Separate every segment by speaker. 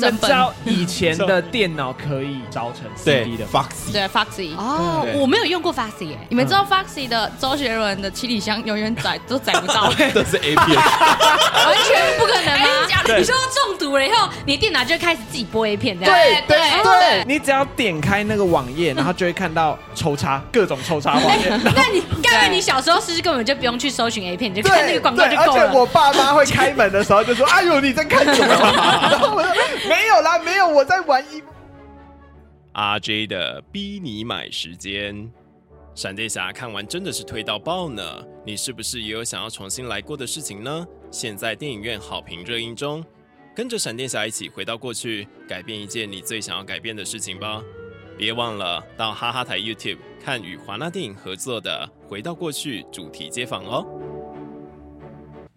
Speaker 1: 正本
Speaker 2: 照以前的电脑可以烧成 CD
Speaker 3: 对
Speaker 2: 的，
Speaker 3: ，Foxy，
Speaker 1: 对 Foxy。
Speaker 4: 哦
Speaker 3: 对，
Speaker 4: 我 没有用过 Foxy 耶、
Speaker 1: 你们知道 Foxy 的周杰伦的《七里香》永远载都载不 到、欸，
Speaker 3: 这是 A 片，
Speaker 4: 完全不可能
Speaker 1: 哎
Speaker 4: 吗？
Speaker 1: 假
Speaker 2: 对
Speaker 4: 你说中毒了以后，你的电脑就开始自己播 A 片这样。
Speaker 1: 对对哎对，
Speaker 2: 你只要点开那个网页，然后就会看到抽插各种抽插网页。
Speaker 4: 那 你该不
Speaker 1: 对
Speaker 4: 会你小时候是不是根本就不用去搜寻 A 片，你就看那
Speaker 2: 对
Speaker 4: 个广告
Speaker 2: 对
Speaker 4: 就
Speaker 2: 而
Speaker 4: 够
Speaker 2: 且
Speaker 4: 了？
Speaker 2: 我爸妈会开门的时候就说：“哎呦，你在看什么？”然后我说：“没有啦，没有，我在玩一。
Speaker 3: RJ 的逼你买时间。闪电侠看完真的是推到爆呢！你是不是也有想要重新来过的事情呢？现在电影院好评热映中，跟着闪电侠一起回到过去，改变一件你最想要改变的事情吧！别忘了到哈哈台 YouTube 看与华纳电影合作的《回到过去》主题街访哦。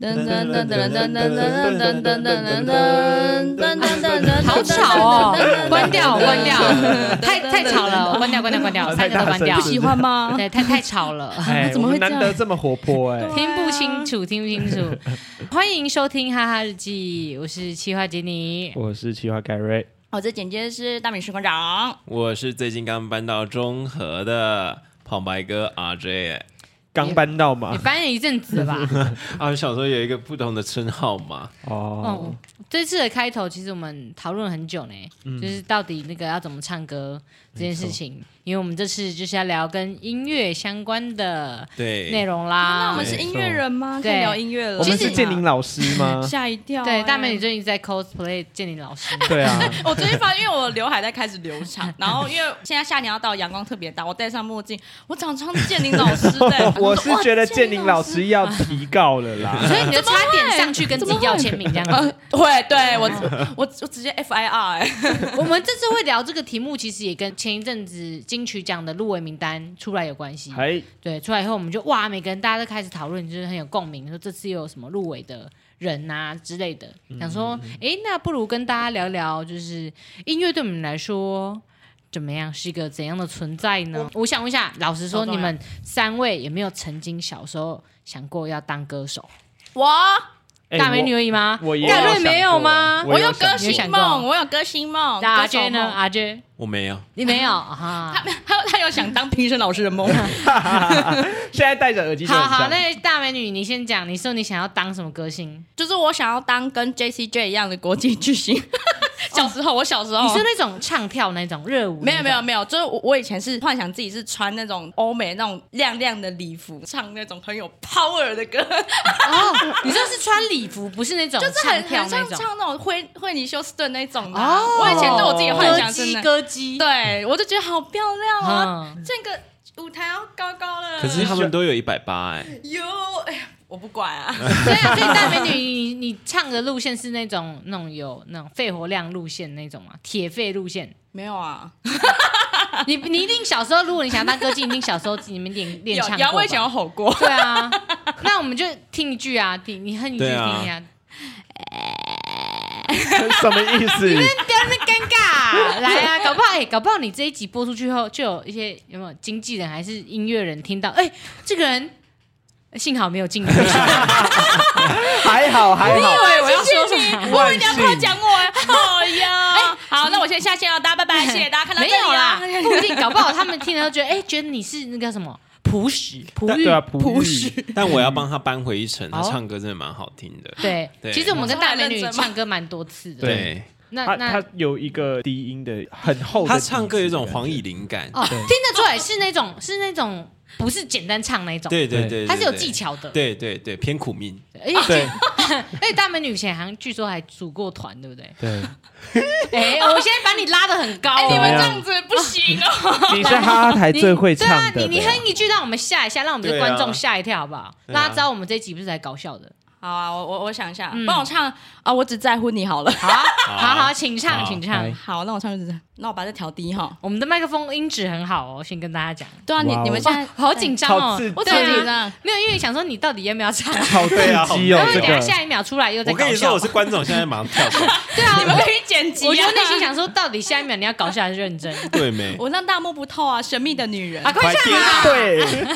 Speaker 1: 噔噔噔噔噔噔噔噔噔噔噔噔噔噔，
Speaker 4: 好 吵哦，关掉关掉，太太吵了，我关掉关掉关掉，
Speaker 2: 太
Speaker 4: 三个都关掉
Speaker 2: 大，声
Speaker 1: 喜欢 吗？
Speaker 4: 对，太太吵了”。
Speaker 2: 哎，
Speaker 1: 怎么会
Speaker 2: 我们难
Speaker 1: 这
Speaker 2: 得
Speaker 1: 样
Speaker 2: 这么活泼哎？
Speaker 4: 听不清楚，听不清楚。欢迎收听《哈哈日记》，我是企划杰尼。
Speaker 2: 我是企划盖瑞，
Speaker 1: 我这简介是大米士官长，
Speaker 3: 我是最近刚搬到中和的胖白哥 RJ，
Speaker 2: 刚搬到
Speaker 4: 你
Speaker 2: 嘛，
Speaker 4: 搬了一阵子吧？
Speaker 3: 啊，想说有一个不同的称号嘛，
Speaker 2: 哦
Speaker 4: 哦，，这次的开头其实我们讨论了很久呢，就是到底那个要怎么唱歌这件事情，因为我们这次就是要聊跟音乐相关的
Speaker 3: 对，
Speaker 4: 内容啦。
Speaker 1: 那我们是音乐人吗？可
Speaker 4: 对
Speaker 1: 以聊音乐了。？
Speaker 2: 我们
Speaker 4: 其实
Speaker 2: 是建宁老师吗
Speaker 1: 吓一跳，
Speaker 4: 对
Speaker 1: 哎
Speaker 4: 大美女。最近一直在 cosplay 建林老师，
Speaker 2: 对啊，。
Speaker 1: 我最近发现，因为我刘海在开始留长，然后因为现在夏天要到，阳光特别大，我戴上墨镜，我长得像建宁老师的
Speaker 2: 我是觉得建宁老师要提告了啦。
Speaker 4: 所以你就差点上去跟自己要签名这样 子。
Speaker 1: 会，呃对我我我直接 FIR 哎。
Speaker 4: 呃我们这次会聊这个题目，其实也跟前一阵子金曲奖的入围名单出来有关系。
Speaker 2: 还
Speaker 4: 对，出来以后我们就哇，每个人大家都开始讨论，就是很有共鸣，说这次又有什么入围的人呐、之类的，
Speaker 2: 嗯
Speaker 4: 想说，诶，那不如跟大家聊聊，就是音乐对我们来说。怎么样是一个怎样的存在呢？我想问一下，老实说，
Speaker 1: 好重
Speaker 4: 你
Speaker 1: 要
Speaker 4: 们三位有没有曾经小时候想过要当歌手？
Speaker 1: 我
Speaker 2: 哎
Speaker 4: 大美女而已吗？
Speaker 2: 我我也
Speaker 4: 大瑞
Speaker 2: 想
Speaker 4: 没有
Speaker 2: 过
Speaker 4: 吗？
Speaker 2: 我
Speaker 1: 我
Speaker 2: 有
Speaker 1: 有
Speaker 2: 想
Speaker 1: 歌
Speaker 2: 过
Speaker 1: 星
Speaker 4: 你有想
Speaker 1: 梦，
Speaker 4: 过
Speaker 1: 我有歌星梦。
Speaker 4: 那阿
Speaker 1: 歌手
Speaker 4: 娟呢？
Speaker 1: 梦？
Speaker 4: 阿娟，
Speaker 3: 我没有。
Speaker 4: 你 没有啊？
Speaker 1: 他他有想当评审老师的 梦。
Speaker 2: 现在戴着耳机就
Speaker 4: 好
Speaker 2: 很
Speaker 4: 好，
Speaker 2: 像。
Speaker 4: 那大美女，你先讲，你说你想要当什么歌星？
Speaker 1: 就是我想要当跟 J C J 一样的国际巨星。 小时候，我小时候
Speaker 4: 你是那种唱跳那种热舞？
Speaker 1: 哦 没有没有。没有，就是我我以前是幻想自己是穿那种欧美那种亮亮的礼服，唱那种很有 power 的歌，
Speaker 4: 哦，你说是穿礼服，不是那种
Speaker 1: 就是
Speaker 4: 唱
Speaker 1: 很
Speaker 4: 跳
Speaker 1: 很
Speaker 4: 那
Speaker 1: 像
Speaker 4: 种。
Speaker 1: 唱那种惠惠妮休斯顿那种的啊、
Speaker 4: 哦，
Speaker 1: 我以前对我自己的幻想是那，
Speaker 4: 歌姬，歌姬
Speaker 1: 对我就觉得好漂亮啊，
Speaker 4: 嗯
Speaker 1: 这个舞台要高高了。
Speaker 3: 可是他们都有一百八哎，
Speaker 1: 有，哎呀，我不管啊，
Speaker 4: 对啊，所以大美 女，你你唱的路线是那种那种有那种肺活量路线那种嘛，铁肺路线。
Speaker 1: 没有啊，
Speaker 4: 你你一定小时候，如果你想当歌姬，你一定小时候你们练练
Speaker 1: 有
Speaker 4: 唱
Speaker 1: 杨
Speaker 4: 过
Speaker 1: 我以前
Speaker 4: 吧。
Speaker 1: 有吼过，
Speaker 4: 对啊，那我们就听一句啊，听你哼一句听
Speaker 3: 对啊
Speaker 4: 一下，
Speaker 2: 什么意思？
Speaker 4: 不要那么尴尬， 来啊！搞不好哎、搞不好你这一集播出去后，就有一些有没有经纪人还是音乐人听到，哎、这个人呃幸好没有进 去。
Speaker 2: 还好还好，
Speaker 1: 对，我要
Speaker 4: 说什么？
Speaker 1: 我以为你要夸奖我哎，哎呀！哎，好，那我先下线了，大家拜拜，谢谢大家看到这里
Speaker 4: 没
Speaker 1: 啊
Speaker 4: 有啦
Speaker 1: 啦。，
Speaker 3: 啊
Speaker 4: 不一定，搞不好他们听了都觉得，哎、觉得你是那个什么朴实朴
Speaker 2: 对
Speaker 4: 玉。
Speaker 2: 对啊，普
Speaker 1: 实
Speaker 2: 语
Speaker 3: 但我要帮他扳回一城，他
Speaker 4: 哦
Speaker 3: 唱歌真的蛮好听的。
Speaker 4: 对
Speaker 3: 对
Speaker 4: 其实我们跟大美女
Speaker 1: 我们这么认真吗
Speaker 4: 唱歌蛮多次的。
Speaker 2: 对，
Speaker 4: 那
Speaker 2: 他
Speaker 4: 那
Speaker 2: 他有一个低音的很厚的低音，
Speaker 3: 他唱歌有一种黄以玲感，
Speaker 4: 哦，听得出来是那种是那种不是简单唱那种，
Speaker 3: 对对
Speaker 2: 对
Speaker 3: 对，
Speaker 4: 它是有
Speaker 3: 对
Speaker 4: 技，巧的。
Speaker 3: 对对对，偏苦命。
Speaker 4: 而且
Speaker 2: 对
Speaker 4: 而且大美女以前好像据说还组过团，对 不对？
Speaker 2: 对，
Speaker 4: 哎、我现在把你拉得很高、
Speaker 1: 哎，
Speaker 4: 哦
Speaker 1: 你们这样子不行哦。
Speaker 2: 你是哈哈台
Speaker 4: 你
Speaker 2: 最会唱的
Speaker 4: 对啊，
Speaker 2: 吧，
Speaker 4: 你你哼一句让我们吓一下，让我们的
Speaker 3: 对啊
Speaker 4: 观众吓一跳，好不好？
Speaker 3: 对啊
Speaker 4: 让他知道我们这一集不是来搞笑的。
Speaker 1: 好啊，我我我想一下
Speaker 4: 嗯，
Speaker 1: 帮我唱啊，我只在乎你好了。
Speaker 4: 好啊，好好，请唱，
Speaker 3: 好
Speaker 4: 请唱
Speaker 2: 来。
Speaker 1: 好，哎那我唱就是这样，那我把这调低哈。
Speaker 4: 我们的麦克风音质很好哦，先跟大家讲。
Speaker 1: 对啊，你
Speaker 2: 哇哦
Speaker 1: 你们现在
Speaker 4: 哦好紧张
Speaker 2: 好
Speaker 4: 哦
Speaker 2: 刺激，
Speaker 1: 我
Speaker 4: 对
Speaker 1: 超
Speaker 4: 啊
Speaker 1: 紧张。
Speaker 4: 没有，因为想说你到底要不要唱，
Speaker 2: 好刺
Speaker 3: 对啊
Speaker 2: 激哦
Speaker 4: 然，后
Speaker 2: 这
Speaker 4: 等下
Speaker 2: 个
Speaker 4: 下一秒出来又在
Speaker 3: 我
Speaker 4: 搞
Speaker 3: 跟你说，
Speaker 4: 笑
Speaker 3: 我。是观众，现在马上跳出来。
Speaker 4: 对啊，
Speaker 1: 你们可以剪辑啊。
Speaker 4: 我就内心想说，到底下一秒你要搞笑还是认真？
Speaker 3: 对没？
Speaker 1: 我让大幕不透啊，神秘的女人
Speaker 4: 啊，。快下
Speaker 3: 点
Speaker 4: 来！
Speaker 2: 对，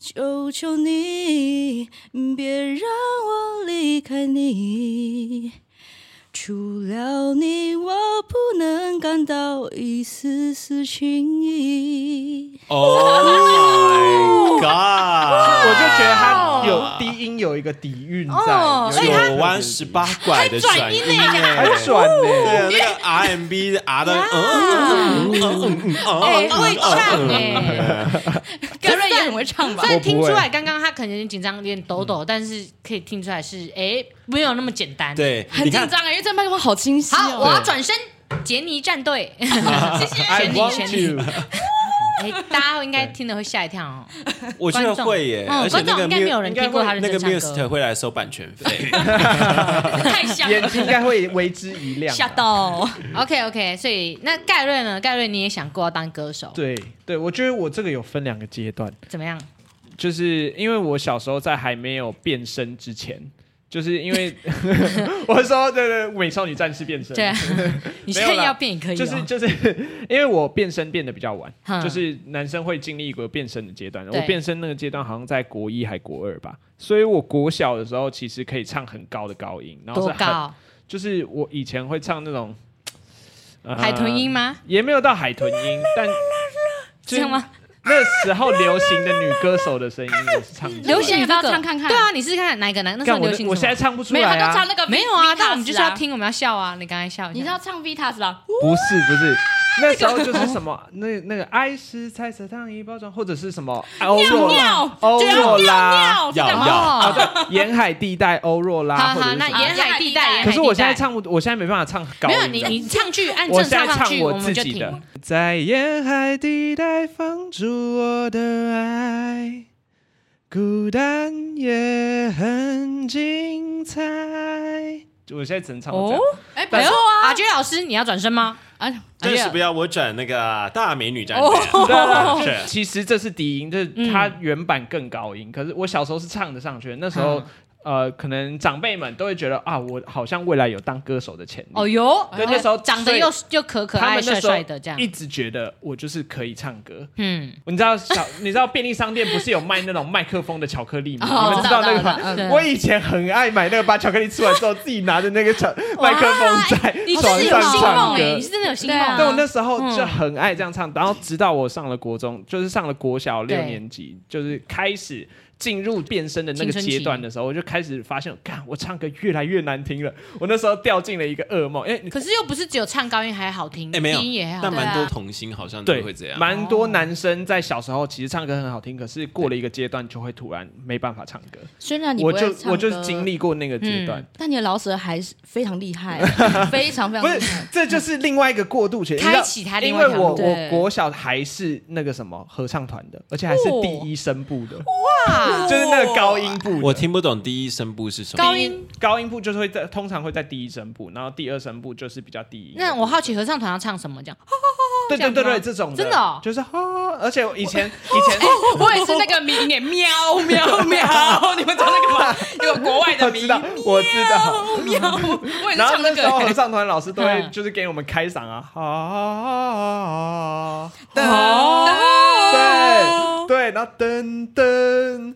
Speaker 1: 求求你，别让我离开你。除了你，我不能感到一丝丝情意。
Speaker 3: Oh my god！
Speaker 2: 我就觉得他有低音有一个底蕴在，
Speaker 4: 哦
Speaker 2: 有一个
Speaker 3: 九弯十八拐的转音
Speaker 2: 很
Speaker 3: 耶，
Speaker 2: 转
Speaker 3: 对啊
Speaker 2: 呢。，
Speaker 3: 那个 RMB 的 R 的嗯嗯嗯嗯嗯嗯，
Speaker 4: 哎，会唱哎，
Speaker 1: 盖瑞也很嗯会唱吧
Speaker 4: 虽？然
Speaker 2: 我不会
Speaker 4: 听出来刚刚他可能紧张有点抖抖，但是可以听出来是哎没有那么简单。，
Speaker 3: 对，
Speaker 1: 很
Speaker 3: 你
Speaker 1: 紧
Speaker 3: 看
Speaker 1: 张啊，因为这麦克风好清晰
Speaker 4: 好，我
Speaker 1: 哦。
Speaker 4: 要转身。杰尼战队，
Speaker 2: I
Speaker 4: 全力全
Speaker 2: want
Speaker 4: 力！
Speaker 2: you，
Speaker 4: 哎，大家应该听了会吓一跳哦。
Speaker 3: 我觉得会耶，
Speaker 4: 嗯
Speaker 3: 而且那
Speaker 4: 观众
Speaker 3: 个
Speaker 4: 应该没有人
Speaker 3: Muse
Speaker 4: 听过他认
Speaker 3: 那
Speaker 4: 真
Speaker 3: 个
Speaker 4: 唱
Speaker 3: Muse
Speaker 4: 歌。哎
Speaker 3: 会来收版权 费，
Speaker 1: 太像
Speaker 2: 眼睛应该会为之一亮。
Speaker 1: 吓到，
Speaker 4: OK OK，所以那盖瑞呢？盖瑞你也想过要当歌手，
Speaker 2: 对对，我觉得我这个有分两个阶段，
Speaker 4: 怎么样？
Speaker 2: 就是因为我小时候在还没有变身之前，就是因 为 我说对对美少女战士变身，
Speaker 4: 对啊， 你现在要变也可以哦，
Speaker 2: 就是就是因为我变身变得比较晚，
Speaker 4: 嗯
Speaker 2: 就是男生会经历一个变身的阶段。
Speaker 4: 对
Speaker 2: 我变身那个阶段好像在国一还国二吧，所以我国小的时候其实可以唱很高的高音，然后是呃
Speaker 4: 多
Speaker 2: 很
Speaker 4: 高？
Speaker 2: 就是我以前会唱那种、呃
Speaker 4: 海豚音，吗？
Speaker 2: 也没有到海豚音， 但
Speaker 4: 这样吗？？
Speaker 2: 那时候流行的女歌手的声音，我是唱不出来
Speaker 4: 流行
Speaker 1: 你
Speaker 4: 这
Speaker 1: 要
Speaker 4: 个
Speaker 1: 唱看看
Speaker 4: 对啊，你试试看哪一个男？那时候
Speaker 2: 干我
Speaker 4: 流
Speaker 2: 的
Speaker 4: 行
Speaker 2: 我
Speaker 4: 什
Speaker 2: 现
Speaker 4: 么
Speaker 2: 在唱不出
Speaker 1: 没有，他
Speaker 2: 来
Speaker 1: 都
Speaker 2: 啊
Speaker 1: 唱！那个
Speaker 4: 没有啊，
Speaker 1: Vitas
Speaker 4: 但我们就是要
Speaker 1: 啊。
Speaker 4: 听，我们要笑啊！你刚才笑一下，
Speaker 1: 你
Speaker 2: 哦
Speaker 1: 知道唱 Vitas 啦？
Speaker 2: 不是不是，那时候就是什么那那个爱是彩色糖衣包装，或者是什么欧若
Speaker 1: 尿
Speaker 2: 拉，欧
Speaker 1: 就要
Speaker 2: 若拉，
Speaker 1: 尿尿，是这样
Speaker 3: 要
Speaker 1: 吗？
Speaker 2: 啊，
Speaker 4: 哦，
Speaker 2: 对， 沿海地带欧若拉，
Speaker 4: 好
Speaker 2: 或者
Speaker 4: 好，
Speaker 2: 是
Speaker 4: 那
Speaker 2: 什么
Speaker 4: 沿海地带，沿海地带
Speaker 2: 可是我现在唱不，我现在没办法唱高
Speaker 4: 没
Speaker 2: 音
Speaker 4: 有
Speaker 2: 的。
Speaker 4: 你，你唱句按
Speaker 2: 我
Speaker 4: 正
Speaker 2: 现在
Speaker 4: 常上
Speaker 2: 唱
Speaker 4: 句，
Speaker 2: 我
Speaker 4: 们
Speaker 2: 自
Speaker 4: 就
Speaker 2: 己的
Speaker 4: 停。，
Speaker 2: 在沿海地带放逐我的爱，孤单也很精彩。我现在只能唱到这样。
Speaker 1: 哎，不
Speaker 4: 哎呦
Speaker 1: 错啊
Speaker 4: 阿！娟老师，你要转身吗？
Speaker 1: 啊，
Speaker 4: 哎
Speaker 3: 暂
Speaker 4: 呀
Speaker 3: 时不要我转那个大美女
Speaker 4: 哦
Speaker 3: 战
Speaker 2: 对啊
Speaker 3: 队， 是
Speaker 2: 其实这是低音，这
Speaker 4: 嗯
Speaker 2: 是它原版更高音。可是我小时候是唱得上去的，那时候、呃，可能长辈们都会觉得啊，我好像未来有当歌手的潜力。
Speaker 4: 哦哟，
Speaker 2: 对那时候
Speaker 4: 长得又又可可
Speaker 2: 他
Speaker 4: 爱
Speaker 2: 们那
Speaker 4: 帅
Speaker 2: 时候
Speaker 4: 帅的这样
Speaker 2: 一，直觉得我就是可以唱歌。
Speaker 4: 嗯，
Speaker 2: 你知道小， 你知道便利商店不是有卖那种麦克风的巧克力吗？
Speaker 1: 哦
Speaker 2: 你们知道那个吗
Speaker 1: 知道知道
Speaker 4: 知道？
Speaker 2: 我以前很爱买那个，把巧克力吃完之后，自己拿着那个巧麦克风在
Speaker 4: 你真
Speaker 2: 床
Speaker 4: 的有
Speaker 2: 上
Speaker 4: 星
Speaker 2: 唱
Speaker 4: 梦
Speaker 2: 歌
Speaker 4: 哎，你。是真的有星
Speaker 1: 对啊
Speaker 4: 梦，
Speaker 2: 对，我那时候就很爱这样唱，然后直到我上了国中，就是上了国小六
Speaker 4: 对
Speaker 2: 年级，就是开始进入变声的那个
Speaker 4: 青春期
Speaker 2: 阶段的时候，我就开始发现，看我唱歌越来越难听了。我那时候掉进了一个噩梦，哎，
Speaker 4: 可是又不是只有唱高音还好听，
Speaker 3: 哎没有
Speaker 4: 低音也还好啊
Speaker 3: 但
Speaker 4: 听。
Speaker 3: 蛮多童星好像都
Speaker 2: 对
Speaker 3: 会这，样。
Speaker 2: 蛮多男生在小时候其实唱歌很好听，可是过了一个阶段就会突然没办法唱歌。
Speaker 1: 虽哦然你不
Speaker 2: 我
Speaker 1: 会
Speaker 2: 就
Speaker 1: 唱歌嗯
Speaker 2: 我就是经，历过那个阶段，
Speaker 1: 但你的老舌还是非常厉 害，非常非
Speaker 2: 不
Speaker 1: 常厉害
Speaker 2: 是，。这就是另外一个过渡期，你知道
Speaker 4: 开启他另
Speaker 2: 因
Speaker 4: 外一
Speaker 2: 为
Speaker 4: 条路
Speaker 2: 我
Speaker 4: 对
Speaker 2: 我国小还是那个什么合唱团的，而且还是
Speaker 4: 哦
Speaker 2: 第一声部的，
Speaker 4: 哇，
Speaker 2: 就是那个高音部的。
Speaker 3: 我听不懂第一声部是什么
Speaker 4: 高，音
Speaker 2: 高音部就是会在通常会在第一声部，然后第二声部就是比较低音。
Speaker 4: 那我好奇合唱团要唱什么？这 样
Speaker 2: 对对对
Speaker 4: 这样吗
Speaker 2: 对，这种
Speaker 4: 真的哦
Speaker 2: 就是哈，而且我以前以前
Speaker 1: 哦我也是那个迷
Speaker 4: 欸
Speaker 1: 音耶，喵喵 喵！你们知道那个吗？有国外
Speaker 2: 我
Speaker 1: 的迷
Speaker 2: 知
Speaker 1: 音
Speaker 2: 道我知道。
Speaker 1: 喵喵，我也是
Speaker 2: 然后
Speaker 1: 唱
Speaker 2: 那
Speaker 1: 那
Speaker 2: 时候合
Speaker 1: 个。
Speaker 2: 唱团老师都会
Speaker 4: 嗯
Speaker 2: 就是给我们开嗓啊，啊，
Speaker 1: 哦
Speaker 2: 对对，然后噔噔，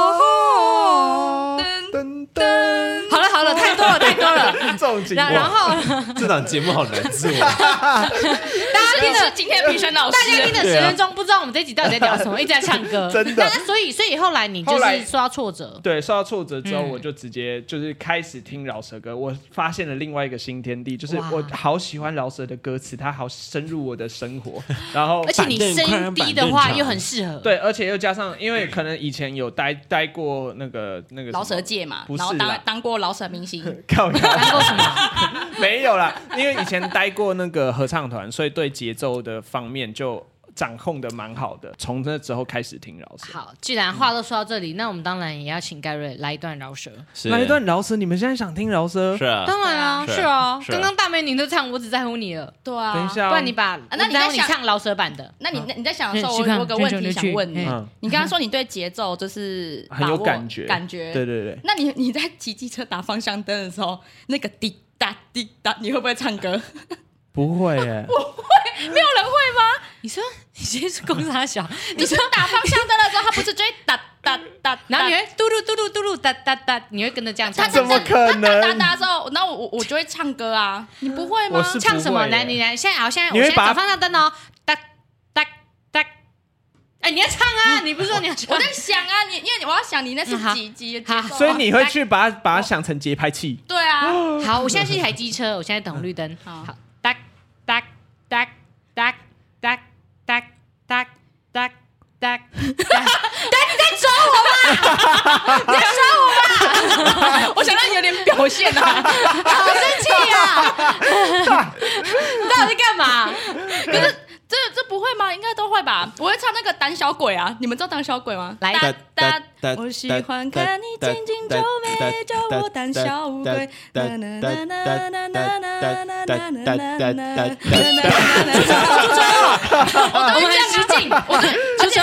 Speaker 2: 好，噔噔，
Speaker 4: 好了好了，太多了太多了。
Speaker 2: 这种情
Speaker 4: 然
Speaker 2: 况，
Speaker 4: 然后
Speaker 3: 这档节目好难做。啊
Speaker 4: 大家听
Speaker 1: 是
Speaker 4: 了。
Speaker 1: 今天的评审老师
Speaker 4: 大，家听了十分钟，不知道我们这集到底在聊什么，一直在唱歌。
Speaker 2: 真的
Speaker 4: 那那所以，所以后来你就
Speaker 2: 后来
Speaker 4: 是说到挫折，
Speaker 2: 对，受到挫折之后，
Speaker 4: 嗯
Speaker 2: 我就直接就是开始听饶舌歌，我发现了另外一个新天地，就是
Speaker 4: 哇
Speaker 2: 我好喜欢饶舌的歌词，它好深入我的生活，然后
Speaker 4: 而且你声音低
Speaker 3: 板
Speaker 4: 的
Speaker 3: 凳
Speaker 4: 话
Speaker 3: 唱
Speaker 4: 又很适合。，
Speaker 2: 对，而且又加上，因为可能以前有待待过那个那个什么
Speaker 1: 饶 舌界嘛
Speaker 2: 不，是
Speaker 1: 然后
Speaker 2: 啦
Speaker 1: 当当过饶舌 明星，
Speaker 2: 靠腰
Speaker 4: 然后什么？
Speaker 2: 没有啦，因为以前待过那个合唱团，所以对节奏的方面就掌控的蛮好的。从那之后开始听饶舌，
Speaker 4: 好，既然话都说到这里，那我们当然也要请盖瑞来一段饶舌。
Speaker 3: 是
Speaker 2: 那一段饶舌，你们现在想听饶舌？
Speaker 3: 是啊，
Speaker 4: 当然啊，
Speaker 3: 是
Speaker 4: 是啊，
Speaker 3: 是
Speaker 4: 刚刚大美女都唱《我只在乎你了
Speaker 1: 对啊，
Speaker 2: 等一》，下
Speaker 4: 不
Speaker 2: 哦，
Speaker 4: 然你把
Speaker 1: 那你
Speaker 4: 我只在乎
Speaker 1: 在
Speaker 4: 你
Speaker 1: 想
Speaker 4: 唱饶舌版的，
Speaker 1: 那你那你在想的时候，
Speaker 4: 嗯
Speaker 1: 我
Speaker 4: 去看
Speaker 1: 有个问
Speaker 4: 卷轴
Speaker 1: 题
Speaker 4: 就
Speaker 1: 想
Speaker 4: 去
Speaker 1: 问你
Speaker 4: 嗯，
Speaker 1: 你刚刚说你对节奏就是
Speaker 2: 很有
Speaker 1: 把握
Speaker 2: 感觉
Speaker 1: 感觉
Speaker 2: 对对对，
Speaker 1: 那你你在骑机车打方向灯的时候，那个滴答滴答，你会不会唱 歌？
Speaker 2: 不会耶，
Speaker 4: 你说你先是公差 小，
Speaker 1: 你说打方向灯的时候，它不是就会哒哒哒，
Speaker 4: 然后你会嘟噜嘟噜嘟噜哒哒哒，你会跟着这样唱
Speaker 1: 它
Speaker 2: 怎
Speaker 1: 真
Speaker 4: 吗。
Speaker 2: 么
Speaker 1: 正
Speaker 2: 可能
Speaker 1: 哒哒哒的时候，那我我我就会唱歌啊，你不会吗
Speaker 2: 我？是
Speaker 4: 唱什么？
Speaker 2: 不会耶
Speaker 4: 来，你来，现在好，现在
Speaker 2: 你
Speaker 4: 我
Speaker 2: 会
Speaker 4: 现在
Speaker 2: 把
Speaker 4: 找方向灯哦，哒哒哒。哎，你要唱啊！你不是说你要唱？
Speaker 1: 我在想啊，你因为我要想你那是
Speaker 4: 嗯好
Speaker 1: 几级的节
Speaker 4: 好
Speaker 1: 奏啊，
Speaker 2: 所以你会去把它把它想成节拍器。
Speaker 1: 对 啊，
Speaker 4: 好，我现在是一台机车，我现在等红绿灯。
Speaker 1: 嗯好
Speaker 4: 好，哒哒哒哒哒哒哒哒哒。
Speaker 1: 我想让你有点表现啊。
Speaker 4: 好生气啊！你到底在干 嘛？
Speaker 1: 这这不会吗？应该都会吧。我会唱那个胆小鬼啊，你们知道胆小鬼吗？
Speaker 4: 来
Speaker 1: 哒
Speaker 3: 哒
Speaker 1: 哒
Speaker 3: 哒
Speaker 1: 我喜欢看你紧紧皱眉，叫我胆小鬼。哒哒哒哒哒哒哒哒哒哒哒 啊
Speaker 4: 我们很失敬，我
Speaker 1: 而且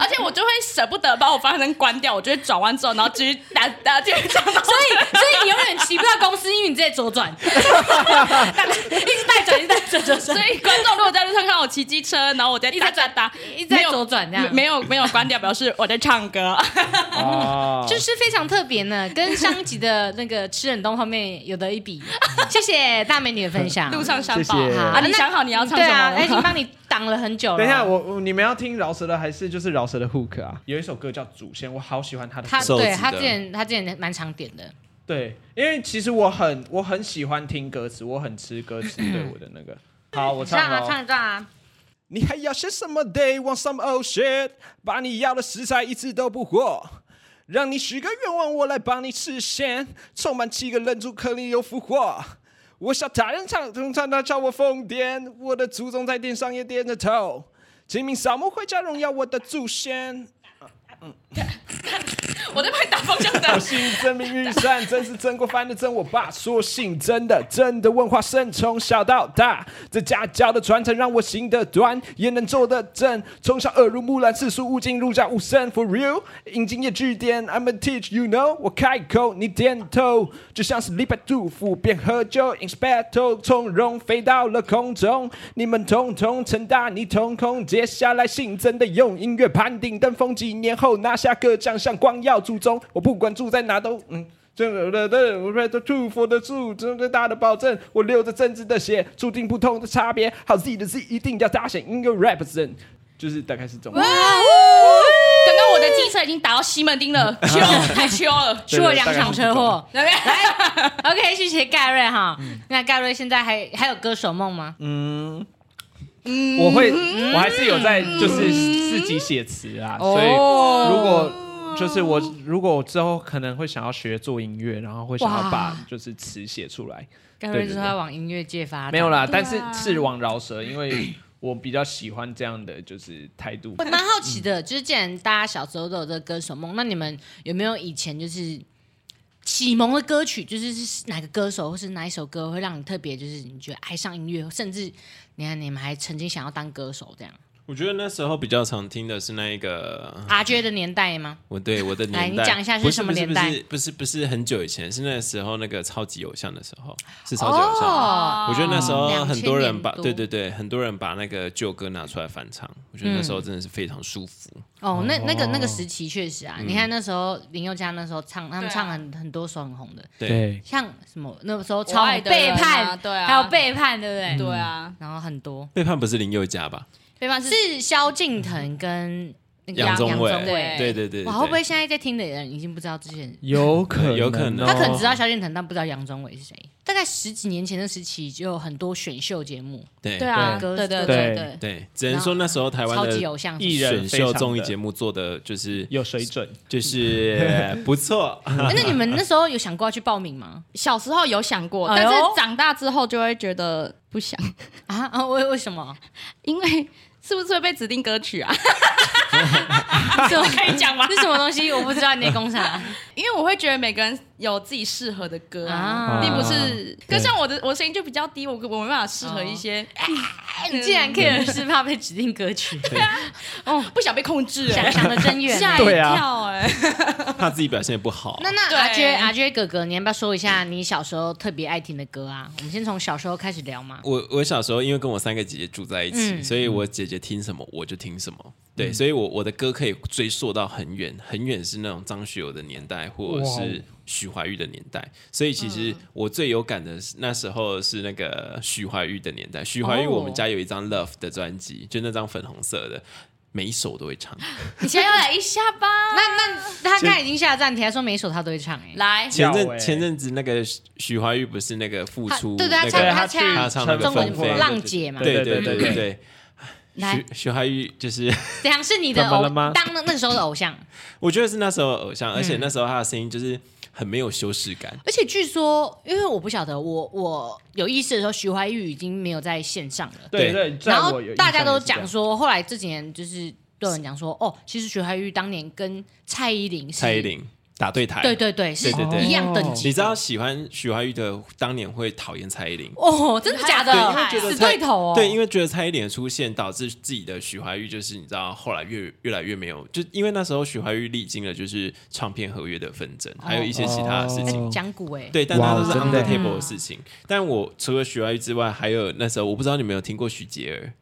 Speaker 1: 而且我就会舍不得把我方向灯关掉，我就会转弯之后，然后继续哒哒继续唱。 所以
Speaker 4: 所以你永远骑不到公司，因为你在左转，一直带转，一直带转，转
Speaker 1: 所
Speaker 4: 转，
Speaker 1: 以观众如果在路上看我骑机车，然后我在哒哒哒，
Speaker 4: 一直在左转这样。
Speaker 1: 没有没有关掉，表示我在唱歌。
Speaker 2: 哦，
Speaker 4: 就是非常特别呢，跟上一集的那个吃冷冻方面有得 一比。谢谢大美女的分享。
Speaker 1: 路上相报
Speaker 2: 谢谢
Speaker 1: 啊！你想好你要唱
Speaker 4: 对
Speaker 1: 什
Speaker 4: 啊，他
Speaker 1: 么
Speaker 4: 已经
Speaker 1: 了？
Speaker 4: 帮你挡了很久了。
Speaker 2: 等一下，我我你们要听饶舌的还是就是饶舌的 hook 啊？有一首歌叫《祖先》，我好喜欢他的歌。
Speaker 4: 他
Speaker 3: 瘦子
Speaker 4: 对
Speaker 3: 的
Speaker 4: 他之前他之前蛮常点的，
Speaker 2: 对，因为其实我很我很喜欢听歌词，我很吃歌词对我的那个。好，我
Speaker 4: 唱
Speaker 2: 唱
Speaker 4: 嗯
Speaker 2: 哦
Speaker 4: 啊
Speaker 2: 了。
Speaker 4: 唱一段啊。
Speaker 2: 你还要些什么？They want some old shit，把你要的食材一次都不活。让你许个愿望，我来帮你实现。充满七个人柱，可你又复活。我想打人唱，通常他叫我疯癫。我的祖宗在殿上也点着头。清明扫墓回家，荣耀我的祖先。
Speaker 1: 我在帮你打方向
Speaker 2: 我
Speaker 1: 灯。
Speaker 2: 姓曾，名玉善，真是曾国藩的曾我爸。说姓曾的，真的文化深，从小到大，这家教的传承让我行得端，也能做得正。从小耳濡目染，世俗勿进，入家无声。For real，引经也据典，I'ma teach you know。我开口，你点头，就像是礼拜杜甫边喝酒，inspire to，从容飞到了空中。你们统统成大你瞳孔，接下来姓曾的用音乐盘顶登峰，几年后拿下各奖项，光耀祖宗。我不管住在哪都嗯。真的的，我 ready to for the truth，真的大的保证，我流着政治的血，注定不同的差别。好 Z 的 Z 一定要大显音乐 represent，就是大概是这种。
Speaker 1: 刚刚我的机车已经打到西门町了，秋太秋 了。
Speaker 4: 出了两场车祸。
Speaker 1: 来啊来，
Speaker 4: OK，谢谢盖瑞哈。那盖瑞现在还还有歌手梦吗？
Speaker 2: 我会，
Speaker 4: 嗯
Speaker 2: 我还是有在就是自己写词啊，所以
Speaker 4: 哦
Speaker 2: 如果就是我如果我之后可能会想要学做音乐，然后会想要把
Speaker 4: 哇
Speaker 2: 就是词写出来，
Speaker 4: 盖瑞说他往音乐界发展，
Speaker 2: 没有啦，
Speaker 1: 对
Speaker 2: 但
Speaker 1: 啊
Speaker 2: 是是往饶舌，因为我比较喜欢这样的就是态度。
Speaker 4: 我蛮好奇的，就是既然大家小时候都有这个歌手梦，那你们有没有以前就是启蒙的歌曲，就是是哪个歌手或是哪一首歌会让你特别，就是你觉得爱上音乐，甚至你看你们还曾经想要当歌手这样？
Speaker 3: 我觉得那时候比较常听的是那一个，
Speaker 4: 阿娟的年代吗？
Speaker 3: 我对我的年代，
Speaker 4: 来你讲一下是
Speaker 3: 不
Speaker 4: 什
Speaker 3: 不
Speaker 4: 么年代
Speaker 3: 不是不是不是很久以前，是那时候那个超级偶像的时候，是超级偶像。
Speaker 1: 哦
Speaker 4: 哦
Speaker 3: 我觉得那时候很多人把
Speaker 4: 2000年多
Speaker 3: 对对对，很多人把那个旧歌拿出来翻唱，我觉得那时候
Speaker 4: 嗯
Speaker 3: 真的是非常舒服。
Speaker 4: 哦，那那个那个时期确实
Speaker 3: 嗯
Speaker 4: 啊，你看那时候林宥嘉那时候唱，
Speaker 1: 啊
Speaker 4: 他们唱很很多首很红的，
Speaker 3: 对，
Speaker 4: 像什么那个时候
Speaker 1: 我
Speaker 4: 超
Speaker 1: 爱的
Speaker 4: 背
Speaker 1: 人啊
Speaker 4: 叛，
Speaker 1: 对啊
Speaker 4: 还有背叛，对不对？
Speaker 1: 对啊，
Speaker 4: 然后很多
Speaker 3: 背叛不是林宥嘉吧？
Speaker 1: 对方是
Speaker 4: 是萧敬腾跟那个
Speaker 3: 杨宗纬
Speaker 4: 杨
Speaker 1: 对
Speaker 3: 对对对，
Speaker 4: 哇，
Speaker 3: 对
Speaker 4: 会不会现在在听的人已经不知道之前？
Speaker 2: 有
Speaker 3: 可能有可能
Speaker 4: 他可能知道萧敬腾，但不知道杨宗纬是谁。大概十几年前的时期，就有很多选秀节目，
Speaker 3: 对
Speaker 1: 对啊，
Speaker 4: 对
Speaker 1: 对对
Speaker 4: 对
Speaker 2: 对
Speaker 1: 对，
Speaker 3: 对，只能说那时候台湾
Speaker 4: 超级
Speaker 3: 的
Speaker 4: 偶像
Speaker 2: 艺
Speaker 4: 剧。
Speaker 2: 人
Speaker 3: 选
Speaker 2: 非常
Speaker 3: 秀
Speaker 2: 的
Speaker 3: 综艺节目做的就 是
Speaker 2: 有水准，
Speaker 3: 就是 不错，
Speaker 4: 哎那你们那时候有想过要去报名吗？
Speaker 1: 小时候有想过，
Speaker 4: 哎
Speaker 1: 但
Speaker 4: 呦
Speaker 1: 是长大之后就会觉得不想，
Speaker 4: 啊啊，为为 什么？
Speaker 1: 因为是不是会被指定歌曲啊？
Speaker 4: 这我可以讲吗？是什么东西？我不知道你在啊工厂。
Speaker 1: 因为我会觉得每个人有自己适合的歌啊，
Speaker 4: 啊
Speaker 1: 并不是。
Speaker 2: 对
Speaker 1: 可像我的，我声音就比较低，我我没办法适合一些，哎
Speaker 4: 哎你竟然 care 是怕被指定歌曲，
Speaker 1: 哦，不想被控制，
Speaker 4: 想
Speaker 1: 哎
Speaker 4: 想的真远。
Speaker 1: 吓一
Speaker 2: 对啊
Speaker 1: 跳哎。
Speaker 3: 怕自己表现得不好。
Speaker 4: 那那
Speaker 1: 对
Speaker 4: 阿杰阿杰哥哥，你要不要说一下你小时候特别爱听的歌啊？我们先从小时候开始聊 嘛。
Speaker 3: 我我小时候因为跟我三个姐姐住在一起，
Speaker 4: 嗯
Speaker 3: 所以我姐姐听什么我就听什么。对，所以我我的歌可以追溯到很远很远，是那种张学友的年代，或者
Speaker 2: 哇哦
Speaker 3: 是许怀玉的年代。所以其
Speaker 4: 嗯
Speaker 3: 实我最有感的是那时候是那个许怀玉的年代。许怀玉
Speaker 4: 哦
Speaker 3: 我们家有一张 Love 的专辑，就那张粉红色的，每一首都会 唱。
Speaker 1: 你先来一下吧，
Speaker 4: 那那他刚才已经下站，你还说每一首他都会唱哎、
Speaker 1: 来，
Speaker 3: 前阵、
Speaker 2: 要欸
Speaker 3: 前阵子那个许许怀玉不是那个复
Speaker 4: 他
Speaker 3: 出，
Speaker 4: 对对他
Speaker 3: 那
Speaker 4: 唱
Speaker 3: 个
Speaker 4: 他
Speaker 2: 他去
Speaker 3: 他
Speaker 4: 唱
Speaker 3: 唱那个
Speaker 4: 中国
Speaker 3: 纷飞
Speaker 4: 浪姐嘛。
Speaker 3: 对
Speaker 2: 对
Speaker 3: 对
Speaker 2: 对
Speaker 3: 对
Speaker 2: 对
Speaker 3: 对对，
Speaker 4: 来
Speaker 3: 许，许怀玉就是。
Speaker 4: 怎样是你的
Speaker 2: 怎么
Speaker 4: 偶
Speaker 2: 了吗
Speaker 4: 当那那个时候的偶像？
Speaker 3: 我觉得是那时候的偶像，而
Speaker 2: 嗯
Speaker 3: 且那时候他的声音就是很没有羞耻感。
Speaker 4: 而且据说，因为我不晓得，我我有意识的时候，徐怀钰已经没有在线上了。
Speaker 2: 对
Speaker 3: 对
Speaker 2: 对，在
Speaker 4: 然后
Speaker 2: 我有印
Speaker 4: 大家
Speaker 2: 象
Speaker 4: 都
Speaker 2: 也是这
Speaker 4: 讲
Speaker 2: 样，
Speaker 4: 说，后来这几年就是都有人讲说，哦，其实徐怀钰当年跟蔡依林是
Speaker 3: 蔡依，林打对台，
Speaker 4: 对对对，是
Speaker 3: 对对
Speaker 4: 一样等级。
Speaker 3: 你知道喜欢许怀玉的当年会讨厌蔡依林，
Speaker 4: 哦，真的假的
Speaker 1: 对因为？觉得
Speaker 4: 死
Speaker 3: 蔡
Speaker 4: 对头哦。
Speaker 3: 对，因为觉得蔡依林的出现导致自己的许怀玉就是你知道后来越越来越没有，就因为那时候许怀玉历经了就是唱片合约的纷争，还有一些其他的事情。
Speaker 2: 哦
Speaker 4: 讲古哎，
Speaker 3: 对，但它都是
Speaker 2: 哇真
Speaker 3: on
Speaker 2: 的
Speaker 3: the table 的事情。但我除了许怀玉之外，还有那时候我不知道你们有听过许杰儿，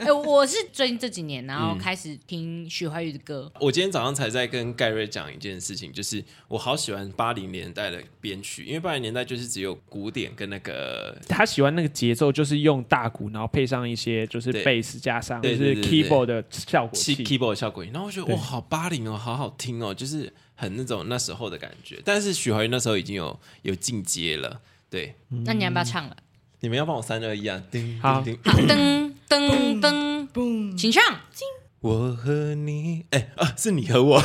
Speaker 4: 哎，我是最近这几年，然
Speaker 3: 嗯
Speaker 4: 后开始听徐怀钰的歌。
Speaker 3: 我今天早上才在跟盖瑞讲一件事情，就是我好喜欢八零年代的编曲，因为八零年代就是只有古典跟那个
Speaker 2: 他喜欢那个节奏，就是用大鼓，然后配上一些就是
Speaker 3: 对
Speaker 2: 贝斯，加上就
Speaker 3: 对
Speaker 2: 是
Speaker 3: 对对对
Speaker 2: keyboard 的效果
Speaker 3: key
Speaker 2: 器。
Speaker 3: keyboard 的效果，然后我觉得
Speaker 2: 对
Speaker 3: 哇，好八零哦，好好听哦，就是很那种那时候的感觉。但是许怀玉那时候已经有有进阶了，对，
Speaker 4: 那你要不要唱了？
Speaker 3: 你们要帮我三二一啊，叮
Speaker 2: 好
Speaker 3: 叮叮，
Speaker 4: 好，噔噔噔，
Speaker 1: 嘣，
Speaker 4: 请唱。
Speaker 3: 我和你，哎、啊，是你和我，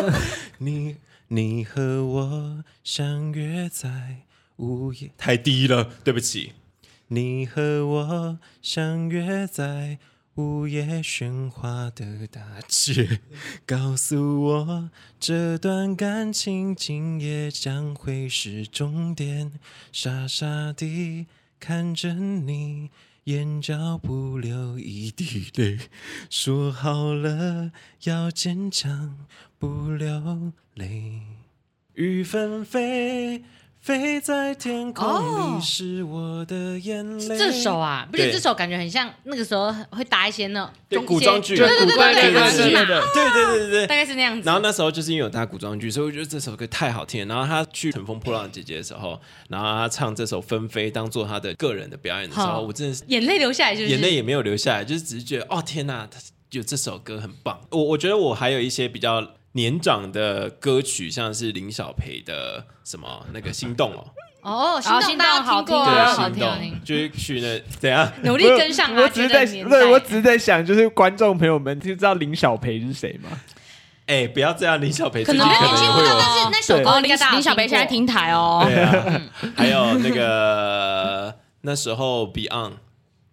Speaker 3: 你你和我相约在午夜，太低了，对不起。你和我相约在午夜喧哗的大街， 告诉我这段感情今夜将会是终点。傻傻地看着你，眼角不流一滴泪。说好了要坚强，不流泪。雨纷飞，飞在天空
Speaker 4: 哦
Speaker 3: 里是我的眼泪。
Speaker 4: 这首啊，不是
Speaker 3: 对
Speaker 4: 这首，感觉很像那个时候会搭一些那
Speaker 3: 对
Speaker 4: 中
Speaker 3: 古装剧
Speaker 4: 对对对
Speaker 2: 古装
Speaker 4: 对
Speaker 2: 剧对对
Speaker 4: 对对对，
Speaker 2: 对
Speaker 3: 对对对对
Speaker 4: 大
Speaker 3: 对。
Speaker 4: 概是那样子。
Speaker 3: 然后那时候就是因为有搭古装剧，所以我觉得这首歌太好听了。然后他去《乘风破浪的姐姐》的时候，然后他唱这首《纷飞》当做他的个人的表演的时
Speaker 4: 好
Speaker 3: 候，我真的是
Speaker 4: 眼泪流下来，是不是？
Speaker 3: 眼泪也没有流下来，就是只是觉得哦天哪，他有这首歌很棒。我我觉得我还有一些比较年长的歌曲，像是林小培的什么那个《心动》哦，
Speaker 4: 哦，
Speaker 1: 哦
Speaker 4: 心
Speaker 1: 心
Speaker 4: 动大
Speaker 1: 动
Speaker 4: 家
Speaker 1: 好
Speaker 4: 听过
Speaker 1: 听
Speaker 3: 对，
Speaker 1: 啊
Speaker 4: 啊，
Speaker 3: 《
Speaker 4: 好
Speaker 3: 心
Speaker 4: 听
Speaker 3: 动
Speaker 4: 好听，》啊
Speaker 3: 就是去那怎样？
Speaker 4: 努力跟上
Speaker 2: 我
Speaker 4: 阿
Speaker 2: 只
Speaker 4: 杰
Speaker 2: 是在
Speaker 4: 的年代。
Speaker 2: 对我只是在想，就是观众朋友们知道林小培是谁吗？
Speaker 3: 哎，不要这样，林小培
Speaker 4: 可
Speaker 3: 最
Speaker 4: 能
Speaker 3: 近
Speaker 4: 没有
Speaker 3: 可
Speaker 4: 听
Speaker 3: 能
Speaker 4: 过，
Speaker 3: 会有。
Speaker 4: 但是那首歌
Speaker 1: 哦，
Speaker 4: 应
Speaker 1: 林
Speaker 4: 该大家
Speaker 1: 林小
Speaker 4: 听
Speaker 1: 北
Speaker 4: 过
Speaker 1: 现在听台哦，
Speaker 3: 对啊， 还有那个那时候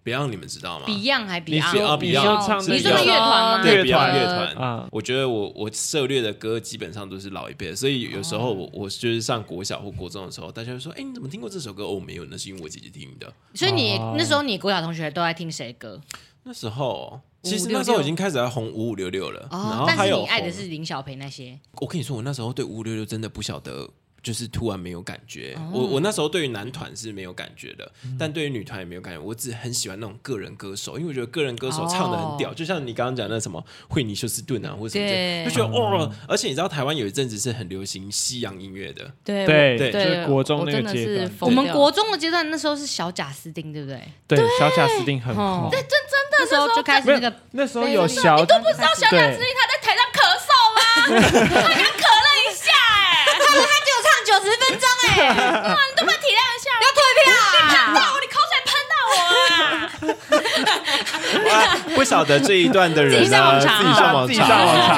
Speaker 3: Beyond，Beyond 你们知道吗？
Speaker 4: Beyond 还
Speaker 2: 你
Speaker 3: 是
Speaker 4: Beyond，
Speaker 3: 啊
Speaker 2: 说
Speaker 3: ，Beyond，
Speaker 2: 你说唱
Speaker 3: 是
Speaker 2: 那
Speaker 4: 你说的
Speaker 2: 个
Speaker 1: 比
Speaker 4: 乐
Speaker 1: 较
Speaker 4: 团吗？
Speaker 3: 对
Speaker 2: 乐团
Speaker 3: 乐团
Speaker 2: 啊
Speaker 3: 我觉得我我涉猎的歌基本上都是老一辈的，所以有时候
Speaker 4: 哦
Speaker 3: 我我就是上国小或国中的时候，大家就说：“哎、你怎么听过这首歌？”哦，没有，那是因为我姐姐听的。
Speaker 4: 所以你
Speaker 2: 哦
Speaker 4: 那时候你国小同学都在听谁的歌？
Speaker 3: 那时候其实
Speaker 4: 5566
Speaker 3: 那时候已经开始在红五五六六了，然
Speaker 4: 哦
Speaker 3: 后，
Speaker 4: 但
Speaker 3: 还
Speaker 4: 是
Speaker 3: 有
Speaker 4: 你爱的
Speaker 3: 红
Speaker 4: 是林小培那些。
Speaker 3: 我跟你说，我那时候对五五六六真的不晓得，就是突然没有感觉。我我那时候对于男团是没有感觉的，但对于女团也没有感觉。我只很喜欢那种个人歌手，因为我觉得个人歌手唱的很屌，
Speaker 4: 哦
Speaker 3: 就像你刚刚讲的什么惠妮休斯顿啊，或者什么之类的，
Speaker 1: 对
Speaker 3: 就觉得哦。而且你知道台湾有一阵子是很流行西洋音乐的，
Speaker 1: 对
Speaker 2: 对
Speaker 1: 我
Speaker 3: 对
Speaker 2: 就是国中
Speaker 1: 我
Speaker 2: 那个
Speaker 1: 真的
Speaker 2: 阶
Speaker 1: 是
Speaker 2: 段
Speaker 1: 疯
Speaker 4: 我们
Speaker 1: 掉
Speaker 4: 国中的阶段，那时候是小贾斯汀，对不对？
Speaker 2: 对小贾斯汀很
Speaker 4: 哦
Speaker 2: 红，，
Speaker 4: 对，真真的，那时候就开始
Speaker 2: 没
Speaker 4: 那
Speaker 2: 有
Speaker 4: 个
Speaker 2: 那时候有小，你都不知道小贾斯汀，
Speaker 1: 他在台上咳嗽啦，
Speaker 4: 他们他只有唱九十分钟哎，
Speaker 1: 你都不体谅一下，啊
Speaker 3: 哇不晓得这一段的人
Speaker 4: 自己上
Speaker 3: 啊，
Speaker 4: 网
Speaker 3: 自
Speaker 4: 查
Speaker 3: 己上网
Speaker 2: 自己上网
Speaker 3: 查。
Speaker 2: 查，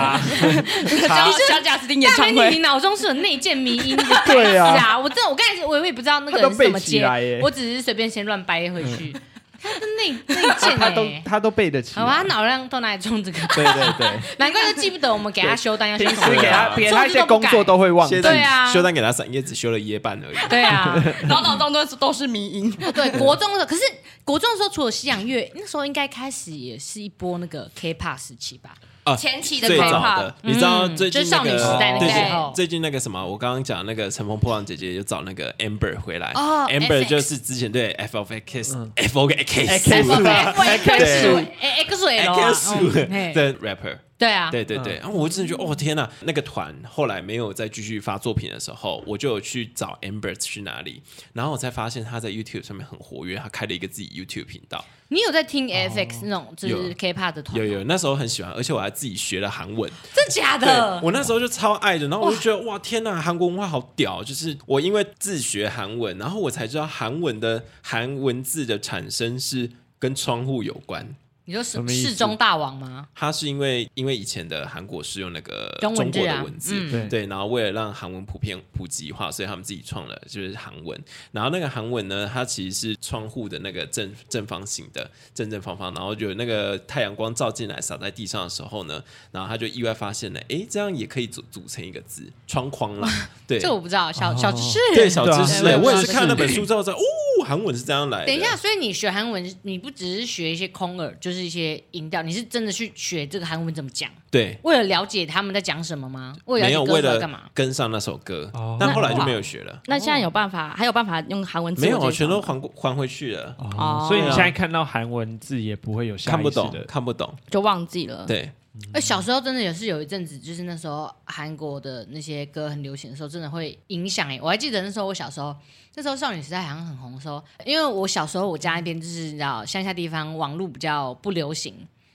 Speaker 4: 查
Speaker 1: 小贾斯汀演
Speaker 4: 大
Speaker 1: 唱
Speaker 4: 美女，
Speaker 1: 会
Speaker 4: 你脑中是有内建迷音的台
Speaker 2: 对
Speaker 4: 词
Speaker 2: 啊
Speaker 4: 啊！我真的，我刚才我也不知道那个
Speaker 2: 他都
Speaker 4: 人是怎么
Speaker 2: 背起
Speaker 4: 接
Speaker 2: 来耶，嗯
Speaker 4: 我只是随便先乱掰回去。他的内内 建
Speaker 2: 他都
Speaker 4: 哎，
Speaker 2: 他都背得起
Speaker 4: 好。吧，他脑量到哪里装这个？
Speaker 2: 对对对，
Speaker 4: 难怪都记不得我们给他修单要 修
Speaker 2: 平
Speaker 4: 什么
Speaker 2: 时给他 给他一些
Speaker 4: 做事都不
Speaker 2: 工
Speaker 4: 改
Speaker 2: 作都会忘记
Speaker 3: 现。在
Speaker 4: 对啊
Speaker 3: 修蛋给他三也只修了一夜半而已。
Speaker 4: 对啊，
Speaker 1: 脑脑中都是都是迷音，
Speaker 4: 对国中的，可是国中的时候除了西洋乐，那时候应该开始也是一波那个 K-pop 时期吧？
Speaker 3: 啊
Speaker 1: 前期的
Speaker 3: 最
Speaker 1: K-pop
Speaker 3: 早的，你知道
Speaker 4: 嗯
Speaker 3: 最近
Speaker 4: 就是
Speaker 3: 那
Speaker 4: 少女
Speaker 3: 个
Speaker 4: 时代那
Speaker 3: 对
Speaker 4: 个时
Speaker 3: 对
Speaker 4: 候
Speaker 3: 最近那个什么，我刚刚讲那个《乘风破浪》姐姐就找那个 Amber 回来
Speaker 4: 哦
Speaker 3: ，Amber
Speaker 4: FX
Speaker 3: 就是之前对 F of X 嗯 F of X
Speaker 2: X
Speaker 4: 对啊
Speaker 2: X
Speaker 3: 对
Speaker 4: X 水楼啊
Speaker 3: X
Speaker 4: 嗯嘿
Speaker 3: 的 rapper。
Speaker 4: 对啊，
Speaker 3: 对对对，然后我真的觉得，哦天呐，那个团后来没有再继续发作品的时候，我就有去找 Amber 去哪里，然后我才发现他在 YouTube 上面很活跃，他开了一个自己 YouTube 频道，
Speaker 4: 你有在听 FX 那种就
Speaker 3: 哦有
Speaker 4: 是 K-pop 的团
Speaker 3: 有
Speaker 4: 吗？
Speaker 3: 有，那时候很喜欢，而且我还自己学了韩文，
Speaker 4: 真假的？
Speaker 3: 我那时候就超爱的，然后我就觉得哇天呐，韩国文化好屌！就是我因为自学韩文，然后我才知道韩文的韩文字的产生是跟窗户有关。
Speaker 4: 你说是
Speaker 2: 什么意思
Speaker 4: 世中大王吗？
Speaker 3: 它是因为因为以前的韩国是用那个
Speaker 4: 中文字
Speaker 3: 国
Speaker 4: 啊
Speaker 3: 的文字，
Speaker 4: 嗯
Speaker 2: 对
Speaker 3: 对，然后为了让韩文普遍普及化，所以他们自己创了就是韩文。然后那个韩文呢，它其实是窗户的那个正正方形的正正方方，然后有那个太阳光照进来洒在地上的时候呢，然后他就意外发现了，哎，这样也可以组组成一个字窗框 啦。对哦
Speaker 4: 这，我不知道，小小知识。
Speaker 3: 对，小知识，
Speaker 4: 对
Speaker 3: 诶
Speaker 4: 我也
Speaker 3: 我也
Speaker 4: 不
Speaker 3: 是
Speaker 4: 知道
Speaker 3: 看那本书之后才，哦，韩文是这样来的。
Speaker 4: 等一下，，所以你学韩文，你不只是学一些空耳，就是一些音调，你是真的去学这个韩文怎么讲，
Speaker 3: 对。
Speaker 4: 为了了解他们在讲什么吗？为了
Speaker 3: 没有
Speaker 4: 了解歌
Speaker 3: 为
Speaker 4: 手在
Speaker 3: 了
Speaker 4: 干嘛？
Speaker 3: 跟上那首歌
Speaker 2: 哦，
Speaker 3: 但后来就没有学了。
Speaker 1: 那现在有办法，还有办法用韩文自
Speaker 3: 没有
Speaker 1: 我
Speaker 3: 啊，
Speaker 1: 介
Speaker 3: 全
Speaker 1: 绍
Speaker 3: 都
Speaker 1: 吗？
Speaker 3: 还过还回去了，
Speaker 1: 哦
Speaker 2: 所以你现在看到韩文字也不会有下
Speaker 3: 看不
Speaker 2: 意识
Speaker 3: 懂，
Speaker 2: 的，
Speaker 3: 看不懂。
Speaker 1: 就忘记了。
Speaker 3: 对，
Speaker 4: 哎，小时候真的也是有一阵子，就是那时候韩国的那些歌很流行的时候，真的会影响哎。我还记得那时候我小时候，那时候少女时代好像很红的时候，因为我小时候我家那边就是你知道乡下地方网络比较不流行，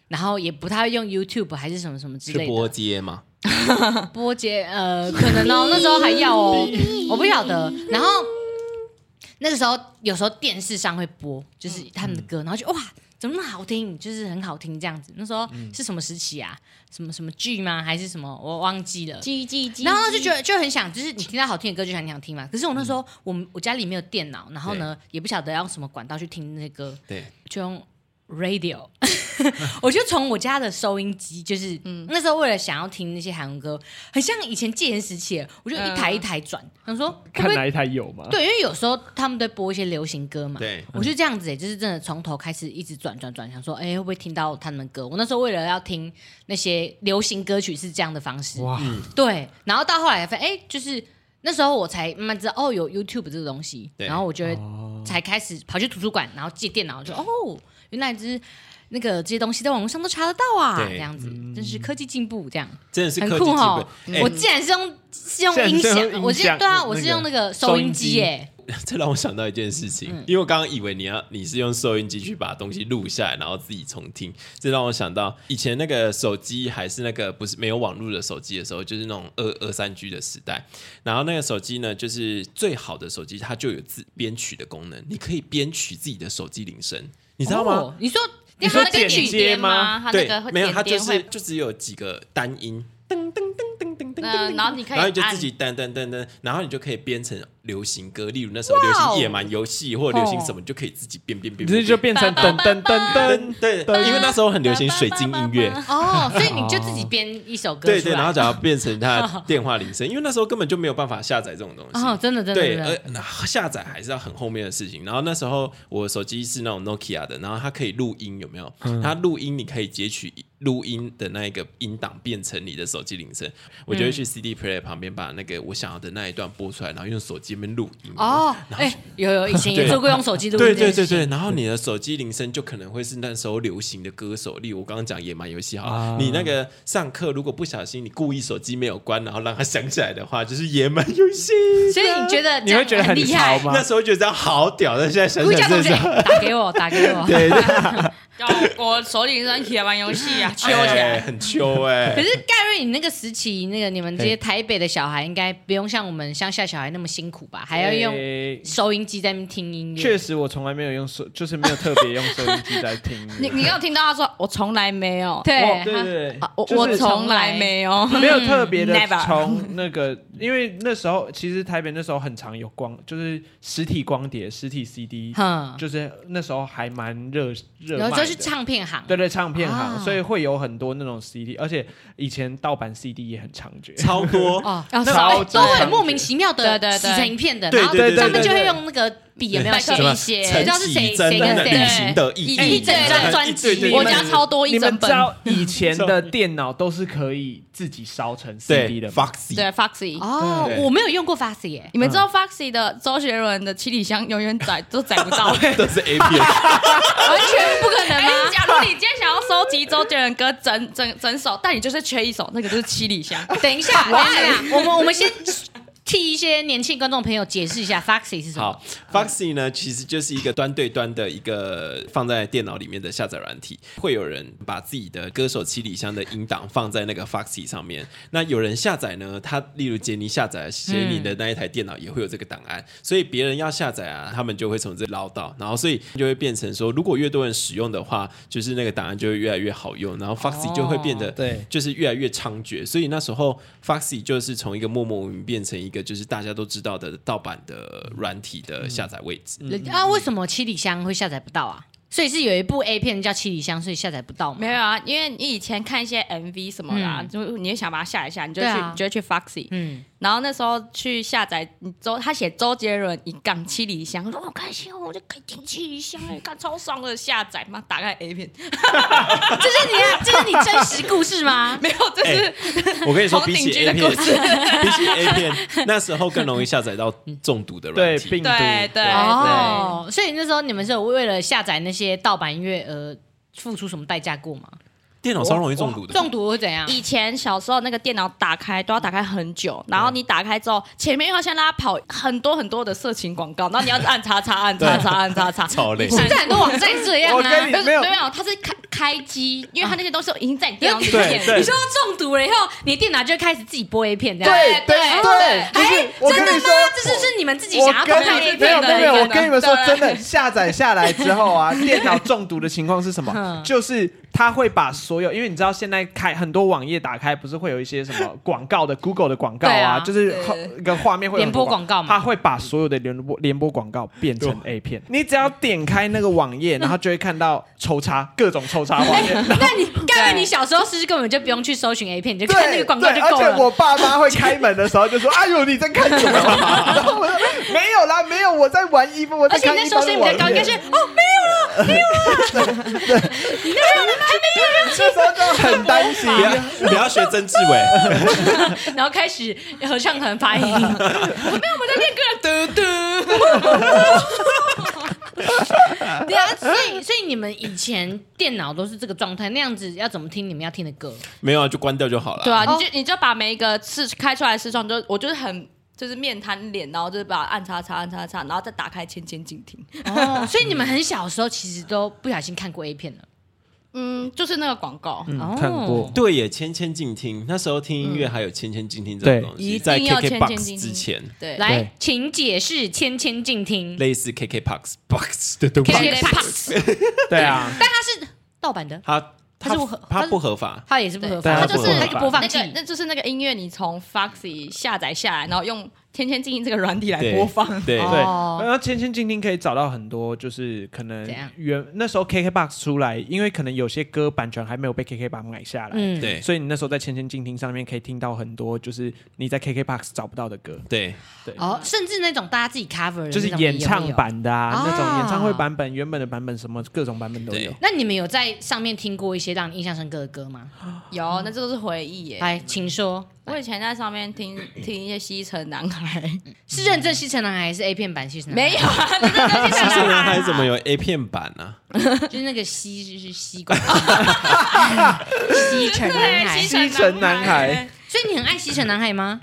Speaker 4: 然后也不太会用 YouTube 还是什么什么之
Speaker 3: 是
Speaker 4: 类的。
Speaker 3: 波街嘛？
Speaker 4: 波姐，呃，可能哦，那时候还要哦，我不晓得。然后那个时候有时候电视上会播，就是他们的歌，然后就哇，怎么那么好听，就是很好听这样子。那时候是什么时期啊？什么什么剧吗？还是什么？我忘记了。
Speaker 1: 叽叽叽，
Speaker 4: 然后就觉得就很想，就是你听到好听的歌就很想听嘛。可是我那时候，我们我家里没有电脑，然后呢也不晓得要用什么管道去听那些歌，
Speaker 3: 对，
Speaker 4: 就用 radio，我就从我家的收音机，就是、那时候为了想要听那些韩文歌，很像以前戒严时期，我就一台一台转，想说会不
Speaker 2: 嗯看
Speaker 4: 会
Speaker 2: 哪一台有吗？
Speaker 4: 对，因为有时候他们都播一些流行歌嘛，
Speaker 3: 对
Speaker 4: 我就这样子、欸，就是真的从头开始一直转转转，想说哎、会不会听到他们的歌？我那时候为了要听那些流行歌曲是这样的方式，
Speaker 2: 哇，
Speaker 4: 对，然后到后来发现，哎，就是那时候我才慢慢知道，哦，有 YouTube 这个东西，
Speaker 3: 对
Speaker 4: 然后我就
Speaker 2: 哦
Speaker 4: 会才开始跑去图书馆，然后借电脑，就哦，原来只是那个这些东西在网络上都查得到啊，
Speaker 3: 对
Speaker 4: 这样子，真是科技进步，这样
Speaker 3: 真的是
Speaker 4: 很
Speaker 3: 科技
Speaker 4: 酷
Speaker 3: 进
Speaker 4: 哦。
Speaker 3: 步。哎
Speaker 4: 我竟然是用是用
Speaker 2: 竟然
Speaker 4: 音
Speaker 2: 是用
Speaker 4: 响，我
Speaker 2: 音
Speaker 4: 是
Speaker 2: 响
Speaker 4: 对啊，
Speaker 2: 那
Speaker 4: 我是
Speaker 2: 个
Speaker 4: 用那个收
Speaker 2: 收
Speaker 4: 音
Speaker 2: 音
Speaker 4: 机
Speaker 2: 机
Speaker 4: 耶，
Speaker 3: 哎 这让我想到一件事情，
Speaker 4: 嗯
Speaker 3: 因为我刚刚以为你要你是用收音机去把东西录下来，然后自己重听，这让我想到以前那个手机还是那个不是没有网络的手机的时候，就是那种二二三 G 的时代，然后那个手机呢，就是最好的手机，它就有自编曲的功能，你可以编曲自己的手机铃声，你
Speaker 4: 你
Speaker 3: 知道吗？？
Speaker 4: 你说
Speaker 2: 你
Speaker 4: 他
Speaker 2: 说
Speaker 4: 那个
Speaker 2: 剪
Speaker 4: 曲
Speaker 2: 接
Speaker 4: 点
Speaker 2: 吗？
Speaker 1: 他那
Speaker 3: 对
Speaker 1: 个会，
Speaker 3: 没有，
Speaker 1: 点
Speaker 3: 它就
Speaker 1: 点
Speaker 3: 是
Speaker 1: 会
Speaker 3: 就只有几个单音，噔噔噔噔噔噔噔
Speaker 1: 嗯
Speaker 3: 噔，
Speaker 1: 然后你可以
Speaker 3: 然后你就
Speaker 1: 按
Speaker 3: 自己噔噔噔噔，然后你就可以编成流行歌，例如那时候流
Speaker 1: 哦
Speaker 3: 行野蛮游戏或者流行什么，你就可以自己编编编
Speaker 2: 只是
Speaker 3: 编
Speaker 2: 哦就变成噔噔噔噔
Speaker 3: 编，对，因为那时候很流行水晶音乐。
Speaker 4: 哦，所以你就自己编一首歌
Speaker 3: 对
Speaker 4: 出
Speaker 3: 对，
Speaker 4: 来
Speaker 3: 然后 只要变成它的电话铃声，因为那时候根本就没有办法下载这种东西。
Speaker 4: 哦，真的真的
Speaker 3: 对，
Speaker 4: 真的
Speaker 3: 呃，那下载还是要很后面的事情。然后那时候我手机是那种 Nokia 的，然后它可以录音，有没有？它录音你可以截取录音的那一个音档，变成你的手机铃声。我就会去 CD player 旁边把那个我想要的那一段播出来，然后用手机那边录音。
Speaker 4: 哦，哎，有有，以前也
Speaker 3: 对
Speaker 4: 做过用手机录音
Speaker 3: 对
Speaker 4: 这件
Speaker 3: 对
Speaker 4: 事
Speaker 3: 对
Speaker 4: 情
Speaker 3: 对，然后你的手机铃声就可能会是那时候流行的歌手，例如我刚刚讲野蛮游戏哈，
Speaker 2: 啊
Speaker 3: 你那个上课如果不小心你故意手机没有关，然后让它响起来的话，就是野蛮游戏。
Speaker 4: 所以你觉得
Speaker 2: 你会觉得
Speaker 4: 很
Speaker 2: 很
Speaker 4: 厉
Speaker 2: 潮
Speaker 4: 害？
Speaker 2: 吗
Speaker 3: 那？时候觉得这样好屌，但现在想
Speaker 4: 呼叫
Speaker 3: 想
Speaker 4: 同
Speaker 3: 真
Speaker 4: 学
Speaker 3: 的是。
Speaker 4: 打给我，打给我。
Speaker 3: 对，
Speaker 1: 要我手里人也玩游戏啊，
Speaker 3: 哎，很秋哎、
Speaker 4: 可是盖瑞，你那个时期，那个你们这些台北的小孩，应该不用像我们乡下小孩那么辛苦苦吧，还要用
Speaker 2: 诶
Speaker 4: 收音机在那边听音乐。
Speaker 2: 确实，我从来没有用收，就是没有特别用收音机在听音乐。
Speaker 1: 你你刚刚听到他说我从来没有，
Speaker 2: 哦
Speaker 4: 对，
Speaker 2: 对
Speaker 4: 他
Speaker 2: 对对
Speaker 1: 啊，我
Speaker 2: 就是
Speaker 1: 我从来没有，
Speaker 2: 没有特别的
Speaker 1: Never
Speaker 2: 从那个，因为那时候其实台北那时候很常有光，就是实体光碟、实体 CD，
Speaker 4: 哼，
Speaker 2: 就是那时候还蛮热热
Speaker 4: 然
Speaker 2: 卖
Speaker 4: 后
Speaker 2: 的
Speaker 4: 就去。唱片行，
Speaker 2: 对对，唱片行，
Speaker 4: 啊
Speaker 2: 所以会有很多那种 CD，而且以前盗版 CD 也很常见。
Speaker 3: 超多，
Speaker 4: 哦，
Speaker 1: 啊
Speaker 2: 那
Speaker 1: 超
Speaker 2: 我
Speaker 1: 级
Speaker 4: 都会莫名其妙的
Speaker 1: 对对对
Speaker 4: 洗成一片的，
Speaker 3: 对
Speaker 4: 然后
Speaker 3: 对对
Speaker 4: 他
Speaker 3: 对
Speaker 4: 们就
Speaker 2: 对
Speaker 4: 会
Speaker 2: 对
Speaker 4: 用那个笔有没有写
Speaker 1: 那个
Speaker 4: 一些，不
Speaker 3: 陈
Speaker 4: 知道是谁
Speaker 3: 绮贞
Speaker 4: 谁跟
Speaker 3: 的旅
Speaker 4: 谁
Speaker 3: 行。的意
Speaker 4: 一
Speaker 3: 义，
Speaker 4: 一整张专
Speaker 3: 对对
Speaker 4: 辑，
Speaker 3: 对
Speaker 1: 我家超多
Speaker 2: 你
Speaker 1: 一
Speaker 2: 们
Speaker 1: 整
Speaker 2: 知
Speaker 1: 本，
Speaker 2: 道以前的电脑都是可以自己烧成 CD
Speaker 3: 对
Speaker 2: 的吗？
Speaker 1: 对 Foxy。
Speaker 3: ，Foxy，
Speaker 4: 哦
Speaker 3: 对，
Speaker 4: 我没有用过 Fast 耶，
Speaker 1: 你们知道 Foxy 的周杰伦的《七里香》永远载 都载不到，完
Speaker 3: 都是 A 片，
Speaker 1: 全不可能啊！假如你今天想要收集周杰伦歌整整整首，但你就是缺一首，那个就是《七里香》。
Speaker 4: 等一下，等一下，我们我们先替一些年轻观众朋友解释一下 Foxy 是什么
Speaker 3: 好。，Foxy 呢，其实就是一个端对端的一个放在电脑里面的下载软体，会有人把自己的歌手七里香的音档放在那个 Foxy 上面。那有人下载呢，他例如杰尼下载杰尼的那一台电脑也会有这个档案，所以别人要下载啊，他们就会从这捞到，然后所以就会变成说，如果越多人使用的话，就是那个档案就会越来越好用，然后 Foxy 就会变得、
Speaker 2: 对
Speaker 3: 就是越来越猖獗，所以那时候 Foxy 就是从一个默默无名变成一个就是大家都知道的盗版的软体的下载位置。
Speaker 4: 人啊，为什么七里香会下载不到啊？所以是有一部 A 片叫《七里香》，所以下载不到吗？
Speaker 1: 没有啊，因为你以前看一些 MV 什么的、啊，
Speaker 4: 嗯
Speaker 1: 就你也想把它下一下，你就去、
Speaker 4: 对啊
Speaker 1: 你就会去 Foxy，、
Speaker 4: 嗯，
Speaker 1: 然后那时候去下载，你周他写周杰伦一杠七里香，我说好开心哦，我就可以听七里香，哎，看超爽的下载嘛，打开 A 片，
Speaker 4: 这是你啊，这是你真实故事吗？
Speaker 1: 没有，这是、
Speaker 3: 我跟你说，
Speaker 1: 红
Speaker 3: 比起
Speaker 1: 顶
Speaker 3: A
Speaker 1: 军的
Speaker 3: 片，
Speaker 1: 故事
Speaker 3: 比起 A 片，那时候更容易下载到中毒的软
Speaker 2: 对
Speaker 3: 体。
Speaker 2: 病毒，
Speaker 1: 对对
Speaker 4: 哦，所以那时候你们是有为了下载那些盗版音乐而付出什么代价过吗？
Speaker 3: 电脑超容易中
Speaker 2: 嗯
Speaker 3: 毒的，
Speaker 4: 哦中毒会怎样？
Speaker 1: 以前小时候那个电脑打开都要打开很久，然后你打开之后，前面要先拉跑很多很多的色情广告，然后你要按叉叉按叉叉按叉叉，
Speaker 3: 超累。
Speaker 4: 现在很多网站也这样
Speaker 2: 我跟
Speaker 4: 啊
Speaker 2: 你。
Speaker 1: 没
Speaker 2: 没有
Speaker 1: 有没有，它是开开机，因为它那些东西都已经在你电脑里
Speaker 2: 对
Speaker 1: 面了。
Speaker 2: 对
Speaker 4: 你说中毒了以后，你的电脑就开始自己播 A 片，这样
Speaker 2: 对对
Speaker 1: 对
Speaker 2: 对，就
Speaker 4: 哎
Speaker 2: 是我跟
Speaker 4: 真的
Speaker 2: 你
Speaker 4: 吗
Speaker 2: 说，？
Speaker 4: 这是是你们自己
Speaker 2: 我
Speaker 4: 想要偷
Speaker 2: 跟
Speaker 4: 看 A
Speaker 2: 你没有没有
Speaker 4: 片的
Speaker 2: 没有，
Speaker 4: 一
Speaker 2: 我
Speaker 4: 个
Speaker 2: 跟你
Speaker 4: 呢？
Speaker 2: 们说，
Speaker 1: 对
Speaker 2: 真 的下载下来之后啊，电脑中毒的情况是什么
Speaker 4: 嗯？
Speaker 2: 就是它会把所有，因为你知道现在开很多网页打开，不是会有一些什么广告的 Google 的广告
Speaker 4: 对
Speaker 2: 啊，
Speaker 4: 啊
Speaker 2: 就是
Speaker 1: 对
Speaker 2: 后一个画面会有很多
Speaker 4: 联播广告嘛
Speaker 2: 它会把所有的联播联播广告变成 A 片。你只要点开那个网 页，然后就会看到抽插各种抽插画面。
Speaker 4: 那你干脆你小时候是不是根本就不用去搜寻 A 片，你就看那个广告就
Speaker 2: 对
Speaker 4: 够
Speaker 2: 而且
Speaker 4: 了。
Speaker 2: 我爸妈会开门的时候就说：“哎呦，你在看什么？” 然后我说：“没有啦，没有，我在玩衣服，我在
Speaker 4: 而且
Speaker 2: 看
Speaker 4: 你那
Speaker 2: 一
Speaker 4: 时候
Speaker 2: 般
Speaker 4: 声
Speaker 2: 的
Speaker 4: 音比
Speaker 2: 网
Speaker 4: 较高，应该
Speaker 2: 页
Speaker 4: 是哦，
Speaker 2: 这时候就很担心。
Speaker 3: 不要不要学曾志伟，
Speaker 4: 然后开始合唱团发音，
Speaker 1: 我在练歌，嘟嘟。
Speaker 4: 对啊，所以所以你们以前电脑都是这个状态，那样子要怎么听你们要听的歌？
Speaker 3: 没有啊，就关掉就好了。
Speaker 1: 对啊，你就你就把每一个试开出来的试窗，就我就是很就是面瘫脸，然后就是把它按叉叉按叉叉，然后再打开千千静听。
Speaker 4: 哦， 所以你们很小的时候其实都不小心看过 A 片了。
Speaker 1: 嗯，就是那个广告，
Speaker 4: 哦，
Speaker 2: 嗯看过
Speaker 3: 对耶，千千静听，那时候听音乐还有千千静听这
Speaker 2: 对
Speaker 3: 种东西，
Speaker 1: 一
Speaker 3: 在
Speaker 1: 定要千千静
Speaker 3: KKBOX
Speaker 1: 听
Speaker 3: 之前，
Speaker 1: 对，
Speaker 2: 对
Speaker 4: 来，请解释，千千静听
Speaker 3: 类似 KKBOX box 的东西
Speaker 4: K，K
Speaker 1: KKBOX
Speaker 4: Box，
Speaker 2: 对啊，
Speaker 4: 但它是 盗版的，
Speaker 3: 它
Speaker 4: 它是不合
Speaker 3: 它不合法，
Speaker 4: 它也是不合
Speaker 2: 对
Speaker 4: 法，
Speaker 2: 它
Speaker 4: 它
Speaker 2: 不合
Speaker 4: 就是
Speaker 2: 法
Speaker 4: 那个播放
Speaker 1: 那
Speaker 4: 器
Speaker 1: 个。那就是那个音乐，你从 Foxy 下载下来，然后用天天静音这个软体来播放。
Speaker 3: 对，
Speaker 4: 哦
Speaker 2: 对，然后千千静听可以找到很多，就是可能
Speaker 4: 怎样
Speaker 2: 原那时候 KKBOX 出来，因为可能有些歌版权还没有被 KKBOX 买下来，
Speaker 4: 嗯，
Speaker 3: 对
Speaker 2: 所以你那时候在千千静听上面可以听到很多，就是你在 KKBOX 找不到的歌，
Speaker 3: 对，
Speaker 4: 哦，甚至那种大家自己 cover 的
Speaker 2: 就是
Speaker 4: 那种
Speaker 2: 演
Speaker 4: 也
Speaker 2: 唱
Speaker 4: 会有。
Speaker 2: 版的啊，
Speaker 4: 啊
Speaker 2: 那种演唱会版本、原本的版本，什么各种版本都有
Speaker 3: 对。
Speaker 4: 那你们有在上面听过一些让你印象深刻的歌吗？
Speaker 1: 有，那这都是回忆耶。
Speaker 4: 来，请说，
Speaker 1: 我以前在上面听听一些西城男孩，
Speaker 4: 是认真西城男孩还是 A 片版西城男孩？
Speaker 1: 没有啊，那那那
Speaker 3: 西城男孩怎么
Speaker 1: 有？
Speaker 3: 有 A 片版啊呢、
Speaker 4: 就是那个西，就是西 瓜，西城男孩
Speaker 1: 对，。
Speaker 2: 西城男孩，
Speaker 4: 所以你很爱西城男孩吗？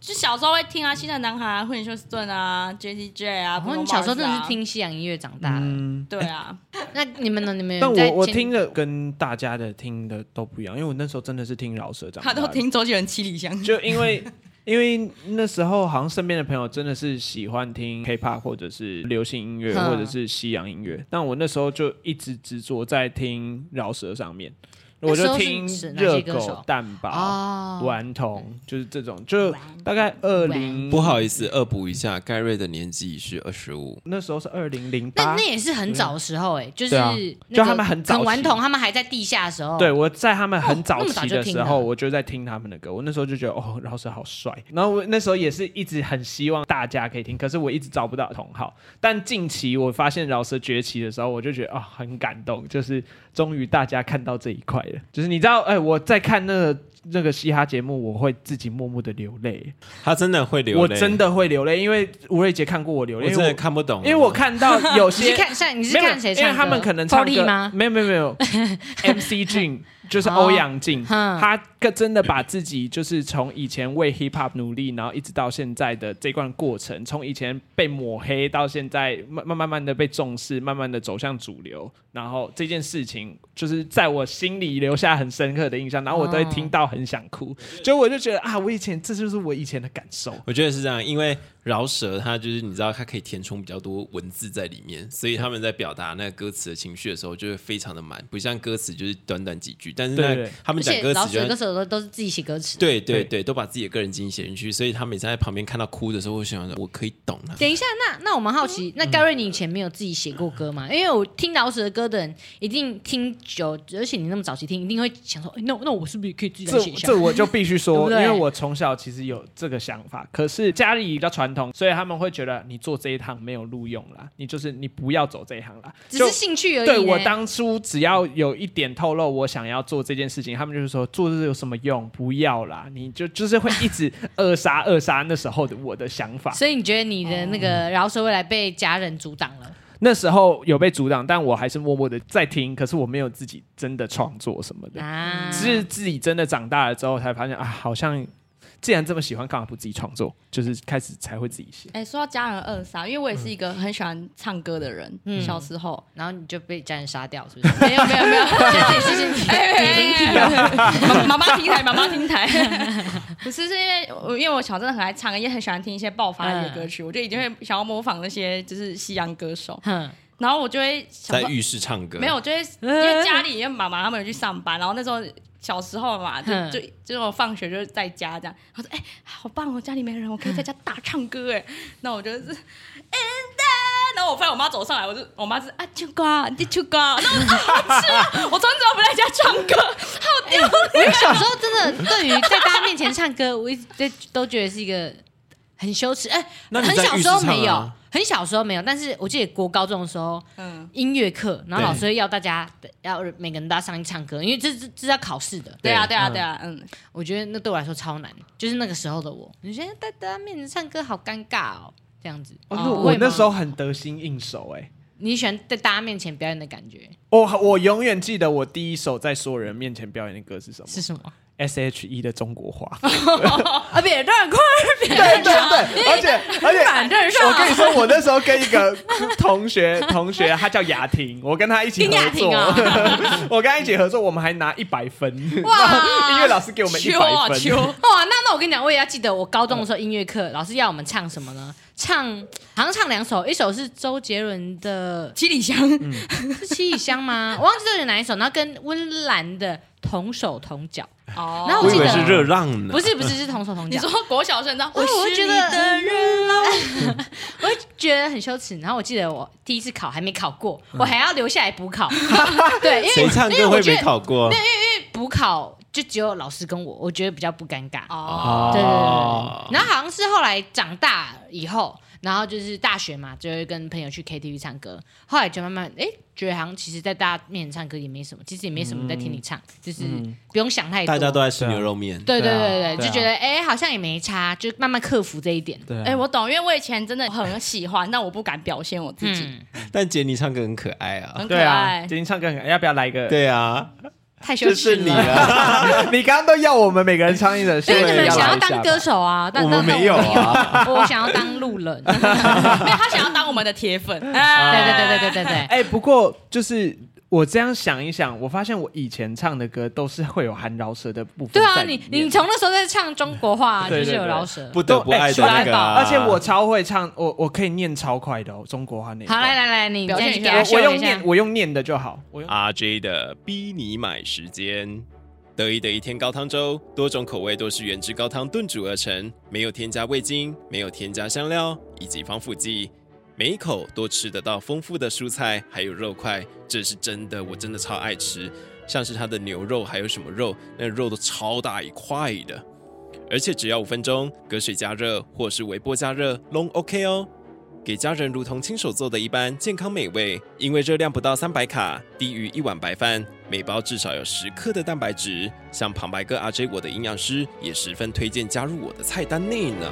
Speaker 1: 就小时候会听啊，西城男孩、啊、惠尼休斯顿啊、J T J 啊。
Speaker 4: 然后
Speaker 1: Bruno
Speaker 4: 哦你小时候真的
Speaker 1: Mars
Speaker 4: 是
Speaker 1: 啊？
Speaker 4: 听西洋音乐长大的。
Speaker 2: 嗯，
Speaker 1: 对啊，
Speaker 4: 那你们呢？你们有
Speaker 2: 但
Speaker 4: 在
Speaker 2: 我我
Speaker 4: 前
Speaker 2: 听的跟大家的听的都不一样，因为我那时候真的是听饶舌长
Speaker 1: 他
Speaker 2: 大的，
Speaker 1: 都听周杰伦《七里香》。
Speaker 2: 就因为因为那时候好像身边的朋友真的是喜欢听 K-pop 或者是流行音乐
Speaker 4: 嗯
Speaker 2: 或者是西洋音乐，但我那时候就一直执着在听饶舌上面，我
Speaker 4: 那时
Speaker 2: 就
Speaker 4: 候是
Speaker 2: 听
Speaker 4: 指哪些
Speaker 2: 热
Speaker 4: 歌手
Speaker 2: 狗、蛋堡、
Speaker 4: 哦，
Speaker 2: 顽童，就是这种，就大概二零
Speaker 3: 不好意思，恶补一下，盖瑞的年纪是二十五。
Speaker 2: 那时候是二零零
Speaker 4: 那
Speaker 2: 八
Speaker 4: 那，也是很早的时候哎，就是
Speaker 2: 啊对啊
Speaker 4: 那
Speaker 2: 就
Speaker 4: 个
Speaker 2: 他们很早
Speaker 4: 很顽
Speaker 2: 期
Speaker 4: 童，他们还在地下的时候，
Speaker 2: 对，我在他们很
Speaker 4: 哦
Speaker 2: 早
Speaker 4: 那么早
Speaker 2: 期
Speaker 4: 就
Speaker 2: 的
Speaker 4: 听
Speaker 2: 时
Speaker 4: 了
Speaker 2: 候，我就在听他们的歌，我那时候就觉得哦，饶舌好帅，然后我那时候也是一直很希望大家可以听，可是我一直找不到同好，但近期我发现饶舌崛起的时候，我就觉得哦，很感动，就是终于大家看到这一块了，就是你知道，哎，我在看那个。那个嘻哈节目，我会自己默默的流泪，
Speaker 3: 他真的会流泪，
Speaker 2: 我真
Speaker 3: 的，
Speaker 2: 的会流泪，因因为吴瑞杰看过我流
Speaker 3: 我
Speaker 2: 泪，因
Speaker 3: 真
Speaker 2: 为
Speaker 3: 的
Speaker 2: 我
Speaker 3: 看不懂， 啊
Speaker 2: 因为我看到有
Speaker 4: 你是
Speaker 2: 些
Speaker 4: 看上你是
Speaker 2: 没有
Speaker 4: 看谁唱
Speaker 2: 因
Speaker 4: 歌？
Speaker 2: 为他们可能唱
Speaker 4: Paulie
Speaker 2: 歌
Speaker 4: 吗？
Speaker 2: 没有没有没 有，MC 俊就是欧阳靖，
Speaker 4: 哦嗯
Speaker 2: 他个真的把自己就是从以前为 hip hop 努力，然后一直到现在的这段过程，从以前被抹黑到现在慢慢慢慢的被重视，慢慢的走向主流，然后这件事情就是在我心里留下很深刻的印象，然后我都会
Speaker 4: 哦
Speaker 2: 听到很想哭，就我就觉得啊，我以前这就是我以前的感受。
Speaker 3: 我觉得是这样，因为饶舌它就是你知道，它可以填充比较多文字在里面，所以他们在表达那个歌词的情绪的时候，就会非常的满，不像歌词就是短短几句，但是
Speaker 2: 对
Speaker 3: 那
Speaker 2: 对
Speaker 3: 他
Speaker 4: 而
Speaker 3: 们讲
Speaker 4: 且
Speaker 3: 歌
Speaker 4: 老
Speaker 3: 词
Speaker 4: 师
Speaker 3: 就
Speaker 4: 的歌
Speaker 3: 会。
Speaker 4: 手都都是自己写歌词。
Speaker 3: 对对
Speaker 2: 对
Speaker 3: 对，都把自己的个人经历写进去，所以他每次在旁边看到哭的时候，我想着我可以懂啊。
Speaker 4: 等一下，那那我们好
Speaker 2: 嗯
Speaker 4: 奇，那盖瑞，你以前没有自己写过歌吗？因为我听老舍的歌的人，一定听久，而且你那么早期听，一定会想说，哎那那我是不是也可以自己来
Speaker 2: 这
Speaker 4: 写一下
Speaker 2: 这？我就必须
Speaker 4: 对不
Speaker 2: 说，因
Speaker 4: 对
Speaker 2: 为我从小其实有这个想法，可是家里比较传统，所以他们会觉得你做这一行没有录用啦，你就是你不要走这一行啦。
Speaker 4: 只
Speaker 2: 就是
Speaker 4: 兴趣而已呢。
Speaker 2: 对我当初只要有一点透露我想要做这件事情，他们就是说做这有什么用？不要啦，你就就是会一直扼杀扼杀那时候的我的想法。
Speaker 4: 所以你觉得你的那
Speaker 2: 哦
Speaker 4: 个饶舌未来被家人阻挡了？
Speaker 2: 那时候有被阻挡，但我还是默默的在听，可是我没有自己真的创作什么的。
Speaker 4: 啊，
Speaker 2: 只是自己真的长大了之后，才发现啊，好像既然这么喜欢，干嘛不自己创作？就是开始才会自己写。
Speaker 1: 哎、说到家人扼杀，因为我也是一个很喜欢唱歌的人，
Speaker 4: 嗯
Speaker 1: 小时候。
Speaker 4: 然后你就被家人杀掉，是不 是？没有没有没有，这件事情你
Speaker 1: 哎
Speaker 4: 你灵体了。啊
Speaker 1: 妈妈妈听台，妈妈听台， 不是是因为我因为我小真的很爱唱，也很喜欢听一些爆发
Speaker 4: 嗯
Speaker 1: 力的歌曲，我就一定会想要模仿那些就是西洋歌手，
Speaker 4: 哼
Speaker 1: 然后我就会想
Speaker 3: 在
Speaker 1: 说
Speaker 3: 浴室唱歌，
Speaker 1: 没有，我就会因为家里因为妈妈他们有去上班，然后那时候小时候嘛，就
Speaker 4: 嗯
Speaker 1: 就就我放学就是在家这样，他说哎、好棒哦，家里没人，我可以在家大唱歌哎，那我就是。然后我发现我妈走上来，我就我妈是啊秋瓜，你秋瓜，那我啊好吃啊！我从小不在家唱歌，好丢
Speaker 4: 哎我小时候真的对于在大家面前唱歌，我一直在都觉得是一个很羞耻。哎、
Speaker 3: 那你
Speaker 4: 很
Speaker 3: 在
Speaker 4: 小
Speaker 3: 浴室
Speaker 4: 时候没有
Speaker 3: 唱啊，
Speaker 4: 很小时候没有，但是我记得国高中的时候，
Speaker 1: 嗯
Speaker 4: 音乐课，然后
Speaker 3: 对
Speaker 4: 老师会要大家要每个人都要上去唱歌，因为这这这是要考试的。
Speaker 1: 对啊，对啊，对啊，嗯，
Speaker 4: 我觉得那对我来说超难，就是那个时候的我，你觉得在大家面前唱歌好尴尬哦，这样子。
Speaker 2: 哦
Speaker 4: 你
Speaker 2: 那
Speaker 4: 不
Speaker 2: 我
Speaker 4: 会吗
Speaker 2: 那时候很得心应手哎、
Speaker 4: 你喜欢在大家面前表演的感觉
Speaker 2: 我我永远记得我第一首在所有人面前表演的歌是什么
Speaker 4: 是什么？
Speaker 2: ？S.H.E 的《中国话》。
Speaker 4: 啊，别乱快，
Speaker 2: 对对对，而且而且，
Speaker 4: 反正
Speaker 2: 我跟你说，我那时候跟一个同学， 同学他叫雅婷，我跟他一起
Speaker 4: 丁雅
Speaker 2: 合
Speaker 4: 婷啊
Speaker 2: 作， 我跟他一起合作，我们还拿一百分，
Speaker 4: 哇
Speaker 2: 音乐老师给我们一
Speaker 1: 秋啊
Speaker 2: 百分，
Speaker 1: 秋，
Speaker 4: 哇，哦那那我跟你讲，我也要记得我高中的时候音乐课，老师要我们唱什么呢？唱好像唱两首，一首是周杰伦的
Speaker 1: 七里香，
Speaker 4: 《是七里香》吗？ 我忘记周杰伦哪一首，然后跟温岚的《同手同脚
Speaker 1: 哦
Speaker 4: 然后
Speaker 3: 我以
Speaker 4: 记
Speaker 3: 为
Speaker 4: 得
Speaker 3: 是热浪》，呢。
Speaker 4: 不是不是是同手同
Speaker 1: 你
Speaker 4: 脚
Speaker 1: 说。国小生，你知道
Speaker 4: 哦我
Speaker 1: 是
Speaker 4: 觉
Speaker 1: 你
Speaker 4: 得
Speaker 1: 的人了，
Speaker 4: 我会觉得很羞耻，然后我记得我第一次考还没考过，我还要留下来补 考。对，因为
Speaker 3: 嗯谁唱
Speaker 4: 因为
Speaker 3: 歌
Speaker 4: 我
Speaker 3: 会
Speaker 4: 觉
Speaker 3: 没
Speaker 4: 得
Speaker 3: 考过？
Speaker 4: 补考就只有老师跟我，我觉得比较不尴尬。
Speaker 1: 哦，
Speaker 4: 对对对
Speaker 3: 哦
Speaker 2: 啊
Speaker 4: 对。然后好像是后来长大以后，然后就是大学嘛，就会跟朋友去 KTV 唱歌。后来就慢慢哎，觉得好像其实在大家面前唱歌也没什么，其实也没什么在听你唱，就是不用想太多。
Speaker 3: 大家都在吃
Speaker 2: 对啊
Speaker 3: 牛肉面，
Speaker 4: 对对
Speaker 2: 对啊
Speaker 4: 对对，
Speaker 2: 对啊
Speaker 4: 就觉得哎、好像也没差，就慢慢克服这一点。
Speaker 2: 对啊
Speaker 1: 哎、我懂，因为我以前真的很喜欢，但我不敢表现我自己，
Speaker 4: 嗯，
Speaker 3: 但杰尼唱歌很可爱啊
Speaker 1: 很。可
Speaker 2: 对啊，
Speaker 1: 爱。
Speaker 2: 今天唱歌很要不要来一个？
Speaker 3: 对啊，
Speaker 4: 太羞
Speaker 3: 就是
Speaker 4: 耻
Speaker 3: 你
Speaker 4: 了。
Speaker 3: 啊。
Speaker 2: 你刚刚都要我们每个人唱一首，所
Speaker 4: 所以
Speaker 2: 以
Speaker 4: 你们想要当歌手啊？但
Speaker 3: 我们
Speaker 4: 但
Speaker 3: 没有啊
Speaker 4: 但我没有我想要当路人。对
Speaker 1: 没有，他想要当我们的铁粉。
Speaker 4: 对
Speaker 1: 哎
Speaker 4: 对对对对对
Speaker 2: 哎、不过就是我这样想一想，我发现我以前唱的歌都是会有含饶舌的部分
Speaker 4: 对啊，
Speaker 2: 在里
Speaker 4: 你
Speaker 2: 面。
Speaker 4: 你从那时候在唱中国话，
Speaker 2: 对对
Speaker 4: 就是有
Speaker 2: 对
Speaker 4: 饶 舌。
Speaker 3: 不得不
Speaker 2: 哎
Speaker 3: 爱的
Speaker 2: 说
Speaker 3: 那
Speaker 4: 来
Speaker 3: 个
Speaker 4: 吧
Speaker 3: 啊、
Speaker 2: 而且我超会唱，我我可以念超快的哦，中国话那一
Speaker 4: 好，
Speaker 2: 段
Speaker 4: 来来来，你
Speaker 1: 表现
Speaker 4: 再
Speaker 1: 一
Speaker 4: 给
Speaker 1: 下
Speaker 4: 他
Speaker 2: 我
Speaker 4: 秀
Speaker 2: 我用
Speaker 4: 一下
Speaker 2: 念。我用念的就好，我用
Speaker 3: RJ 的逼你买时间。得意的一天高汤粥，多种口味都是原汁高汤炖煮而成，没有添加味精，没有添加香料以及防腐剂，每一口都吃得到丰富的蔬菜还有肉块，这是真的，我真的超爱吃。像是它的牛肉还有什么肉，那肉都超大一块的，而且只要五分钟，隔水加热或是微波加热拢 OK 哦。给家人如同亲手做的一般健康美味，因为热量不到三百卡，低于一碗白饭，每包至少有十克的蛋白质。像旁白哥 RJ 我的营养师也十分推荐加入我的菜单内呢。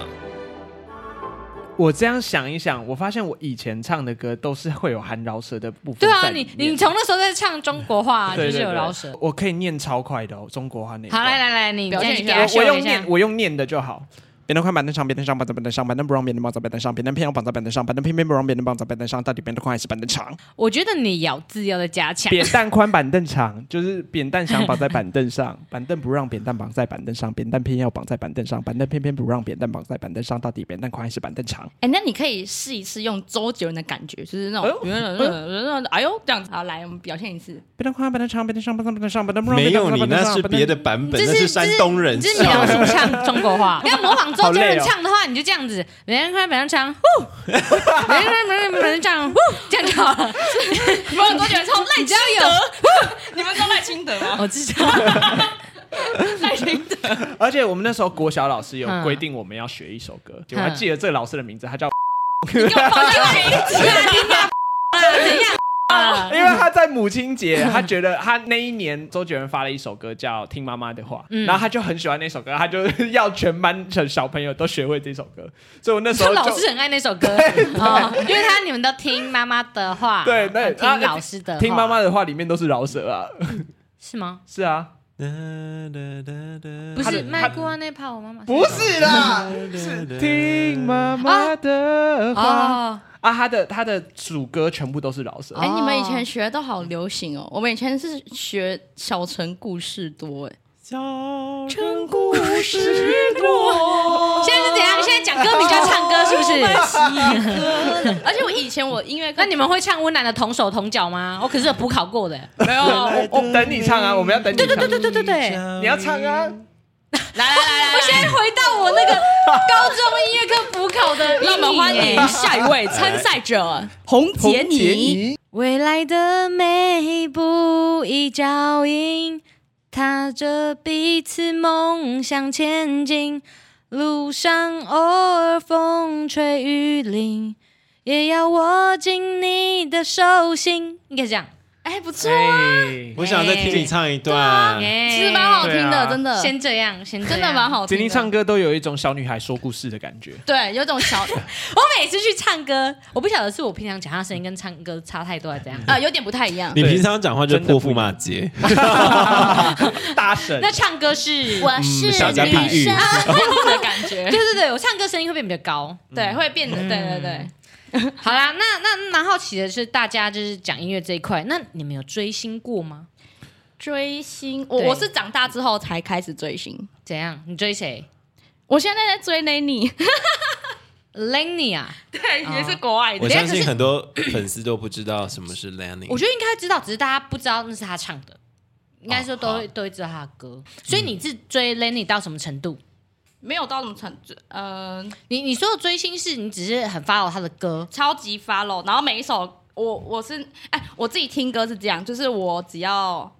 Speaker 2: 我这样想一想，我发现我以前唱的歌都是会有含饶舌的部分
Speaker 4: 对啊，
Speaker 2: 在里
Speaker 4: 你
Speaker 2: 面。
Speaker 4: 你从那时候在唱中国话，就
Speaker 2: 对
Speaker 4: 是
Speaker 2: 对
Speaker 4: 有
Speaker 2: 对
Speaker 4: 饶舌。
Speaker 2: 我可以念超快的哦，中国话那一
Speaker 4: 好，
Speaker 2: 段
Speaker 4: 来来来，你
Speaker 1: 表
Speaker 4: 再
Speaker 1: 现
Speaker 4: 给
Speaker 1: 一
Speaker 4: 他
Speaker 1: 下
Speaker 2: 我我
Speaker 4: 秀
Speaker 2: 用
Speaker 4: 一下
Speaker 2: 念。我用念的就好。
Speaker 5: 别人快板凳上，别人上板凳板凳上，板凳不让别人绑在板凳上，别人偏要绑在板凳上，板凳偏偏不让别人绑在板凳上，到底板凳宽还是板凳 长？
Speaker 4: 我觉得你咬字要再加强。
Speaker 2: 扁担宽板凳长，
Speaker 5: 就是扁担想绑在板凳上， 板凳不让扁担绑在板凳上，扁担偏要绑在板凳上，板凳偏偏不让扁担绑在板凳上，到底扁担宽还是板凳长？
Speaker 1: 哎，那你可以试一试用周杰伦的感觉，就是那
Speaker 2: 哎
Speaker 1: 种
Speaker 2: 呦
Speaker 1: 原来原来哎呦这样子。好，来我们表现一次。
Speaker 5: 板凳宽，板凳长，板凳上，板凳板凳上，板凳不让
Speaker 3: 没
Speaker 5: 扁担
Speaker 3: 有你
Speaker 5: 绑在板凳
Speaker 3: 那
Speaker 5: 上
Speaker 3: 是别的。
Speaker 5: 板
Speaker 3: 版本，
Speaker 4: 这
Speaker 3: 那
Speaker 4: 是
Speaker 3: 是山东人
Speaker 4: 这是你
Speaker 3: 唱
Speaker 4: 要
Speaker 3: 的。
Speaker 4: 是唱中国话，要模仿周杰伦
Speaker 2: 好累哦
Speaker 4: 唱的话，你就这样子，每人看每人唱，呼，每人看每人每人唱，呼，这样就好了。
Speaker 1: 你们周杰伦唱赖清
Speaker 4: 你只要有，
Speaker 1: 德，你们知道赖清德啊吗？
Speaker 4: 我知道，
Speaker 1: 赖清德，
Speaker 2: 而且我们那时候国小老师有
Speaker 4: 嗯
Speaker 2: 规定我们要学一首歌，
Speaker 4: 嗯
Speaker 2: 我还记得这个老师的名字，他叫，
Speaker 1: 你给我放下一集啊！你俩
Speaker 2: 因为他在母亲节，他觉得他那一年周杰伦发了一首歌叫《听妈妈的话》，
Speaker 4: 嗯
Speaker 2: 然后他就很喜欢那首歌，他就要全班的小朋友都学会这首歌，所以我那时
Speaker 4: 说
Speaker 2: 候
Speaker 4: 老
Speaker 2: 就
Speaker 4: 师很爱那首歌，哦，因为他你们都听妈妈的话，
Speaker 2: 对对啊
Speaker 4: 听老师的话，
Speaker 2: 听妈妈的话里面都是饶舌啊，
Speaker 4: 是吗？
Speaker 2: 是啊，
Speaker 4: 不
Speaker 2: 他
Speaker 4: 是
Speaker 2: 的
Speaker 4: 卖锅那怕我妈妈，
Speaker 2: 不是啦，是听妈妈的话
Speaker 4: 哦，
Speaker 2: 啊，他的他的主歌全部都是饶舌
Speaker 4: 哦，
Speaker 1: 哎，你们以前学都好流行哦，我们以前是学小城故事多哎。
Speaker 2: 成故事多。
Speaker 4: 现在是怎样？现在讲歌名就要唱歌哦是不是？
Speaker 1: 而且我以前我音乐课
Speaker 4: 那你们会唱温岚的《同手同脚》吗？哦我可是有补考过的。
Speaker 1: 没有啊？我
Speaker 2: 我等你唱啊，我们要等你唱。对
Speaker 4: 对对对对对。
Speaker 1: 嗯
Speaker 2: 你要唱啊！
Speaker 1: 来来来来，
Speaker 4: 我现在回到我那个高中音乐课补考的阴影、
Speaker 1: 让我们欢迎
Speaker 4: 哎
Speaker 1: 下一位参赛者洪杰尼。
Speaker 4: 未来的每一步一脚印，踏着彼此梦想前进。路上偶尔风吹雨淋，也要握紧你的手心。应该这样，
Speaker 1: 哎，不错，
Speaker 2: 对，
Speaker 3: 我想再听你唱一段。
Speaker 4: 哎
Speaker 1: 其实蛮好听
Speaker 2: 对
Speaker 1: 的，
Speaker 2: 啊
Speaker 1: 真的，
Speaker 4: 先这样，先这样
Speaker 1: 真的蛮。好
Speaker 2: 今
Speaker 1: 听的。
Speaker 2: 天唱歌都有一种小女孩说故事的感觉。
Speaker 1: 对，有种小。
Speaker 4: 我每次去唱歌，我不晓得是我平常讲话声音跟唱歌差太多，还是怎样
Speaker 1: 啊，有点不太一样。
Speaker 3: 你平常讲话就是泼妇骂街，
Speaker 2: 大神
Speaker 4: 那唱歌是
Speaker 1: 我是
Speaker 3: 嗯小家碧玉
Speaker 1: 女生这样子的感觉
Speaker 4: 对，对对，我唱歌声音会变比较高。
Speaker 1: 对，会变得，对对对。
Speaker 4: 好啦，那那蛮好奇的是，大家就是讲音乐这一块，那你们有追星过吗？
Speaker 1: 追星，我
Speaker 4: 对
Speaker 1: 我是长大之后才开始追星，
Speaker 4: 怎样？你追谁
Speaker 1: 我现在在追 Lenny，
Speaker 4: ？Lenny 啊，
Speaker 1: 对
Speaker 4: 也是
Speaker 1: 国外
Speaker 3: 我相信很多粉丝都不知道什么是 Lenny。
Speaker 4: 我觉得应该知道，只是大家不知道那是他唱的，应该说都
Speaker 3: 哦
Speaker 4: 会、都会知道他的歌。
Speaker 1: 嗯
Speaker 4: 所以你是追 Lenny 到什么程度？
Speaker 1: 没有到那么成，呃，
Speaker 4: 你你说的追星是你只是很 follow 他的歌，
Speaker 1: 超级 follow，然后每一首我我是哎，我自己听歌是这样，就是我只要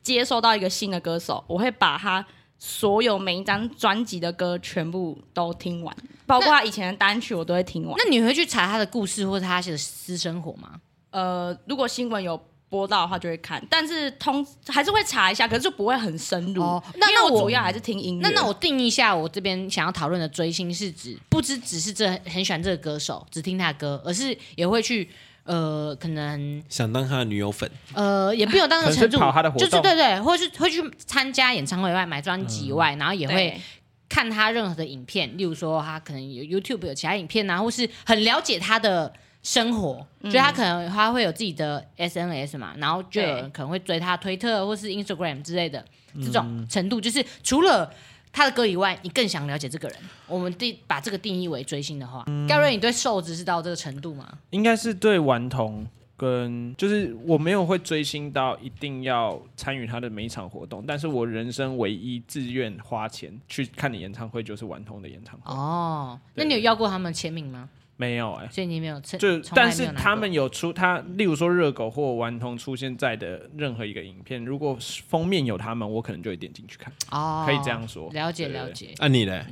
Speaker 1: 接收到一个新的歌手，我会把他所有每一张专辑的歌全部都听完，包括他以前的单曲我都会听完。
Speaker 4: 那你会去查他的故事或者他的私生活吗？
Speaker 1: 呃，如果新闻有播到的话就会看，但是通还是会查一下，可是就不会很深入。
Speaker 4: 哦那
Speaker 1: 因为
Speaker 4: 那我
Speaker 1: 我主要还是听音乐。
Speaker 4: 那那我定义一下，我这边想要讨论的追星是指不只只是这很喜欢这个歌手，只听他的歌，而是也会去呃，可能
Speaker 3: 想当他的女友粉，
Speaker 4: 呃，也不用到那个
Speaker 2: 可能
Speaker 4: 程
Speaker 2: 是
Speaker 4: 度，
Speaker 2: 跑他的活
Speaker 4: 就是
Speaker 2: 动
Speaker 4: 对对，或是会去参加演唱会外买专辑以
Speaker 2: 嗯
Speaker 4: 外，然后也
Speaker 1: 对
Speaker 4: 会看他任何的影片，例如说他可能有 YouTube 有其他影片啊，或是很了解他的生活，
Speaker 5: 嗯
Speaker 4: 就他可能他会有自己的 SNS 嘛，然后就有人可能会追他推特或是 Instagram 之类的
Speaker 5: 嗯
Speaker 4: 这种程度，就是除了他的歌以外，你更想了解这个人。我们定把这个定义为追星的话，
Speaker 5: 嗯
Speaker 4: 盖瑞，你对瘦子是到这个程度吗？
Speaker 5: 应该是对顽童跟就是我没有会追星到一定要参与他的每一场活动，但是我人生唯一自愿花钱去看的演唱会就是顽童的演唱会，
Speaker 4: 哦，那
Speaker 5: 对
Speaker 4: 你有要过他们签名吗？
Speaker 5: 没有哎、
Speaker 4: 所以你没有签，
Speaker 5: 就
Speaker 4: 从来
Speaker 5: 但
Speaker 4: 没有
Speaker 5: 是
Speaker 4: 拿过
Speaker 5: 他们有出他，例如说热狗或顽童出现在的任何一个影片，如果封面有他们，我可能就会点进去看，
Speaker 4: 哦，
Speaker 5: 可以这样说。
Speaker 4: 了解
Speaker 5: 对对对
Speaker 4: 了解。
Speaker 3: 啊，你嘞？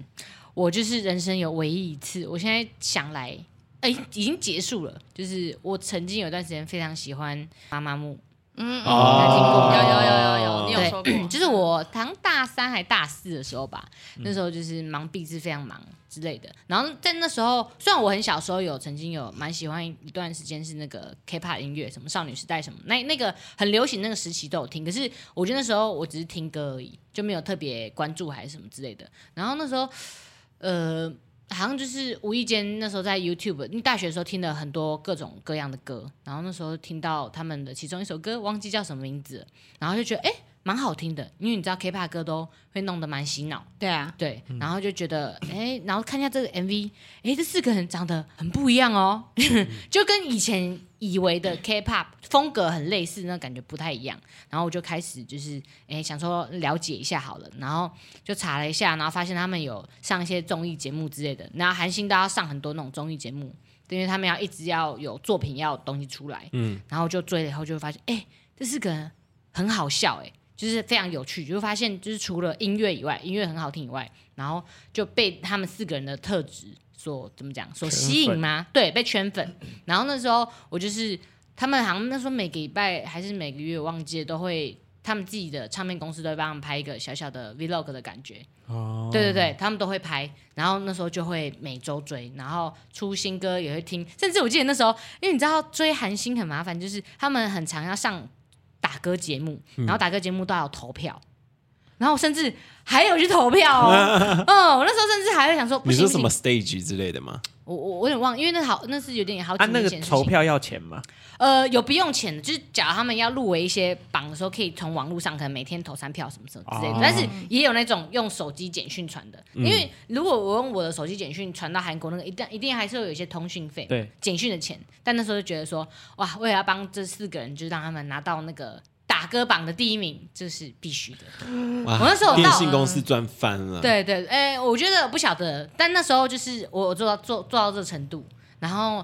Speaker 4: 我就是人生有唯一一次，我现在想来，哎、已经结束了。就是我曾经有一段时间非常喜欢妈妈木，
Speaker 6: 嗯，
Speaker 3: 哦
Speaker 6: 有有有有有，你有说过，
Speaker 4: 就是我好像大三还大四的时候吧，那时候就是忙毕制非常忙之类的。然后在那时候，虽然我很小时候有曾经有蛮喜欢一段时间是那个 K-pop 音乐，什么少女时代什么，那那个很流行那个时期都有听。可是我觉得那时候我只是听歌而已，就没有特别关注还是什么之类的。然后那时候，呃。好像就是无意间那时候在 YouTube，因为大学的时候听了很多各种各样的歌，然后那时候听到他们的其中一首歌，忘记叫什么名字了，然后就觉得哎，诶蛮好听的，因为你知道 K-pop 歌都会弄得蛮洗脑，
Speaker 6: 对啊，
Speaker 4: 对，然后就觉得哎、然后看一下这个 MV，哎、这四个人长得很不一样哦， 就跟以前以为的 K-pop 风格很类似，那感觉不太一样。然后我就开始就是哎、想说了解一下好了，然后就查了一下，然后发现他们有上一些综艺节目之类的，然后韩星都要上很多那种综艺节目，因为他们要一直要有作品，要有东西出来，
Speaker 3: 嗯
Speaker 4: 嗯，然后就追了以后就会发现，哎、这四个人很好笑、哎。就是非常有趣，就会发现就是除了音乐以外，音乐很好听以外，然后就被他们四个人的特质所怎么讲所吸引吗？对，被圈粉。然后那时候我就是他们好像那时候每个礼拜还是每个月忘记了都会。他们自己的唱片公司都会帮他们拍一个小小的 vlog 的感觉，哦，对对对，他们都会拍，然后那时候就会每周追，然后出新歌也会听，甚至我记得那时候，因为你知道追韩星很麻烦，就是他们很常要上打歌节目，然后打歌节目都要有投票，然后甚至还有去投票哦，嗯，我那时候甚至还会想说，不
Speaker 3: 你
Speaker 4: 行
Speaker 3: 说
Speaker 4: 不
Speaker 3: 什
Speaker 4: 行
Speaker 3: 么，stage 之类的吗？
Speaker 4: 我我我有点忘，因为那好那是有点好几
Speaker 5: 啊，那
Speaker 4: 年
Speaker 5: 个
Speaker 4: 前的事
Speaker 5: 投
Speaker 4: 情。
Speaker 5: 票要钱吗？
Speaker 4: 呃，有不用钱的，就是假如他们要入围一些榜的时候，可以从网络上可能每天投三票什么什么之类的，但是也有那种用手机简讯传的，因为如果我用我的手机简讯传到韩国那个，一定一定还是会有一些通讯费，
Speaker 5: 对，
Speaker 4: 简讯的钱。但那时候就觉得说，哇，为了要帮这四个人，就是让他们拿到那个打歌榜的第一名，这是必须的。
Speaker 3: 哇，
Speaker 4: 我那时候有到
Speaker 3: 电
Speaker 4: 啊
Speaker 3: 信公司赚翻了。，
Speaker 4: 对对，哎、我觉得我不晓得，但那时候就是我我做到做做到这个程度，然后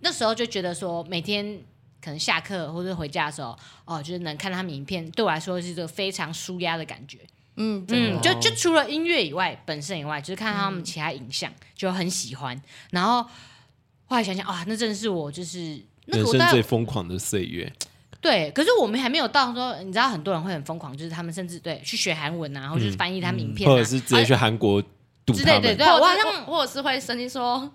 Speaker 4: 那时候就觉得说，每天可能下课或者回家的时候，哦，就是能看他们影片，对我来说是一个非常舒压的感觉。
Speaker 6: 嗯，
Speaker 4: 嗯，就就除了音乐以外，本身以外，就是看他们其他影像、就很喜欢。然后后来想想，啊，那真的是我就是那
Speaker 3: 人
Speaker 4: 个我
Speaker 3: 生
Speaker 4: 大概
Speaker 3: 最疯狂的岁月。
Speaker 4: 对，可是我们还没有到说，你知道很多人会很疯狂，就是他们甚至对去学韩文啊，或者是翻译他们影片、
Speaker 3: 嗯
Speaker 4: 啊
Speaker 3: 或者是直接去韩国赌
Speaker 4: 之
Speaker 3: 他
Speaker 4: 类的，
Speaker 3: 们。
Speaker 4: 对，啊
Speaker 6: 或者
Speaker 4: 我好
Speaker 6: 是
Speaker 4: 像
Speaker 6: 或或者是会生气 说，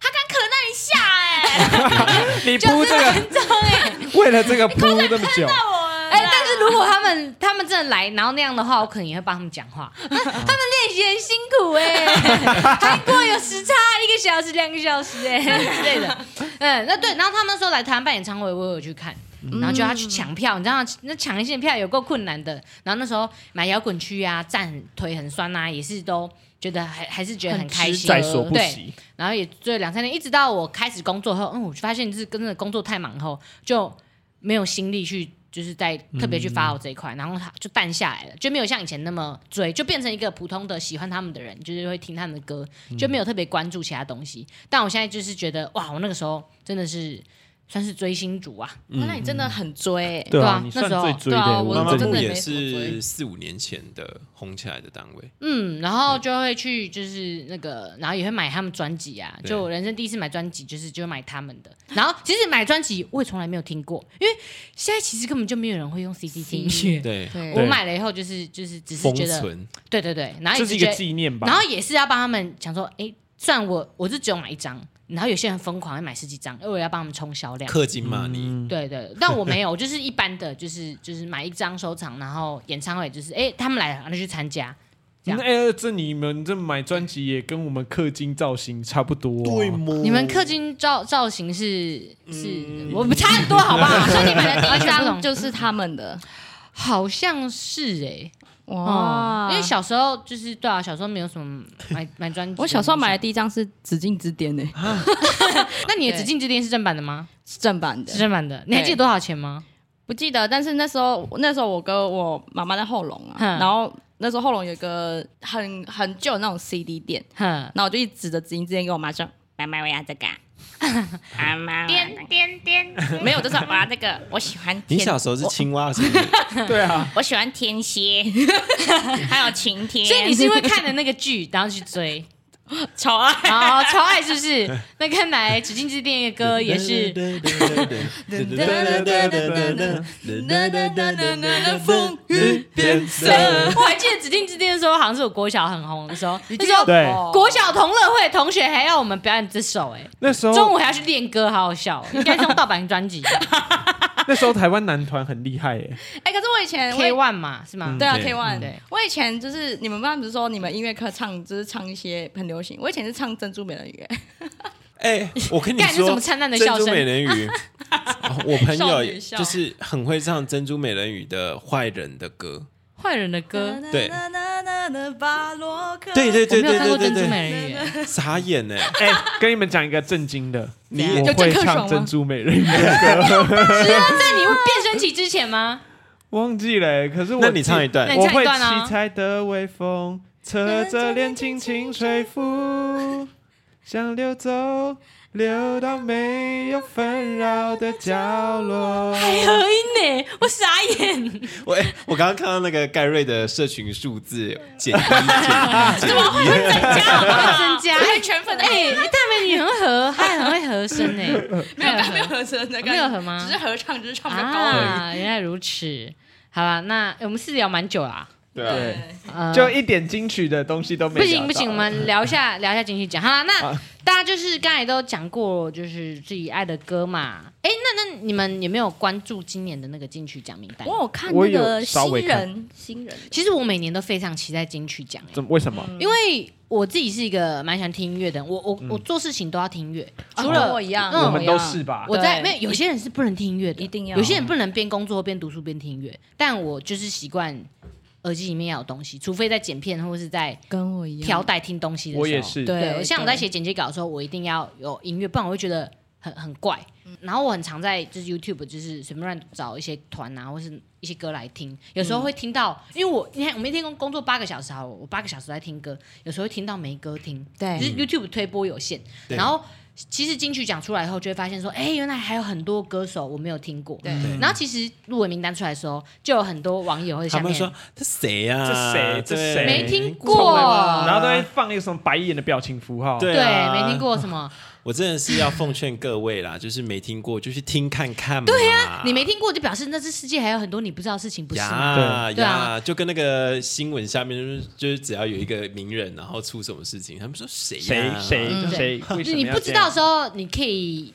Speaker 6: 他敢可那一下 哎，
Speaker 7: 你铺这个，
Speaker 4: 欸
Speaker 7: 为了这个铺那么久，
Speaker 4: 哎、但是如果他们他们真的来，然后那样的话，我可能也会帮他们讲话。他们练习很辛苦 哎、韩国有时差，一个小时、两个小时哎、之类的。嗯，那对，然后他们说来台湾办演唱会，我有去看。然后就要去抢票，你知道那抢一些票有够困难的。然后那时候买摇滚区啊，站腿很酸啊，也是都觉得还还是觉得很开心，
Speaker 5: 在所不
Speaker 4: 对
Speaker 5: 惜。
Speaker 4: 然后也追了两三年，一直到我开始工作后，嗯，我就发现是真的工作太忙后，就没有心力去，就是在特别去发我这一块，然后他就淡下来了，就没有像以前那么追，就变成一个普通的喜欢他们的人，就是会听他们的歌，就没有特别关注其他东西。但我现在就是觉得，哇，我那个时候真的是算是追星族啊，
Speaker 6: 那你真的很追欸，
Speaker 5: 对
Speaker 4: 啊
Speaker 5: 你
Speaker 4: 那
Speaker 5: 算
Speaker 4: 时候
Speaker 5: 最追
Speaker 6: 对啊
Speaker 5: 的，
Speaker 6: 我
Speaker 3: 妈妈
Speaker 5: 们
Speaker 6: 真
Speaker 3: 木
Speaker 5: 这
Speaker 6: 的
Speaker 3: 也
Speaker 6: 没什么
Speaker 3: 是
Speaker 6: 追
Speaker 3: 四五年前的红起来的单位，
Speaker 4: 嗯，然后就会去就是那个，然后也会买他们专辑啊。
Speaker 3: 对
Speaker 4: 就我人生第一次买专辑，就是就买他们的。然后其实买专辑我也从来没有听过，因为现在其实根本就没有人会用 CD 听音乐。
Speaker 3: 对，
Speaker 4: 我
Speaker 5: 对
Speaker 4: 买了以后就是就是只是
Speaker 3: 封
Speaker 4: 觉得，
Speaker 3: 存，
Speaker 4: 对对对，然后
Speaker 5: 这
Speaker 4: 也
Speaker 5: 是一
Speaker 4: 啊觉
Speaker 5: 个
Speaker 4: 得
Speaker 5: 纪念吧。
Speaker 4: 然后也是要帮他们想说，哎，虽然我我是只有买一张，然后有些人疯狂要买十几张，因为我要帮他们冲销量。
Speaker 3: 氪金骂你，
Speaker 4: 对对，但我没有，我就是一般的，就是就是买一张收藏，然后演唱会就是哎他们来了，那就去参加。这样
Speaker 5: 哎、这你们这买专辑也跟我们氪金造型差不多、啊对吗？
Speaker 4: 你们氪金造造型是是，我们差很多，好不 好？
Speaker 6: 所以你买的
Speaker 4: 完
Speaker 6: 第一
Speaker 4: 全嗯
Speaker 6: 张
Speaker 4: 不懂
Speaker 6: 就是他们的
Speaker 4: 好像是哎，
Speaker 6: 哇
Speaker 4: 哦，，因为小时候就是对啊，小时候没有什么买买专辑。
Speaker 6: 我小时候买的，第一张是《紫禁之巅》呢，
Speaker 4: 那你的《
Speaker 6: 对
Speaker 4: 紫禁之巅》是正版的吗？
Speaker 6: 是正版的
Speaker 4: 是，正版的，你还记得多少钱吗？
Speaker 6: 不记得。但是那时候那时候我跟我妈妈在后龙啊，
Speaker 4: 嗯
Speaker 6: 然后那时候后龙有个很很旧的那种 CD 店，
Speaker 4: 哼，
Speaker 6: 然后我就一直指着紫禁之巅给我妈说：“妈妈，我要这个。” 啊妈，颠颠颠，没有，就是我要这个，我喜欢
Speaker 3: 你
Speaker 6: 天，
Speaker 3: 小时候是青蛙是不是？
Speaker 5: 对啊，
Speaker 6: 我喜欢天 蝎，还有晴天，
Speaker 4: 所以你 是因为看了那个剧，然后去 追，
Speaker 6: 超爱。
Speaker 4: 哦，超爱是不是？那看来《紫禁之巅》的歌也是。
Speaker 1: 风雨变色
Speaker 4: 对，我还记得指定之巅的时候，好像是我国小很红的时候，那时候
Speaker 7: 对
Speaker 6: 哦
Speaker 4: 国小同乐会同学还要我们表演这首、哎，
Speaker 5: 那时
Speaker 4: 中
Speaker 5: 候
Speaker 4: 午还要去练歌，好好 笑哦、应该是用盗版专 辑
Speaker 5: 那时候台湾男团很厉害 耶、
Speaker 6: 哎，可是我以前我
Speaker 4: K
Speaker 6: 也
Speaker 4: One 嘛，是
Speaker 5: 嗯
Speaker 4: 吗？
Speaker 6: 对啊
Speaker 3: 对
Speaker 6: ，K One，
Speaker 4: 嗯对
Speaker 6: 我以前就是你们刚刚不是说你们音乐课唱就是唱一些很流行，我以前是唱《珍珠美人鱼》哎
Speaker 3: 哎，我跟你
Speaker 4: 干你
Speaker 3: 说，
Speaker 4: 怎么灿烂的
Speaker 3: 珍
Speaker 4: 笑
Speaker 3: 珠
Speaker 4: 声
Speaker 3: 美人鱼，哦我朋
Speaker 6: 少
Speaker 3: 友
Speaker 6: 女笑
Speaker 3: 就是很会唱珍珠美人鱼的坏人的歌，
Speaker 4: 坏人的歌，
Speaker 3: 对
Speaker 1: 巴洛克
Speaker 3: 对对
Speaker 4: 我
Speaker 3: 对
Speaker 4: 没有
Speaker 3: 对
Speaker 4: 看过
Speaker 3: 对
Speaker 4: 珍珠
Speaker 3: 对对，
Speaker 4: 美人鱼、哎
Speaker 3: 傻眼欸呢，
Speaker 5: 哎、跟你们讲一个震惊的，
Speaker 3: 你
Speaker 5: 我
Speaker 6: 有
Speaker 5: 会
Speaker 6: 郑克爽
Speaker 5: 唱
Speaker 6: 吗
Speaker 5: 珍珠美人鱼，
Speaker 4: 是要在你变声期之前吗？
Speaker 5: 忘记了耶、可是我
Speaker 3: 那你唱
Speaker 5: 记
Speaker 3: 一段
Speaker 4: 那，你
Speaker 5: 我
Speaker 4: 唱一
Speaker 5: 会
Speaker 4: 段啊
Speaker 5: 七彩的微风，侧着脸轻轻吹 拂，想溜走，溜到没有纷扰的角落。
Speaker 4: 哎合音呢，我傻眼，
Speaker 3: 我哎我刚刚看到那个盖瑞的社群数字减一减一减 一，
Speaker 4: 增加。
Speaker 6: 啊还全粉的
Speaker 4: 哎、大美女很合，还很会合声哎 呢、
Speaker 6: 没有没有合成的，
Speaker 4: 没有合吗
Speaker 6: 只是合唱，只是唱比较高而
Speaker 4: 啊，原来如此。好了，那我们是聊蛮久啦、
Speaker 3: 对啊
Speaker 5: 对，
Speaker 4: 呃
Speaker 5: 就一点金曲的东西都没。
Speaker 4: 不行不行，我。们聊一下 聊一下进去讲。好啦，那、大家就是刚才都讲过，就是自己爱的歌嘛。哎，那那你们有没有关注今年的那个金曲奖名单
Speaker 6: 已。？我有看
Speaker 5: 我
Speaker 6: 那
Speaker 5: 有
Speaker 6: 个
Speaker 5: 稍微
Speaker 6: 新人，新人
Speaker 4: 其实我每年都非常期待金曲奖、诶
Speaker 5: 怎么？为什么？
Speaker 6: 嗯
Speaker 4: 因为我自己是一个蛮喜欢听音乐的人，我我、我做事情都要听音乐，除
Speaker 6: 跟
Speaker 4: 了
Speaker 6: 哦我一样，
Speaker 4: 嗯
Speaker 5: 我们都是吧？
Speaker 4: 我在
Speaker 6: 对
Speaker 4: 没有有些人是不能听音乐的，
Speaker 6: 一定要
Speaker 4: 有些人不能边工作边读书边听音乐，但我就是习惯耳机里面要有东西，除非在剪片或是在
Speaker 6: 跟我一样
Speaker 4: 挑带听东西的时候。
Speaker 5: 我也是。
Speaker 6: 对
Speaker 4: 对，像我在写简介稿的时候，我一定要有音乐，不然我会觉得很很怪。然后我很常在就是 YouTube 就是随便乱找一些团啊，或是一些歌来听，有时候会听到，因为我你看我们一天工工作八个小时好了，我八个小时在听歌，有时候会听到没歌听，
Speaker 6: 对
Speaker 4: 就是 YouTube 推播有限，
Speaker 3: 对
Speaker 4: 然后。其实金曲奖出来以后，就会发现说，哎、原来还有很多歌手我没有听过。
Speaker 6: 对
Speaker 3: 对
Speaker 4: 然后其实入围名单出来的时候，就有很多网友或者
Speaker 3: 他
Speaker 4: 下
Speaker 3: 们
Speaker 4: 面
Speaker 3: 说哎这谁呀？
Speaker 5: 这谁这
Speaker 3: 对
Speaker 5: 谁
Speaker 4: 没听
Speaker 5: 从
Speaker 4: 过
Speaker 5: 来没有然后都会放一个什么白眼的表情符号。
Speaker 3: 对
Speaker 4: 对
Speaker 3: 啊
Speaker 4: 没听过什么，
Speaker 3: 我真的是要奉劝各位啦，就是没听过就去听看看嘛。对
Speaker 5: 啊
Speaker 3: 呀
Speaker 4: 你没听过就表示那这世界还有很多你不知道的事情，不是吗？
Speaker 3: 呀
Speaker 4: 对啊
Speaker 3: 呀，就跟那个新闻下面就是就是只要有一个名人，然后出什么事情，他们说谁
Speaker 5: 谁
Speaker 3: 呀
Speaker 5: 谁
Speaker 4: 嗯
Speaker 5: 谁？ 为
Speaker 4: 就
Speaker 5: 什么
Speaker 4: 你
Speaker 5: 要
Speaker 4: 不知
Speaker 5: 这
Speaker 4: 道
Speaker 5: 样
Speaker 4: 的时候，你可以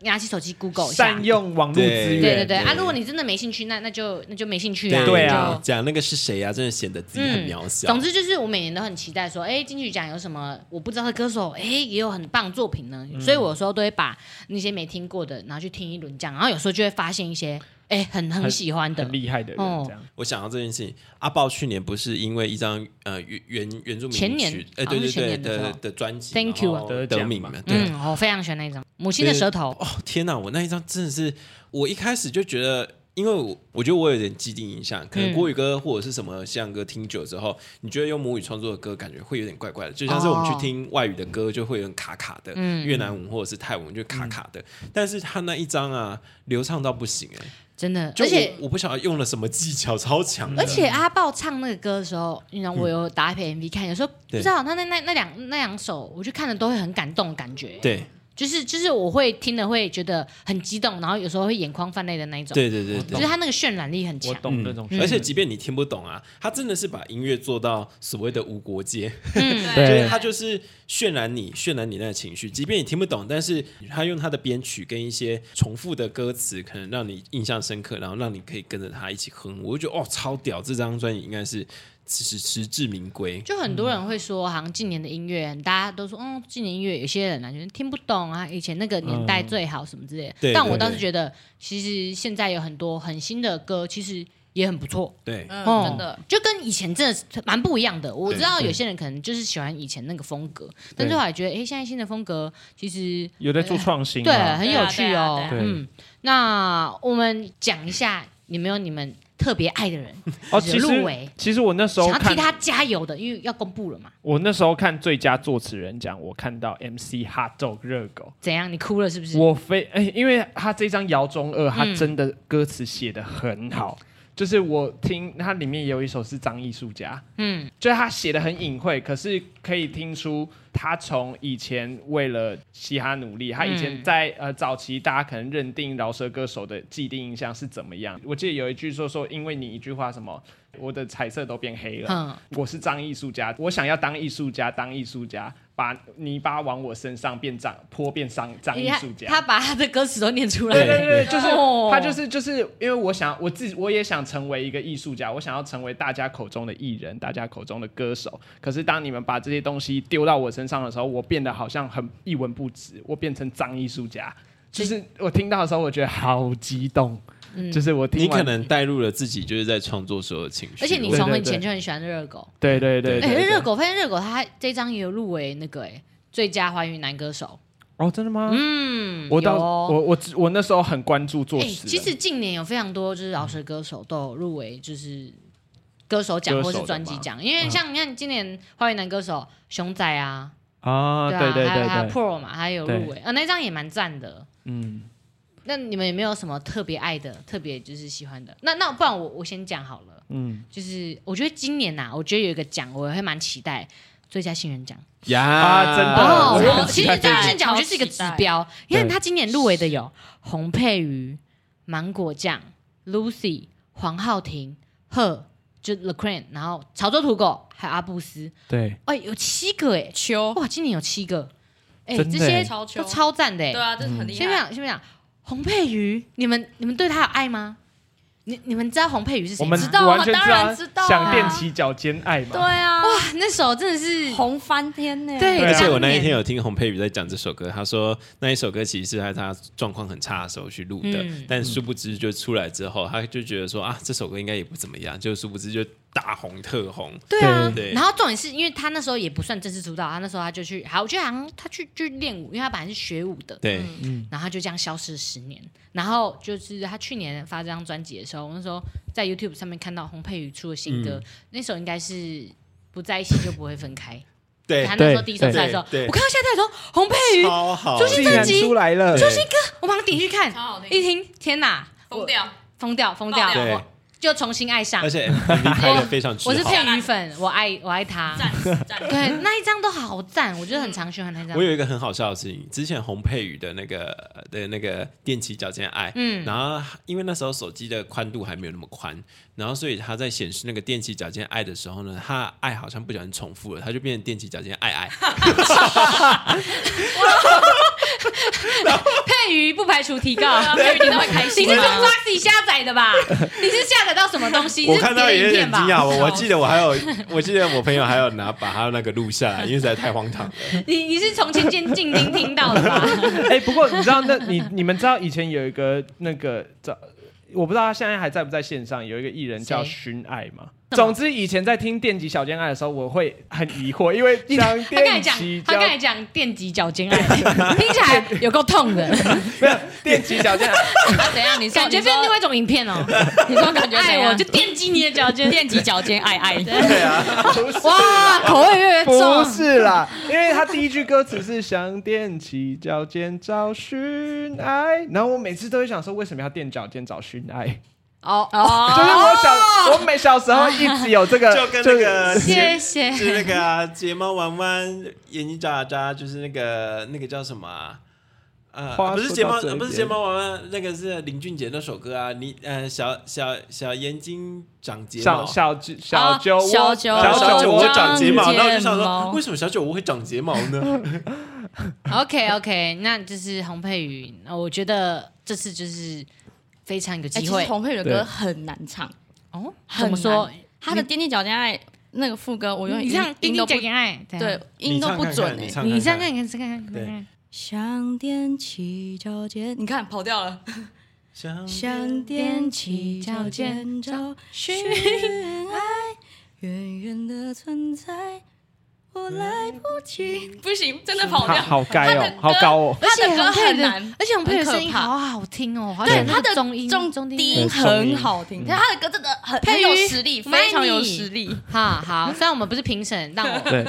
Speaker 4: 拿起手机 Google 一下。
Speaker 5: 善用网络资源。
Speaker 4: 对对对啊！
Speaker 3: 对
Speaker 4: 如果你真的没兴趣，那那就那就没兴趣
Speaker 3: 对
Speaker 4: 啊。
Speaker 5: 对啊
Speaker 4: 就，
Speaker 3: 讲那个是谁啊，真的显得自己很渺小。
Speaker 4: 总之就是我每年都很期待说，哎，金曲奖有什么我不知道的歌手，哎，也有很棒的作品呢。
Speaker 5: 嗯
Speaker 4: 所以我有时候都会把那些没听过的，然后去听一轮这样，然后有时候就会发现一些，哎，很很喜欢的
Speaker 5: 很。厉害的人
Speaker 4: 哦
Speaker 5: 这样。
Speaker 3: 我想到这件事情，阿豹去年不是因为一张呃原原原住民
Speaker 4: 前年
Speaker 3: 曲呃
Speaker 4: 好
Speaker 3: 对对
Speaker 4: 像是前
Speaker 3: 对
Speaker 4: 年的时候
Speaker 3: 的的专辑
Speaker 4: Thank you 啊
Speaker 3: 然后
Speaker 5: 得
Speaker 3: 得
Speaker 5: 奖
Speaker 3: 名
Speaker 5: 嘛
Speaker 3: 嘛，对啊
Speaker 4: 嗯，我非常喜欢那一张《母亲的舌头》。
Speaker 3: 哦天哪，我那一张真的是，我一开始就觉得，因为我我觉得我有点既定印象，可能
Speaker 4: 嗯
Speaker 3: 国语歌或者是什么西洋歌听久之后，你觉得用母语创作的歌感觉会有点怪怪的，就像是我们去听外语的歌就会有点卡卡的，
Speaker 4: 哦嗯
Speaker 3: 越南文或者是泰文就卡卡的，但是他那一张啊流畅到不行哎、
Speaker 4: 真的，
Speaker 3: 就
Speaker 4: 而
Speaker 3: 我
Speaker 4: 且
Speaker 3: 我不晓得用了什么技巧，超强的，
Speaker 4: 而且阿豹唱那个歌的时候，你知道我有打配 MV 看，有时候不
Speaker 3: 对
Speaker 4: 知道他那那那两那两首，我就看了都会很感动，的感觉
Speaker 3: 对
Speaker 4: 就是就是我会听了会觉得很激动，然后有时候会眼眶泛泪的那一种，
Speaker 3: 对对对
Speaker 4: 就
Speaker 3: 对
Speaker 4: 是。他那个渲染力很强
Speaker 5: 我。懂这种
Speaker 4: 嗯
Speaker 5: 事，
Speaker 3: 而且，即便你听不懂啊，他真的是把音乐做到所谓的无国界，
Speaker 4: 嗯，
Speaker 6: 对
Speaker 3: 就是他就是渲染你，渲染你那个情绪，即便你听不懂，但是他用他的编曲跟一些重复的歌词，可能让你印象深刻，然后让你可以跟着他一起哼。我就觉得哦，超屌！这张专辑应该是其实实至名归。
Speaker 4: 就很多人会说，好像近年的音乐，大家都说，嗯，近年音乐有些人啊，就是听不懂啊，以前那个年
Speaker 3: 嗯
Speaker 4: 代最好什么之类的。
Speaker 3: 对
Speaker 4: 但
Speaker 3: 对
Speaker 4: 我倒是
Speaker 3: 对
Speaker 4: 觉得，其实现在有很多很新的歌，其实也很不错，
Speaker 3: 对，
Speaker 6: 嗯，
Speaker 4: 哦
Speaker 6: 真的，
Speaker 4: 就跟以前真的是蛮不一样的。我
Speaker 3: 对
Speaker 4: 知道有些人可能就是喜欢以前那个风格，但最后来觉得，哎、现在新的风格其实
Speaker 5: 有在做创新
Speaker 4: 对
Speaker 5: 啊，
Speaker 4: 很有趣哦。
Speaker 5: 对啊对啊对啊
Speaker 4: 嗯，那我们讲一下，有没有你们特别爱的人
Speaker 5: 哦，
Speaker 4: 就是
Speaker 5: 其
Speaker 4: 入
Speaker 5: 实
Speaker 4: 围
Speaker 5: 其实我那时候
Speaker 4: 想要
Speaker 5: 看
Speaker 4: 替他加油的，因为要公布了嘛？
Speaker 5: 我那时候看最佳作词人奖，我看到 MC Hot Dog 热狗，
Speaker 4: 怎样？你哭了是不是？
Speaker 5: 我非哎、因为他这张《摇中二》，他
Speaker 4: 嗯
Speaker 5: 真的歌词写的很好。就是我听他里面也有一首是张艺术家，
Speaker 4: 嗯。
Speaker 5: 就是他写的很隐晦，可是可以听出他从以前为了嘻哈努力，他以前
Speaker 4: 嗯
Speaker 5: 在、呃早期大家可能认定饶舌歌手的既定印象是怎么样。我记得有一句说说，因为你一句话什么，我的彩色都变黑了。
Speaker 4: 嗯
Speaker 5: 我是张艺术家，我想要当艺术家，当艺术家，把泥巴往我身上变脏，泼变脏，
Speaker 4: 哎
Speaker 5: 张艺术家。
Speaker 4: 他把他的歌词都念出来
Speaker 5: 对
Speaker 4: 了，
Speaker 5: 对对，就是
Speaker 4: 哦
Speaker 5: 他就是就是因为我想我自己我也想成为一个艺术家，我想要成为大家口中的艺人，大家口中的歌手。可是当你们把这些东西丢到我身上的时候，我变得好像很一文不值，我变成脏艺术家。就是我听到的时候，我觉得好激动。
Speaker 4: 嗯
Speaker 5: 就是我听
Speaker 3: 你
Speaker 5: 完
Speaker 3: 可能带入了自己就是在创作时候的情绪，
Speaker 4: 而且你
Speaker 3: 我
Speaker 4: 从
Speaker 5: 对
Speaker 4: 很
Speaker 5: 对对
Speaker 4: 前就很喜欢热狗，
Speaker 5: 对对对，
Speaker 4: 哎，
Speaker 5: 对
Speaker 4: 热狗发现热狗他这张也有入围那个哎最佳华语男歌手，
Speaker 5: 哦，真的吗？
Speaker 4: 嗯，
Speaker 5: 我
Speaker 4: 有
Speaker 5: 当
Speaker 4: 哦
Speaker 5: 我我只我那时候很关注作
Speaker 4: 哎，
Speaker 5: 词人，
Speaker 4: 其实近年有非常多就是饶舌歌手都有入围，就是。歌手奖
Speaker 5: 歌
Speaker 4: 或
Speaker 5: 手的嗯
Speaker 4: 是专辑奖，因为像你看今年华语男歌手熊仔啊，
Speaker 5: 啊，
Speaker 4: 啊，
Speaker 5: 对对
Speaker 4: 还有还
Speaker 5: 对
Speaker 4: 有
Speaker 5: 对，
Speaker 4: Pro 嘛，还有
Speaker 5: 对
Speaker 4: 入围啊，那张也蛮赞的。
Speaker 5: 嗯，
Speaker 4: 那你们有没有什么特别爱的、特别就是喜欢的？那那不然我我先讲好了。嗯，就是我觉得今年呐、我觉得有一个奖，我会蛮期待最佳新人奖。
Speaker 3: 呀
Speaker 5: 啊真的
Speaker 4: 哦，
Speaker 5: 我也很
Speaker 4: 其
Speaker 5: 期
Speaker 4: 实
Speaker 5: 待
Speaker 4: 最
Speaker 6: 这
Speaker 4: 佳新
Speaker 6: 个
Speaker 4: 人奖我觉得是一个指标。你看他今年入围的有洪佩瑜、芒果酱、Lucy、黄浩庭、贺就 l e c r a n 然后潮州土狗还有阿布斯，
Speaker 5: 对，
Speaker 4: 哎，有七个哎，
Speaker 6: 秋，
Speaker 4: 哇，今年有七个，哎，
Speaker 5: 真
Speaker 4: 这
Speaker 5: 的
Speaker 4: 些
Speaker 5: 哎
Speaker 6: 超秋
Speaker 4: 都超赞的哎
Speaker 6: 对。啊，这很厉
Speaker 4: 先不
Speaker 6: 害。
Speaker 4: 讲，先不讲，洪佩瑜，你们你们对他有爱吗？你你们知道洪佩瑜是谁
Speaker 5: 我
Speaker 4: 吗？
Speaker 5: 们
Speaker 6: 道啊
Speaker 5: 完全
Speaker 6: 当然知道啊
Speaker 5: 想踮起脚尖爱
Speaker 6: 对
Speaker 5: 嘛。
Speaker 6: 啊，
Speaker 4: 哇，那首真的是
Speaker 6: 红翻天呢。
Speaker 4: 对啊
Speaker 3: 而且我
Speaker 4: 当
Speaker 3: 那一
Speaker 4: 年
Speaker 3: 天有听洪佩瑜在讲这首歌，他说那一首歌其实是在他状况很差的时候去录的，
Speaker 4: 嗯
Speaker 3: 但殊不知就出来之后，他就觉得说啊，这首歌应该也不怎么样，就殊不知就大红特红。
Speaker 4: 对啊，
Speaker 3: 对
Speaker 4: 然后重点是因为他那时候也不算正式出道，他那时候他就去，好，我觉得好像他去去练舞，因为他本来是学舞的，
Speaker 3: 对，
Speaker 4: 然后他就这样消失了十年。然后就是他去年发这张专辑的时候，我那时候在 YouTube 上面看到洪佩瑜出了新
Speaker 3: 嗯
Speaker 4: 歌，那首应该是不在一起就不会分开，
Speaker 3: 对
Speaker 4: 他那时候第一首出来的时候，
Speaker 3: 哎对对
Speaker 4: 我看到下台的时候，洪佩瑜，
Speaker 3: 超好
Speaker 4: 朱
Speaker 7: 竟
Speaker 4: 星
Speaker 7: 然
Speaker 4: 正极
Speaker 7: 出来了，
Speaker 3: 就是
Speaker 4: 我马上点进去看
Speaker 6: 超，好听，
Speaker 4: 一听，天哪，
Speaker 6: 疯掉，
Speaker 4: 疯掉，疯掉，
Speaker 6: 爆
Speaker 3: 对
Speaker 4: 我就重新爱上
Speaker 3: 而。且 MV 拍的非常之
Speaker 4: 我是
Speaker 3: 好。
Speaker 4: 佩瑜粉，我爱我爱他。
Speaker 6: 赞 赞。
Speaker 4: 对，那一张都好赞，我觉得很常喜欢那一张
Speaker 3: 我。有一个很好笑的事情，之前洪佩瑜的那个的那个踮起脚尖爱，
Speaker 4: 嗯
Speaker 3: 然后因为那时候手机的宽度还没有那么宽，然后所以他在显示那个踮起脚尖爱的时候呢，他的爱好像不小心重复了，他就变成踮起脚尖爱 爱。
Speaker 4: 佩瑜不排除提 告，
Speaker 6: 佩瑜你都会开
Speaker 4: 你
Speaker 6: 心
Speaker 4: 是
Speaker 6: 吗
Speaker 4: 从 Roxy 下载的吧？你是下载到什么东西？
Speaker 3: 我
Speaker 4: 你是
Speaker 3: 看到
Speaker 4: 别
Speaker 3: 也
Speaker 4: 的
Speaker 3: 有
Speaker 4: 影
Speaker 3: 点
Speaker 4: 片
Speaker 3: 惊
Speaker 4: 吧？
Speaker 3: 讶，我我记得我还有，我记得我朋友还有拿把他那个录下来，因为实在太荒唐了。
Speaker 4: 你你是从前见静听听到的吧？
Speaker 5: 哎，不过你知道那你你们知道以前有一个那个叫我不知道他现在还在不在线上，有一个艺人叫
Speaker 4: 谁
Speaker 5: 熏爱嘛。总之，以前在听电击小尖爱的时候，我会很疑惑，因为像
Speaker 4: 他刚才
Speaker 5: 电
Speaker 4: 讲
Speaker 5: 击，
Speaker 4: 他
Speaker 5: 脚
Speaker 4: 刚才讲电击脚尖爱，听起来有够痛 的，
Speaker 5: 没有电击小尖爱，
Speaker 6: 啊怎样？你说
Speaker 4: 感觉
Speaker 6: 你说
Speaker 4: 变另外一种影片哦。
Speaker 6: 你说感觉怎
Speaker 4: 爱
Speaker 6: 样哎
Speaker 4: 我就电击你的脚尖，
Speaker 6: 踮起脚尖爱爱。
Speaker 3: 啊
Speaker 4: 哇，口味越来越
Speaker 5: 不
Speaker 4: 重。
Speaker 5: 是啦，因为他第一句歌词是想踮起脚尖找寻爱，然后我每次都会想说，为什么要踮脚尖找寻爱？
Speaker 4: 哦，
Speaker 5: 就是我小，我每小时候一直有这 个，
Speaker 3: 就跟那个
Speaker 5: 就是
Speaker 4: 谢谢。
Speaker 3: 是那个啊、睫毛弯弯，眼睛眨眨，就是那个那个叫什么、啊？呃，
Speaker 5: 话
Speaker 3: 不是
Speaker 5: 说
Speaker 3: 睫
Speaker 5: 到
Speaker 3: 毛，
Speaker 5: 这
Speaker 3: 不是
Speaker 5: 边
Speaker 3: 睫毛弯弯，那个是林俊杰那首歌啊。你呃，小小小眼睛长睫毛
Speaker 5: 小，小九
Speaker 4: 哦
Speaker 5: 小九窝
Speaker 6: 小九
Speaker 5: 小
Speaker 3: 小
Speaker 5: 九
Speaker 3: 九
Speaker 5: 窝
Speaker 3: 会
Speaker 6: 长
Speaker 3: 长睫毛，
Speaker 6: 睫毛
Speaker 3: 然后我就想说，哦为什么小九我会长睫毛呢？
Speaker 4: OK OK，那就是洪佩瑜，那我觉得这次就是非常有
Speaker 6: 哎，
Speaker 4: 机
Speaker 6: 其
Speaker 4: 会
Speaker 6: 实。洪佩瑜的歌很难唱，
Speaker 4: 哦，
Speaker 6: 很
Speaker 4: 怎么说
Speaker 6: 难？他的踮起脚尖爱那个副歌，我用
Speaker 4: 你唱
Speaker 6: 音
Speaker 4: 音
Speaker 6: 都
Speaker 4: 都
Speaker 6: 不
Speaker 4: 不爱，这样
Speaker 6: 对，音都不准哎、
Speaker 3: 你
Speaker 6: 欸。
Speaker 3: 唱看看
Speaker 4: 啊你
Speaker 3: 你
Speaker 4: 唱
Speaker 3: 唱
Speaker 4: 看
Speaker 3: 看看
Speaker 4: 看，你唱看看，
Speaker 3: 对
Speaker 4: 看看
Speaker 1: 想踮起脚尖，
Speaker 6: 你看跑掉 了，
Speaker 3: 像
Speaker 1: 想踮起脚尖找寻爱，远远的存在，我来不及。
Speaker 6: 不行，真的跑
Speaker 5: 好
Speaker 6: 掉。
Speaker 5: 好该
Speaker 6: 他
Speaker 5: 哦
Speaker 6: 的，歌
Speaker 5: 好高哦，
Speaker 6: 他的歌
Speaker 4: 而且
Speaker 6: 很
Speaker 4: 配的
Speaker 6: 难，
Speaker 4: 而且我们配的声音
Speaker 6: 很可怕
Speaker 4: 好好听哦，好喜
Speaker 6: 对
Speaker 4: 欢那
Speaker 6: 他
Speaker 4: 个
Speaker 6: 的
Speaker 4: 中音
Speaker 6: 中
Speaker 4: 中
Speaker 6: 低
Speaker 4: 音嗯
Speaker 6: 音
Speaker 4: 那个
Speaker 6: 很好听，但他的歌真的很很有
Speaker 4: 佩瑜
Speaker 6: 实力，
Speaker 4: 卖
Speaker 6: 非常有
Speaker 4: 你
Speaker 6: 实力。
Speaker 4: 好好，虽然我们不是评审，但 我
Speaker 7: 对，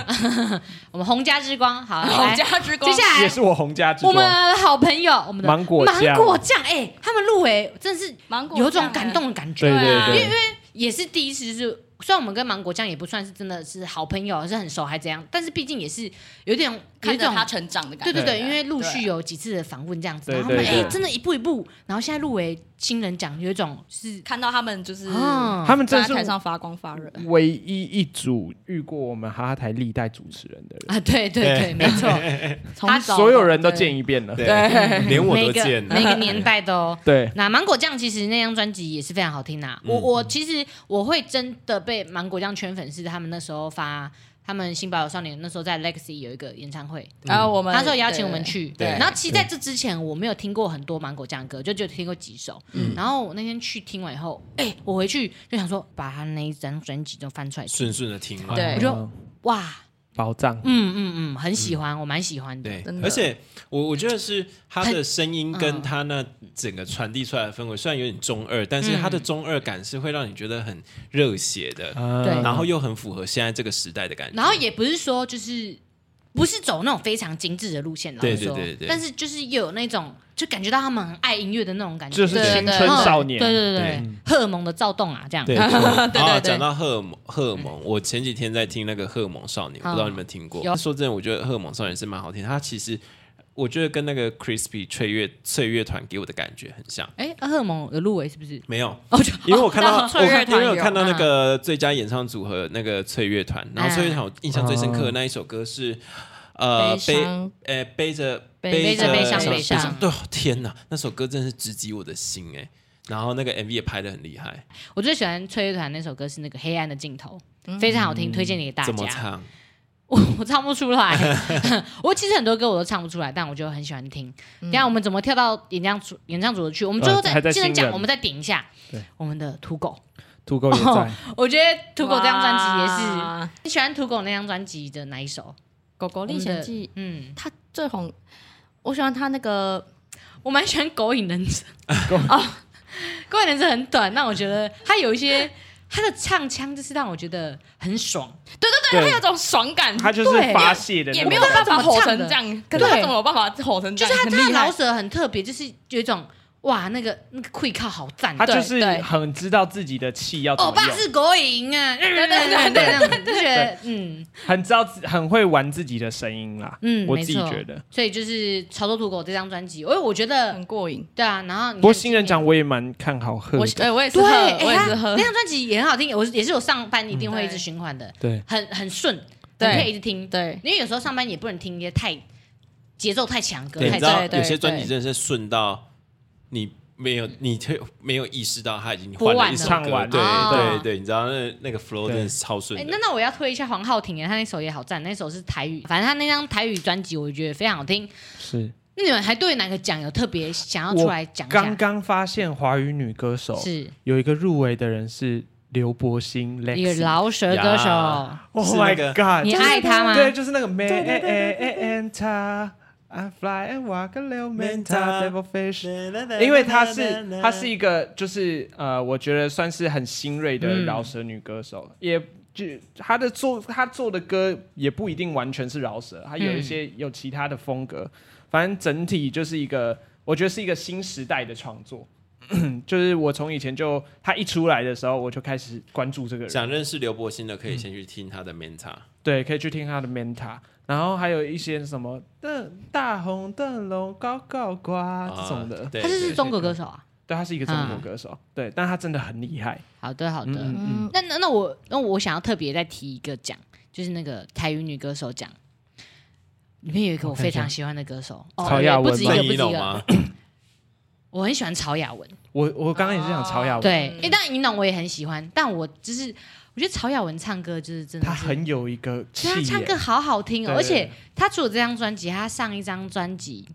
Speaker 4: 我们洪家之光，好，
Speaker 6: 好
Speaker 4: 来，接
Speaker 6: 家之光，
Speaker 4: 下
Speaker 5: 也
Speaker 4: 来
Speaker 5: 是我洪家之
Speaker 4: 我
Speaker 5: 光。
Speaker 4: 们好朋友，我们的
Speaker 5: 芒果酱
Speaker 4: 芒果酱，哎，他们入围真的是
Speaker 6: 芒果
Speaker 4: 有种
Speaker 6: 酱
Speaker 4: 感
Speaker 6: 哎
Speaker 4: 动的感觉，
Speaker 7: 对对对，
Speaker 4: 也是第一次，就是虽然我们跟芒果酱也不算是真的是好朋友，是很熟还怎样，但是毕竟也是有点有一
Speaker 6: 看着
Speaker 4: 种
Speaker 6: 他成长的感觉。
Speaker 4: 对对对，因为陆续
Speaker 6: 有
Speaker 4: 有几次的访问这样子，
Speaker 5: 对
Speaker 4: 然后他们
Speaker 5: 对
Speaker 4: 哎、
Speaker 6: 对
Speaker 4: 真的一步一步，然后现在入围新人奖，有一种是
Speaker 6: 看到他们就是
Speaker 4: 啊，
Speaker 5: 他们真
Speaker 6: 在
Speaker 5: 的是
Speaker 6: 台上发光发热。
Speaker 5: 唯一一组遇过我们哈哈台历代主持人的 人，
Speaker 4: 啊，对对对，没
Speaker 3: 哎
Speaker 4: 错，
Speaker 6: 从
Speaker 4: 他
Speaker 6: 早
Speaker 5: 所有人都
Speaker 6: 对
Speaker 5: 见一遍了。
Speaker 3: 对，
Speaker 6: 对
Speaker 3: 连我
Speaker 4: 每
Speaker 3: 都
Speaker 4: 个
Speaker 3: 见了
Speaker 4: 每。个年代都、哦。
Speaker 5: 对，
Speaker 4: 那芒果酱其实那张专辑也是非常好听啦、我我其实我会真的被芒果酱圈粉，是他们那时候发他们新保有少年那时候在 Legacy 有一个演唱会，
Speaker 6: 然后我们
Speaker 4: 他说邀请我们，去，
Speaker 3: 对
Speaker 4: 然后其实在这之前我没有听过很多芒果酱歌，就只有听过几首。然后我那天去听完以后，哎，我回去就想说把他那一张专辑都翻出来听，
Speaker 3: 顺顺的听完，
Speaker 6: 对
Speaker 4: 我就哇，
Speaker 5: 嗯宝藏，
Speaker 4: 嗯嗯嗯，很喜欢，我蛮喜欢的。
Speaker 3: 对
Speaker 6: 真，的
Speaker 3: 而且我我觉得是他的声音跟他那整个传递出来的氛围，虽然有点中二，但是他的中二感是会让你觉得很热血的，
Speaker 4: 对
Speaker 3: 然后又很符合现在这个时代的感觉。
Speaker 4: 然后也不是说就是不是走那种非常精致的路线，老
Speaker 3: 对
Speaker 4: 实说
Speaker 3: 对对对
Speaker 4: 但是就是又有那种就感觉到他们很爱音乐的那种感觉，
Speaker 5: 就是
Speaker 6: 对
Speaker 5: 青春少年。
Speaker 4: 对对对对，荷尔蒙的躁动啊，这样。
Speaker 3: 对，然后
Speaker 6: 对
Speaker 3: 讲到荷尔蒙，荷尔蒙，我前几天在听那个荷尔蒙少年，我不知道你们听过。
Speaker 4: 嗯有
Speaker 3: 说真的，我觉得荷尔蒙少年是蛮好听的，他其实我觉得跟那个 Crispy 翠乐翠乐团给我的感觉很像。
Speaker 4: 哎，荷尔蒙有入围是不是？
Speaker 3: 没有，
Speaker 4: 哦，就
Speaker 3: 因为我看到，
Speaker 4: 哦
Speaker 3: 我
Speaker 4: 翠乐
Speaker 3: 看
Speaker 4: 团
Speaker 3: 因为我
Speaker 4: 有
Speaker 3: 看到那
Speaker 4: 嗯
Speaker 3: 个最佳演唱组合那个翠乐团，然后翠乐团我印象最深刻的那一首歌是，呃，
Speaker 6: 悲
Speaker 3: 背
Speaker 6: 伤
Speaker 3: 呃背着
Speaker 6: 背
Speaker 4: 着悲伤
Speaker 3: 悲
Speaker 4: 悲伤
Speaker 3: 对， 天哪，那首歌真是直击我的心哎。然后那个 MV 也拍的很厉害，
Speaker 4: 我最喜欢翠乐团那首歌是那个《黑暗的尽头》，非常好听，推荐给大
Speaker 3: 怎么
Speaker 4: 家。
Speaker 3: 唱？
Speaker 4: 我我唱不出来， 我其实很多歌我都唱不出来，但我就很喜欢听。等一下我们怎么跳到演唱组演唱组的去？我们最后
Speaker 5: 呃还
Speaker 4: 再
Speaker 5: 在
Speaker 4: 新人
Speaker 5: 新
Speaker 4: 奖，
Speaker 5: 人
Speaker 4: 我们再点一下
Speaker 5: 对
Speaker 4: 我们的土狗。
Speaker 5: 土狗也在，
Speaker 4: 我觉得土狗这张专辑也是，
Speaker 6: 哇
Speaker 4: 你喜欢土狗那张专辑的哪一首？
Speaker 6: 《狗狗
Speaker 4: 我
Speaker 6: 历
Speaker 4: 们
Speaker 6: 险
Speaker 4: 的
Speaker 6: 记》，
Speaker 4: 嗯，
Speaker 6: 他最红。我喜欢他那个
Speaker 4: 我蛮喜欢《狗影人生》哦，《狗影人生》很短，但我觉得它有一些它的唱腔就是让我觉得很爽。
Speaker 6: 对，他有种爽感，
Speaker 5: 他就是发泄的那
Speaker 6: 也
Speaker 5: 种
Speaker 6: 没有办法吼成这样，可是他
Speaker 4: 对
Speaker 6: 怎么有办法吼成这
Speaker 4: 就
Speaker 6: 样？
Speaker 4: 是他
Speaker 6: 很
Speaker 4: 他的
Speaker 6: 厉害
Speaker 4: 老舍很特别，就是有一种哇，那个那个溃靠好赞，
Speaker 5: 他就
Speaker 4: 对
Speaker 5: 是
Speaker 6: 对
Speaker 5: 很知道自己的气要怎
Speaker 4: 欧
Speaker 5: 么
Speaker 4: 巴
Speaker 5: 用，
Speaker 4: 是国营啊，对对
Speaker 6: 对对
Speaker 4: 对对，就觉得嗯
Speaker 5: 很知道自很会玩自己的声音啦。
Speaker 4: 嗯，
Speaker 5: 我
Speaker 4: 没
Speaker 5: 自己
Speaker 4: 错
Speaker 5: 觉得。
Speaker 4: 所以就是《潮州土狗》这张专辑，因为我觉 得
Speaker 6: 很过瘾。
Speaker 4: 对啊，然后
Speaker 5: 不
Speaker 4: 不
Speaker 5: 过新人奖我也蛮看好贺
Speaker 6: 我
Speaker 5: 的，
Speaker 6: 哎，我也是
Speaker 4: 对，
Speaker 6: 喝，
Speaker 4: 哎
Speaker 6: 我也
Speaker 4: 他
Speaker 6: 是喝
Speaker 4: 那。张专辑也很好听，我也是有上班一定会一直
Speaker 6: 对
Speaker 4: 循环的，
Speaker 5: 对，
Speaker 4: 很很顺，
Speaker 6: 对
Speaker 4: 你可以一直听，
Speaker 6: 对，
Speaker 4: 因为有时候上班也不能听一些太节奏太强歌，
Speaker 3: 对，你
Speaker 4: 太
Speaker 3: 知道
Speaker 6: 对对
Speaker 3: 有些专辑
Speaker 6: 对
Speaker 3: 真的是顺到你没有，你特没有意识到他已经
Speaker 4: 播
Speaker 3: 换
Speaker 4: 完
Speaker 3: 一首
Speaker 4: 了
Speaker 3: 歌，
Speaker 5: 唱完了
Speaker 3: 对
Speaker 4: 哦
Speaker 3: 对对，你知道那那个 flow
Speaker 5: 对
Speaker 3: 真的是超顺
Speaker 4: 哎、
Speaker 3: 的
Speaker 4: 那。那我要推一下黄浩庭耶，他那首也好赞，那首是台语，反正他那张台语专辑我觉得非常好听。
Speaker 5: 是
Speaker 4: 那你们还对哪个奖有特别想要出来讲一下？
Speaker 5: 刚刚发现华语女歌手
Speaker 4: 是
Speaker 5: 有一个入围的人是刘柏辛
Speaker 4: 一个
Speaker 5: Lexi。
Speaker 4: 饶舌歌手，
Speaker 3: 呀
Speaker 5: Oh
Speaker 3: 是
Speaker 5: my
Speaker 3: 那个
Speaker 5: god！
Speaker 4: 你
Speaker 5: 就是
Speaker 4: 爱他吗
Speaker 5: 对，就是那个 Man and Ta。I fly and walk a little manta devil fish，因
Speaker 4: 哎
Speaker 5: 为 她是她是一个就是呃，我觉得算是很新锐的
Speaker 4: 嗯
Speaker 5: 饶舌女歌手，也就她的做她做的歌也不一定完全是饶舌，她有
Speaker 4: 嗯
Speaker 5: 一些有其他的风格，反正整体就是一个我觉得是一个新时代的创作， 就是我从以前就她一出来的时候我就开始关注这个人，
Speaker 3: 想认识刘柏辛的，可以先去听他的 Menta。
Speaker 5: 对，可以去听他的 Menta，然后还有一些什么邓大红、邓龙、高高瓜这种的。
Speaker 3: 啊对
Speaker 4: 他是
Speaker 3: 对
Speaker 4: 是中国歌手啊。
Speaker 5: 对，他是一个中国
Speaker 4: 嗯
Speaker 5: 歌手，对，但他真的很厉害。
Speaker 4: 好的，好的。
Speaker 5: 嗯
Speaker 4: 那那那我那我想要特别再提一个奖，就是那个台语女歌手奖，里面有一个我非常喜欢的歌手，哦，
Speaker 5: 曹雅文
Speaker 4: 不止一个，
Speaker 5: 吗
Speaker 3: 那
Speaker 4: 不
Speaker 3: 你
Speaker 4: 止一
Speaker 3: 懂
Speaker 4: 个，
Speaker 3: 吗？
Speaker 4: 我很喜欢曹雅文。哦
Speaker 5: 我我刚刚也是想曹雅文，
Speaker 4: 对，因为当然尹董我也很喜欢，但我就是我我觉得曹雅文唱歌就是真的
Speaker 5: 他
Speaker 4: 是，
Speaker 5: 很有一个气
Speaker 4: 对他啊
Speaker 5: 耶，
Speaker 4: 唱歌好好听哦，
Speaker 5: 对
Speaker 4: 而且他除了这张专辑，他上一张专辑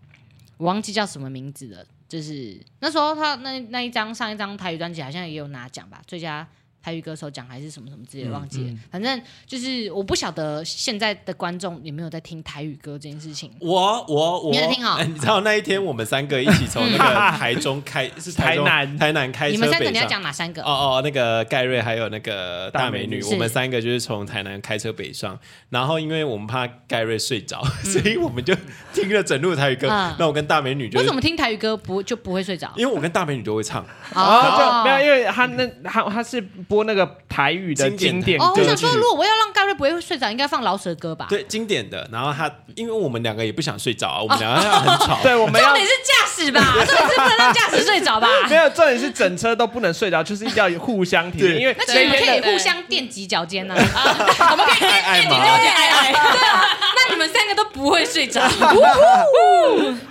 Speaker 4: 我忘记叫什么名字了，就是那时候他那那一张上一张台语专辑好像也有拿奖吧，最佳。台语歌手奖还是什么什么之类的，忘记了。
Speaker 5: 嗯
Speaker 4: 反正就是我不晓得现在的观众有没有在听台语歌这件事情。
Speaker 3: 我我我，
Speaker 4: 你有听哦好
Speaker 3: 哎你知道那一天我们三个一起从那个台中开是台中
Speaker 5: 台南
Speaker 3: 台南开车
Speaker 4: 你们三个
Speaker 3: 北
Speaker 4: 你要
Speaker 3: 上。
Speaker 4: 讲哪三个？
Speaker 3: 哦哦，那个盖瑞还有那个大美女，
Speaker 4: 大美女
Speaker 3: 我们
Speaker 4: 是
Speaker 3: 三个就是从台南开车北上，然后因为我们怕盖瑞睡着， 所以我们就听了整路台语歌。
Speaker 4: 嗯
Speaker 3: 那我跟大美女就
Speaker 4: 为
Speaker 3: 是
Speaker 4: 什么听台语歌不就不会睡着？哦
Speaker 3: 因为我跟大美女都会唱，
Speaker 5: 啊，就没有，因为他那他他是播那个台语的
Speaker 3: 经典
Speaker 5: 经典
Speaker 4: 哦，我
Speaker 5: 歌
Speaker 4: 想
Speaker 5: 曲
Speaker 4: 说，，如果我要让盖瑞不会睡着，应该放老舍歌吧？
Speaker 3: 对经典的。然后她，因为我们两个也不想睡着啊，我
Speaker 4: 哦
Speaker 3: 们两个很吵，
Speaker 5: 对，我们
Speaker 4: 重
Speaker 5: 要
Speaker 4: 点是驾驶吧，重点是不能让驾驶睡着吧？
Speaker 5: 没有重点是整车都不能睡着，就是要互相体
Speaker 3: 对
Speaker 5: 因为
Speaker 4: 那其
Speaker 6: 对
Speaker 4: 实你们可以
Speaker 6: 对
Speaker 4: 互相垫几脚尖啊 呢、
Speaker 6: 我们可以
Speaker 3: 爱
Speaker 4: 哎
Speaker 3: 爱
Speaker 6: 了
Speaker 3: 嘛。
Speaker 6: 解爱爱。
Speaker 4: 那你们三个都不会睡着。啊，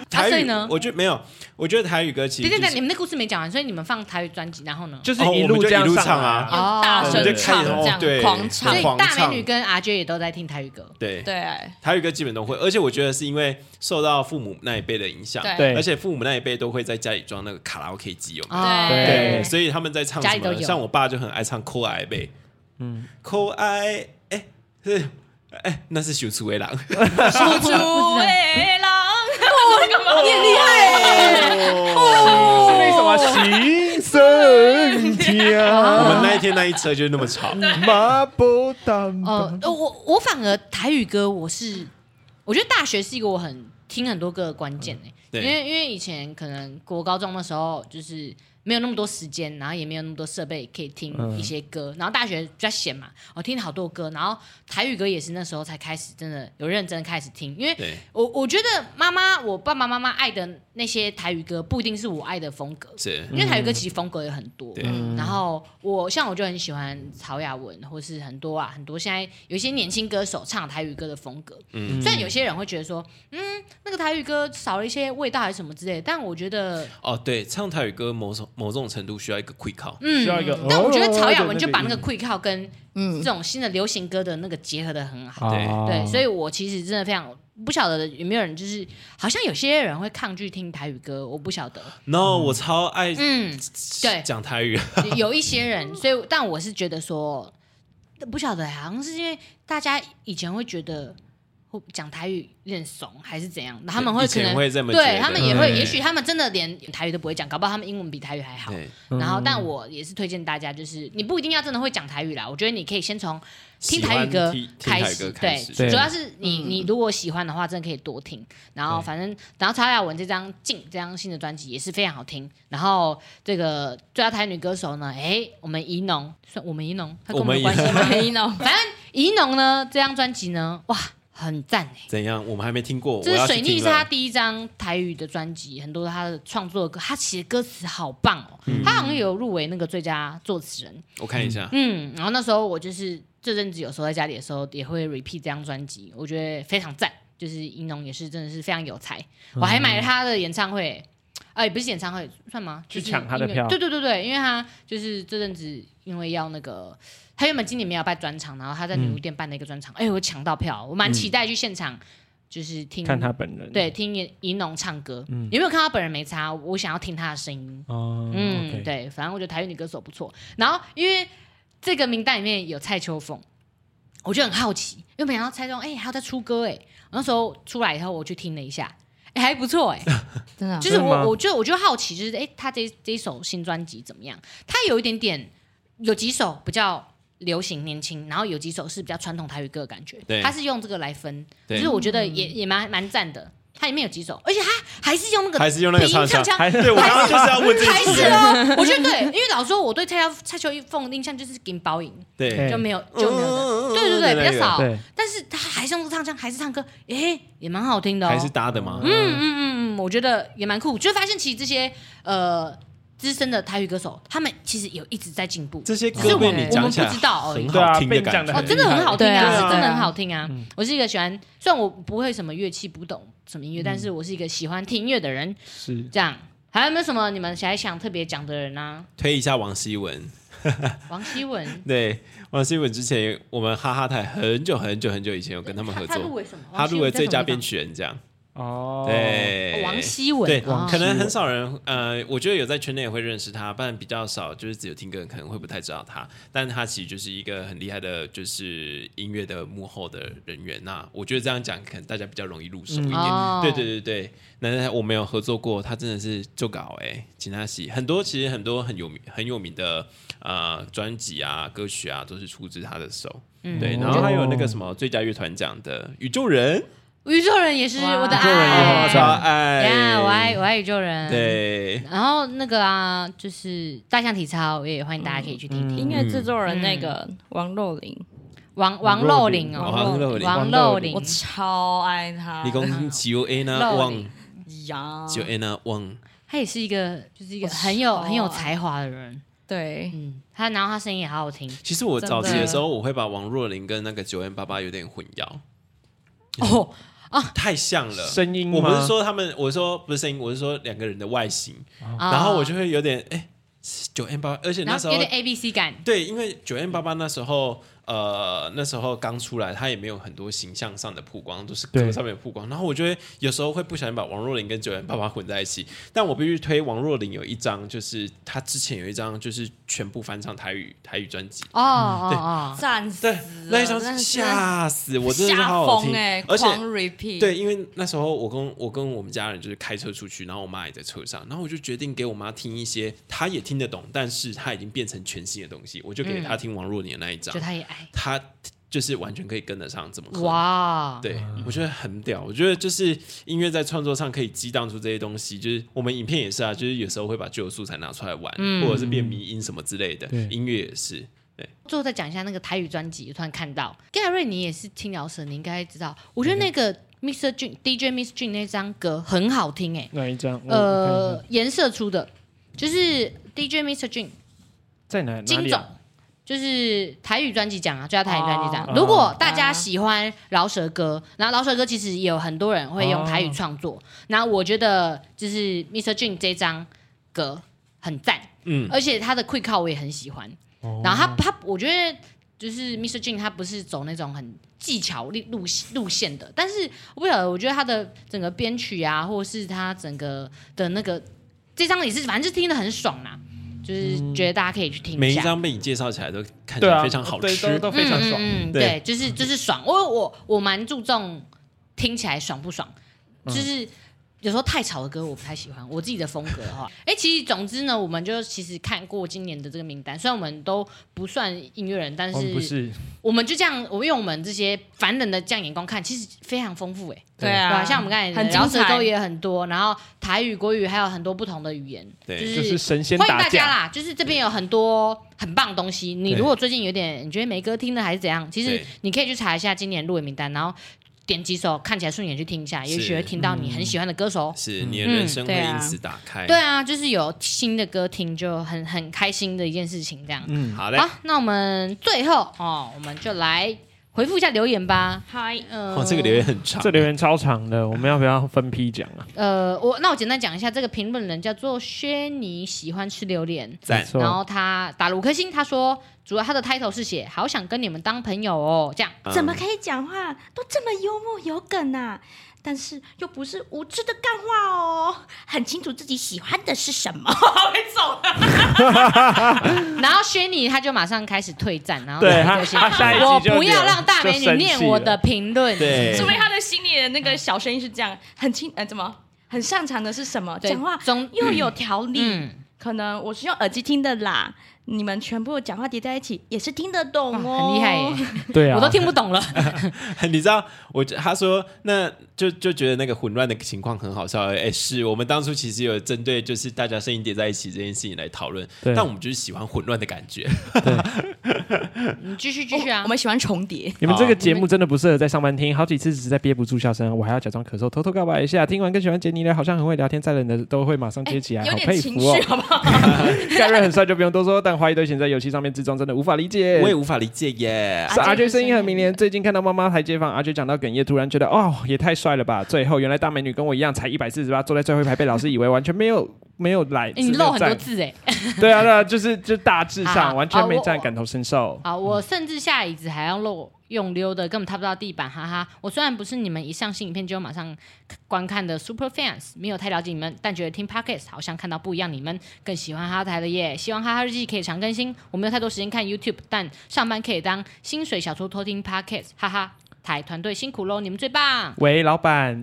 Speaker 3: 台
Speaker 4: 所以
Speaker 3: 语
Speaker 4: 呢？
Speaker 3: 我觉得没有，我觉得台语歌其实
Speaker 4: 对
Speaker 3: 就
Speaker 4: 对
Speaker 3: 是、
Speaker 4: 对，你们那故事没讲完，所以你们放台语专辑，然后呢？
Speaker 5: 就是
Speaker 3: 哦
Speaker 5: 一
Speaker 3: 我们
Speaker 5: 路
Speaker 3: 就
Speaker 5: 这样
Speaker 3: 一路
Speaker 5: 上
Speaker 3: 唱啊
Speaker 5: 来
Speaker 4: 哦
Speaker 6: 大
Speaker 3: 我们就
Speaker 6: 声
Speaker 3: 看
Speaker 6: 唱
Speaker 3: 哦
Speaker 6: 这样
Speaker 3: 对
Speaker 6: 狂
Speaker 3: 对
Speaker 4: 所
Speaker 6: 唱
Speaker 4: 以，
Speaker 3: 狂
Speaker 4: 大
Speaker 3: 唱
Speaker 4: 美女跟阿 J 也都在听台语歌。
Speaker 3: 对
Speaker 6: 对
Speaker 3: 台语歌基本都会，而且我觉得是因为受到父母那一辈的影响，
Speaker 6: 对
Speaker 5: 对
Speaker 3: 而且父母那一辈都会在家里装那个卡拉 OK 机，有没有？
Speaker 4: 哦
Speaker 5: 对
Speaker 3: 所以他们在唱
Speaker 4: 家
Speaker 3: 什
Speaker 4: 里都
Speaker 3: 么？
Speaker 4: 有
Speaker 3: 像我爸就很爱唱《抠爱贝》，嗯，《抠爱》哎，是哎，那是熊出为狼，
Speaker 6: 主为郎，
Speaker 4: 你很厉害耶！
Speaker 5: 是那什 么行生
Speaker 3: 我们
Speaker 4: 哦
Speaker 5: 天
Speaker 3: 那一天那一车就是那么吵，
Speaker 5: 马不当
Speaker 6: 嗯
Speaker 4: 哦，呃我我反而台语歌，我是我觉得大学是一个我很听很多歌的关键欸诶、
Speaker 3: 对
Speaker 4: 因为因为以前可能国高中的时候就是没有那么多时间，然后也没有那么多设备可以听一些歌，然后大学比较闲嘛，我听了好多歌，然后台语歌也是那时候才开始真的有认真开始听，因为
Speaker 3: 对
Speaker 4: 我我觉得妈妈我爸爸妈妈爱的那些台语歌不一定是我爱的风格，
Speaker 3: 是
Speaker 4: 因为台语歌其实风格有很多，
Speaker 3: 对
Speaker 4: 然后我像我就很喜欢曹雅文，或是很多啊很多现在有一些年轻歌手唱台语歌的风格。
Speaker 3: 嗯
Speaker 4: 虽然有些人会觉得说，嗯，那个台语歌少了一些味道还是什么之类的，但我觉得，
Speaker 3: 哦，对，唱台语歌某种某种程度需要一个 quick call，
Speaker 4: 嗯
Speaker 5: 需，要一个
Speaker 4: 但我觉得曹雅
Speaker 5: 哦对
Speaker 4: 文
Speaker 5: 对
Speaker 4: 就把那个 quick call 跟这
Speaker 6: 嗯，
Speaker 4: 种新的流行歌的那个结合的很好。
Speaker 3: 对
Speaker 5: 嗯哦
Speaker 4: 对，所
Speaker 7: 以
Speaker 4: 以我其实真的非常不晓得有没有人就是，好像有些人会抗拒听台语歌，我不晓得。
Speaker 3: 然后我超爱
Speaker 4: 嗯，对
Speaker 3: 讲台语，
Speaker 4: 有一些人，所以但我是觉得说，不晓得，好像是因为大家以前会觉得会讲台语有点怂，还是怎样，他们会
Speaker 3: 以
Speaker 4: 可
Speaker 3: 前
Speaker 4: 能
Speaker 3: 会这么觉
Speaker 4: 对
Speaker 3: 得
Speaker 4: 他们也会，
Speaker 3: 对
Speaker 4: 也许他们真的连台语都不会讲，搞不好他们英文比台语还好。
Speaker 3: 对
Speaker 4: 然后，但我也是推荐大家，就是你不一定要真的会讲台语啦，我觉得你可以先从听台语歌
Speaker 3: 喜欢听听
Speaker 4: 开
Speaker 3: 台语
Speaker 4: 始，
Speaker 3: 歌开始，嗯
Speaker 4: 对，
Speaker 7: 对
Speaker 4: 主要是你你如果喜欢的话，真的可以多听。然后反正，然后曹雅文这张《静》这张新的专辑也是非常好听。然后这个最佳台女歌手呢，哎，我们怡农，算我们怡农，她跟我们有
Speaker 3: 我
Speaker 4: 关
Speaker 3: 们
Speaker 4: 系吗？
Speaker 6: 没呢，
Speaker 4: 反正 怡农呢，这张专辑呢，哇，很赞哎。
Speaker 3: 怎样？我们还没听过，我
Speaker 4: 这
Speaker 3: 要去
Speaker 4: 是水逆
Speaker 3: 听
Speaker 4: 是他
Speaker 3: 了。
Speaker 4: 第一张台语的专辑，很多他的创作的歌，他其实歌词好棒哦，
Speaker 3: 嗯
Speaker 4: 他好像有入围那个最佳作词人，
Speaker 3: 我看一下，
Speaker 4: 嗯，然后那时候我就是这阵子有时候在家里的时候也会 repeat 这张专辑，我觉得非常赞。就是银龙也是真的是非常有才，我还
Speaker 5: 嗯
Speaker 4: 买了他的演唱会，啊、也不是演唱会算吗？
Speaker 5: 去
Speaker 4: 就是
Speaker 5: 抢他的
Speaker 4: 音乐
Speaker 5: 票
Speaker 4: 对对对对，因为他就是这阵子因为要那个，他原本今年没有办专场，然后他在女
Speaker 5: 嗯
Speaker 4: 巫店办了一个专场，哎、我抢到票，我蛮期待去现场就是听
Speaker 5: 看他嗯本人，
Speaker 4: 对，听银银龙唱歌，有没有看到本人没差？我想要听他的声音。
Speaker 7: 哦
Speaker 4: 嗯，，对，反正我觉得台语女歌手不错。然后因为这个名单里面有蔡秋凤，我就很好奇，因为没想到蔡秋凤哎、还有在出歌哎、那时候出来以后我去听了一下，哎、还不 错哎、
Speaker 6: 真的啊，
Speaker 4: 就是
Speaker 5: 真的吗
Speaker 4: 我我就我就好奇，就是哎、他这这一首新专辑怎么样？他有一点点有几首比较。流行年轻，然后有几首是比较传统台语歌的感觉
Speaker 3: 对，
Speaker 4: 他是用这个来分，就
Speaker 3: 对
Speaker 4: 是我觉得也也蛮蛮赞的。它里面有几首，而且他还是用那个
Speaker 3: 还是用那个
Speaker 4: 鼻
Speaker 3: 唱
Speaker 4: 音唱
Speaker 3: 嗯腔
Speaker 4: 腔，
Speaker 5: 还 是
Speaker 3: 对我刚刚就是要问这
Speaker 4: 还
Speaker 3: 一
Speaker 4: 是
Speaker 3: 题，
Speaker 4: 哦，我觉得对，因为老实说，我对蔡秋蔡秋凤的印象就是给包影，
Speaker 3: 对嗯
Speaker 7: 哎
Speaker 4: 就没有就没有的，对对对，
Speaker 3: 那个
Speaker 4: 比较少
Speaker 7: 对。
Speaker 4: 但是他还是用唱腔，还是唱歌，诶，也蛮好听的哦。
Speaker 3: 还是搭的吗？
Speaker 4: 嗯嗯嗯嗯，我觉得也蛮酷。就发现其实这些呃资深的台语歌手，他们其实有一直在进步，
Speaker 3: 这些
Speaker 4: 只是
Speaker 3: 歌
Speaker 4: 我
Speaker 3: 被
Speaker 4: 们
Speaker 3: 你
Speaker 4: 我
Speaker 3: 讲
Speaker 4: 们
Speaker 3: 起
Speaker 4: 不
Speaker 3: 来
Speaker 4: 知道而
Speaker 3: 很。
Speaker 4: 已
Speaker 3: 嗯
Speaker 5: 对啊
Speaker 3: 好听
Speaker 5: 被
Speaker 3: 的
Speaker 5: 你
Speaker 3: 感
Speaker 5: 讲得
Speaker 3: 觉，
Speaker 4: 哦，真的很好听
Speaker 6: 对啊
Speaker 4: 是真
Speaker 6: 对
Speaker 4: 的
Speaker 6: 啊
Speaker 4: 很好听啊！我是一个喜欢，虽然我不会什么乐器，不懂什么音乐，
Speaker 3: 嗯
Speaker 4: 但是我是一个喜欢听音乐的人。
Speaker 5: 是
Speaker 4: 这样，还有没有什么你们还想特别讲的人呢、
Speaker 3: 推一下王希文，
Speaker 4: 王希文，
Speaker 3: 对，王希文之前我们哈哈台很久很久很久以前有跟他们合
Speaker 4: 他入
Speaker 3: 作，
Speaker 4: 围什么？
Speaker 3: 他入围最佳编
Speaker 4: 曲。
Speaker 3: 曲人奖。
Speaker 5: 哦，
Speaker 3: 对，
Speaker 4: 王希文，
Speaker 3: 对，
Speaker 4: 哦
Speaker 3: 可能很少人，呃，我觉得有在圈内也会认识他，不然比较少，就是只有听歌人可能会不太知道他。但他其实就是一个很厉害的，就是音乐的幕后的人员。那我觉得这样讲，可能大家比较容易入手一点。
Speaker 4: 哦
Speaker 3: 对对对对，那我没有合作过，他真的是就搞哎、请他洗很多，其实很多很有名很有名的呃专辑啊、歌曲啊，都是出自他的手。
Speaker 4: 嗯
Speaker 3: 对，然后还有那个什么最佳乐团奖的宇宙人，
Speaker 4: 宇宙人也是
Speaker 6: 哇
Speaker 4: 我的
Speaker 6: 宇宙人
Speaker 4: 爱，
Speaker 3: 哦超爱，
Speaker 4: 呀，我爱我爱宇宙人。，
Speaker 3: 对，
Speaker 4: 然后那个啊，就是大象体操，也欢迎大家可以去
Speaker 3: 嗯
Speaker 4: 听听。
Speaker 6: 音乐制作人那个王若琳，
Speaker 4: 王王若琳哦，
Speaker 3: 王若琳
Speaker 4: 王若琳
Speaker 6: 我，超爱她。
Speaker 1: 啊
Speaker 3: 你讲 Joanna
Speaker 4: 露
Speaker 3: Wang
Speaker 4: 脸
Speaker 6: 呀，
Speaker 3: Joanna Wang，
Speaker 4: 她也是一个就是一个
Speaker 6: 我
Speaker 4: 很有
Speaker 6: 超
Speaker 4: 很有
Speaker 6: 爱
Speaker 4: 才华的人。
Speaker 6: 对，
Speaker 4: 嗯，她然后她声音也好好听。
Speaker 3: 其实我早期
Speaker 6: 真
Speaker 3: 的
Speaker 6: 的
Speaker 3: 时候，我会把王若琳跟那个 Joanna 爸爸有点混淆，嗯
Speaker 4: 哦，
Speaker 3: 太像了。
Speaker 5: 声音吗
Speaker 3: 我不是说他们，我说不是声音，我是说两个人的外形，然
Speaker 4: 然
Speaker 3: 后我就会有点哎，Joanna 爸爸，而且
Speaker 4: 啊然
Speaker 3: 那
Speaker 4: 后
Speaker 3: 时候
Speaker 4: 有点 A B C 感。
Speaker 3: 对，因为九 N 八八那时候，呃，那时候刚出来，他也没有很多形象上的曝光，都是歌
Speaker 7: 对
Speaker 3: 上面的曝光。然后我就会有时候会不小心把王若琳跟九 N 八八混在一起，但我必须推王若琳有一张，就是她之前有一张就是全部翻唱台语台语专辑。
Speaker 4: 哦哦哦，
Speaker 6: 战死
Speaker 3: 对
Speaker 6: 了，
Speaker 3: 那一张
Speaker 6: 真的是
Speaker 3: 吓死我，真的是
Speaker 6: 吓
Speaker 3: 好好
Speaker 6: 疯
Speaker 3: 听，
Speaker 6: 哎，
Speaker 3: 而且
Speaker 6: 狂 repeat，
Speaker 3: 对，因为那时候我跟我跟我们家人就是开车出去，然后我妈也在车上，然后我就决定给我妈听一些她也听得懂，但是她已经变成全新的东西，我就给
Speaker 6: 嗯
Speaker 3: 她听王若琳的那一张
Speaker 4: 就，她也爱。
Speaker 3: 她就是完全可以跟得上怎么喝。
Speaker 4: 哇，
Speaker 3: 啊对，
Speaker 5: 嗯
Speaker 3: 我觉得很屌。我觉得就是音乐在创作上可以激荡出这些东西，就是我们影片也是啊，就是有时候会把旧的素材拿出来玩，
Speaker 4: 嗯
Speaker 3: 或者是变迷音什么之类的。音乐也是，
Speaker 4: 最后再讲一下那个台语专辑，我突然看到盖瑞，你也是听饶舌，你应该知道。我觉得那个 Mr. Jun DJ Mr. Jun 那张歌很好听哎、
Speaker 5: 哪一张？呃，
Speaker 4: 呃，颜色出的，就是 DJ Mr. Jun
Speaker 5: 在哪？哪
Speaker 4: 金
Speaker 5: 里
Speaker 4: 总
Speaker 5: 啊？。
Speaker 4: 就是台语专辑奖啊，就叫台语专辑奖
Speaker 5: 哦。
Speaker 4: 如果大家喜欢饶舌歌，然后饶舌歌其实也有很多人会用
Speaker 5: 哦
Speaker 4: 台语创作。那我觉得就是 Mr. Jun 这张歌很赞，
Speaker 3: 嗯，
Speaker 4: 而且他的 quick call 我也很喜欢。
Speaker 3: 哦
Speaker 4: 然后他他，我觉得就是 Mr. Jin 他不是走那种很技巧路路路线的，但是我不晓得，我觉得他的整个编曲啊，或者是他整个的那个这张也是，反正就听得很爽啦，就是觉得大家可以去听
Speaker 3: 嗯每一
Speaker 4: 下。
Speaker 3: 张被你介绍起来都看起
Speaker 5: 对
Speaker 3: 来
Speaker 5: 啊，
Speaker 3: 非常好
Speaker 5: 对
Speaker 3: 吃。
Speaker 5: 都都非常爽。
Speaker 4: 嗯嗯嗯对，就是就是爽。我我我蛮注重听起来爽不爽，
Speaker 5: 嗯
Speaker 4: 就是。有时候太吵的歌我不太喜欢，我自己的风格的话，哎、其实总之呢，我们就其实看过今年的这个名单，虽然我们都不算音乐人，但
Speaker 5: 我们不是
Speaker 4: 我们就这样，我们用我们这些凡人的这样眼光看，其实非常丰富哎、
Speaker 6: 对
Speaker 4: 对吧、
Speaker 6: 啊，
Speaker 4: 像我们刚才
Speaker 6: 很
Speaker 4: 的
Speaker 6: 精
Speaker 4: 饶舌
Speaker 6: 彩
Speaker 4: 歌，也很多，然后台语、国语还有很多不同的语言，
Speaker 3: 对
Speaker 4: 就
Speaker 5: 就是
Speaker 4: 是
Speaker 5: 神仙
Speaker 4: 欢迎
Speaker 5: 打
Speaker 4: 大家
Speaker 5: 架，
Speaker 4: 啦，就是这边有很多很棒的东西。你
Speaker 3: 对
Speaker 4: 如果最近有点你觉得没歌听的还是怎样，其实
Speaker 3: 对
Speaker 4: 你可以去查一下今年入围名单，然后点几首看起来顺眼去听一下，也许
Speaker 3: 是嗯
Speaker 4: 会听到你很喜欢的歌手。
Speaker 3: 是你的人生会
Speaker 6: 对啊
Speaker 3: 因此打开。
Speaker 4: 嗯对啊，就是有新的歌听就很很开心的一件事情，这样。
Speaker 3: 好嘞，
Speaker 4: 好，那我们最后哦，我们就来回复一下留言吧。
Speaker 6: 嗨，
Speaker 4: 嗯、
Speaker 3: 哇，哦这个留言很长，
Speaker 5: 这留言超长的，我们要不要分批讲啊？
Speaker 4: 呃，我那我简单讲一下，这个评论人叫做薛尼，喜欢吃榴莲。
Speaker 3: 赞
Speaker 5: 没。错
Speaker 4: 然后他打了五颗星，他说主要他的 title 是写“好想跟你们当朋友哦”，这样
Speaker 3: 嗯
Speaker 8: 怎么可以讲话都这么幽默有梗啊？但是又不是无知的干话哦，很清楚自己喜欢的是什么。
Speaker 4: 然后轩尼他就马上开始退战，然后
Speaker 5: 嗯对
Speaker 4: 他
Speaker 5: 他
Speaker 4: 就写
Speaker 5: 他下一集
Speaker 4: 我
Speaker 5: 就
Speaker 4: 不要
Speaker 5: 留
Speaker 4: 让大美
Speaker 5: 就
Speaker 4: 女
Speaker 5: 生
Speaker 4: 念
Speaker 5: 气
Speaker 4: 我
Speaker 5: 了
Speaker 4: 的评论，
Speaker 3: 对
Speaker 6: 说明他的心里的那个小声音是这样，很清，呃，怎么很擅长的是什么？
Speaker 4: 对
Speaker 6: 讲话
Speaker 4: 中
Speaker 6: 又有条理，
Speaker 4: 嗯，
Speaker 6: 可能我是用耳机听的啦。你们全部讲话叠在一起也是听得懂
Speaker 4: 哇
Speaker 6: 哦，
Speaker 4: 很厉害耶，
Speaker 5: 对啊，
Speaker 4: 我都听不懂了。
Speaker 3: 你知道，我就他说，那就就觉得那个混乱的情况很好笑。哎，是我们当初其实有针对就是大家声音叠在一起这件事情来讨论，
Speaker 5: 对
Speaker 3: 但我们就是喜欢混乱的感觉。
Speaker 4: 你继续
Speaker 6: 我
Speaker 4: 继续啊，
Speaker 6: 我们喜欢重叠，
Speaker 5: 你们这
Speaker 3: 好
Speaker 5: 个节目真的不适呃合在上班听，好几次实在憋不住笑声，我还要假装咳嗽，偷偷告白一下。听完更喜欢杰尼了，好像很会聊天，在冷的都会马上接起来，
Speaker 6: 有
Speaker 5: 好
Speaker 6: 点
Speaker 5: 佩
Speaker 6: 情
Speaker 5: 服哦
Speaker 6: 绪，。好不好？
Speaker 5: 盖瑞很帅就不用多说，但花一堆钱在游戏上面自装真的无法理解。
Speaker 3: 我也无法理解耶。
Speaker 5: 是
Speaker 6: RJ
Speaker 5: RJ
Speaker 6: 声
Speaker 5: 声
Speaker 6: 音
Speaker 5: 音
Speaker 6: 很
Speaker 5: 很
Speaker 6: 明
Speaker 5: 明显，最近看到妈妈台街访，RJ 讲到哽咽，突然觉得哦，也太帅了吧！最后原来大美女跟我一样才一百四十八，坐在最后一排被老师以为完全没有没有来，
Speaker 4: 诶你
Speaker 5: 没有
Speaker 4: 漏很多
Speaker 5: 赞
Speaker 4: 字哎。
Speaker 5: 对啊，对啊，就是就大致
Speaker 4: 好好
Speaker 5: 上完全没
Speaker 4: 哦我
Speaker 5: 站，感同身受。！
Speaker 4: 好，我甚至下椅子还要漏用溜的，根本踏不到地板，哈哈！我虽然不是你们一上新影片就马上观看的 super fans，没有太了解你们，但觉得听 podcast 好像看到不一样你们，更喜欢哈哈台了耶！希望哈哈日记可以常更新，我没有太多时间看 YouTube，但上班可以当薪水小偷偷听 podcast，哈哈！台团队辛苦喽，你们最棒
Speaker 5: 喂，老板，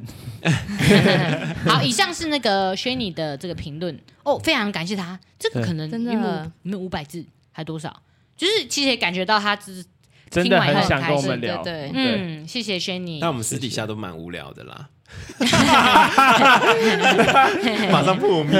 Speaker 4: 好，以上是那个 s h a n y 的这个评论哦，非常感谢他。这个
Speaker 5: 对
Speaker 4: 可能
Speaker 6: 真的
Speaker 4: 有没有五百字还多少？就是其实也感觉到他只
Speaker 5: 真
Speaker 4: 听
Speaker 5: 的
Speaker 4: 完以后
Speaker 5: 很
Speaker 4: 很
Speaker 5: 想跟我
Speaker 4: 开
Speaker 5: 们
Speaker 4: 心
Speaker 5: 聊。
Speaker 6: 对对
Speaker 5: 对
Speaker 4: 嗯，谢谢轩尼
Speaker 3: 但。我们私底下都蛮无聊的啦，马上破灭。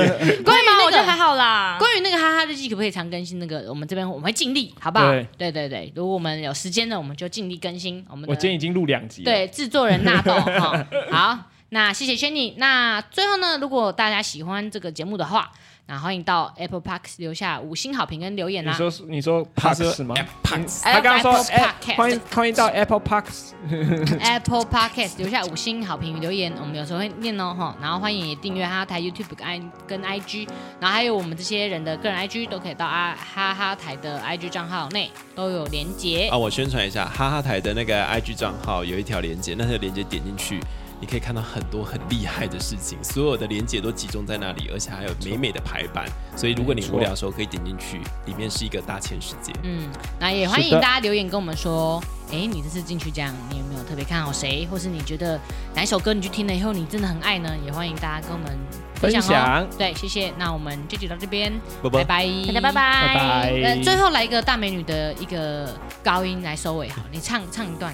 Speaker 4: 关于
Speaker 6: 那
Speaker 4: 那
Speaker 6: 我觉得
Speaker 4: 个
Speaker 6: 还好啦。
Speaker 4: 关于那个哈哈日记，可不可以常更新？那个我们这边我们会尽力，好不好？
Speaker 5: 对
Speaker 4: 对对对如果我们有时间呢，我们就尽力更新。我们的
Speaker 5: 我今啊天已经录两集了。
Speaker 4: 对制作人纳豆哈、好，那谢谢轩尼。那最后呢，如果大家喜欢这个节目的话，那欢迎到 Apple Park 留下五星好评跟留言啊
Speaker 5: 你
Speaker 4: 啦。
Speaker 5: 说你说 Parks 吗？
Speaker 3: Parks
Speaker 5: 他刚刚说
Speaker 4: Apple
Speaker 5: 哎
Speaker 4: Podcast
Speaker 5: 欢迎欢迎到 Apple Parks，
Speaker 4: Apple Podcast 留下五星好评与留言，我们有时候会念哦哈。然后欢迎也订阅哈哈台 YouTube 跟 I 跟 IG，然后还有我们这些人的个人 IG 都可以到啊哈哈台的 IG 账号内都有连结。
Speaker 3: 啊，我宣传一下，哈哈台的那个 IG 账号有一条连接，那条连接点进去，你可以看到很多很厉害的事情，所有的连接都集中在那里，而且还有美美的排版。所以如果你无聊的时候可以点进去，里面是一个大千世界。
Speaker 4: 嗯，那也欢迎
Speaker 5: 是的
Speaker 4: 大家留言跟我们说，哎，你这次进去这样，你有没有特别看好谁，或是你觉得哪一首歌你去听了以后你真的很爱呢？也欢迎大家跟我们分享哦。
Speaker 5: 分享
Speaker 4: 对，谢谢。那我们这集到这边，
Speaker 3: 拜拜
Speaker 4: 拜
Speaker 6: 大
Speaker 4: 拜，
Speaker 6: 家拜。
Speaker 5: 拜
Speaker 6: 拜。
Speaker 4: 呃，
Speaker 5: 拜。
Speaker 4: 最后来一个大美女的一个高音来收尾，好，你唱唱一段。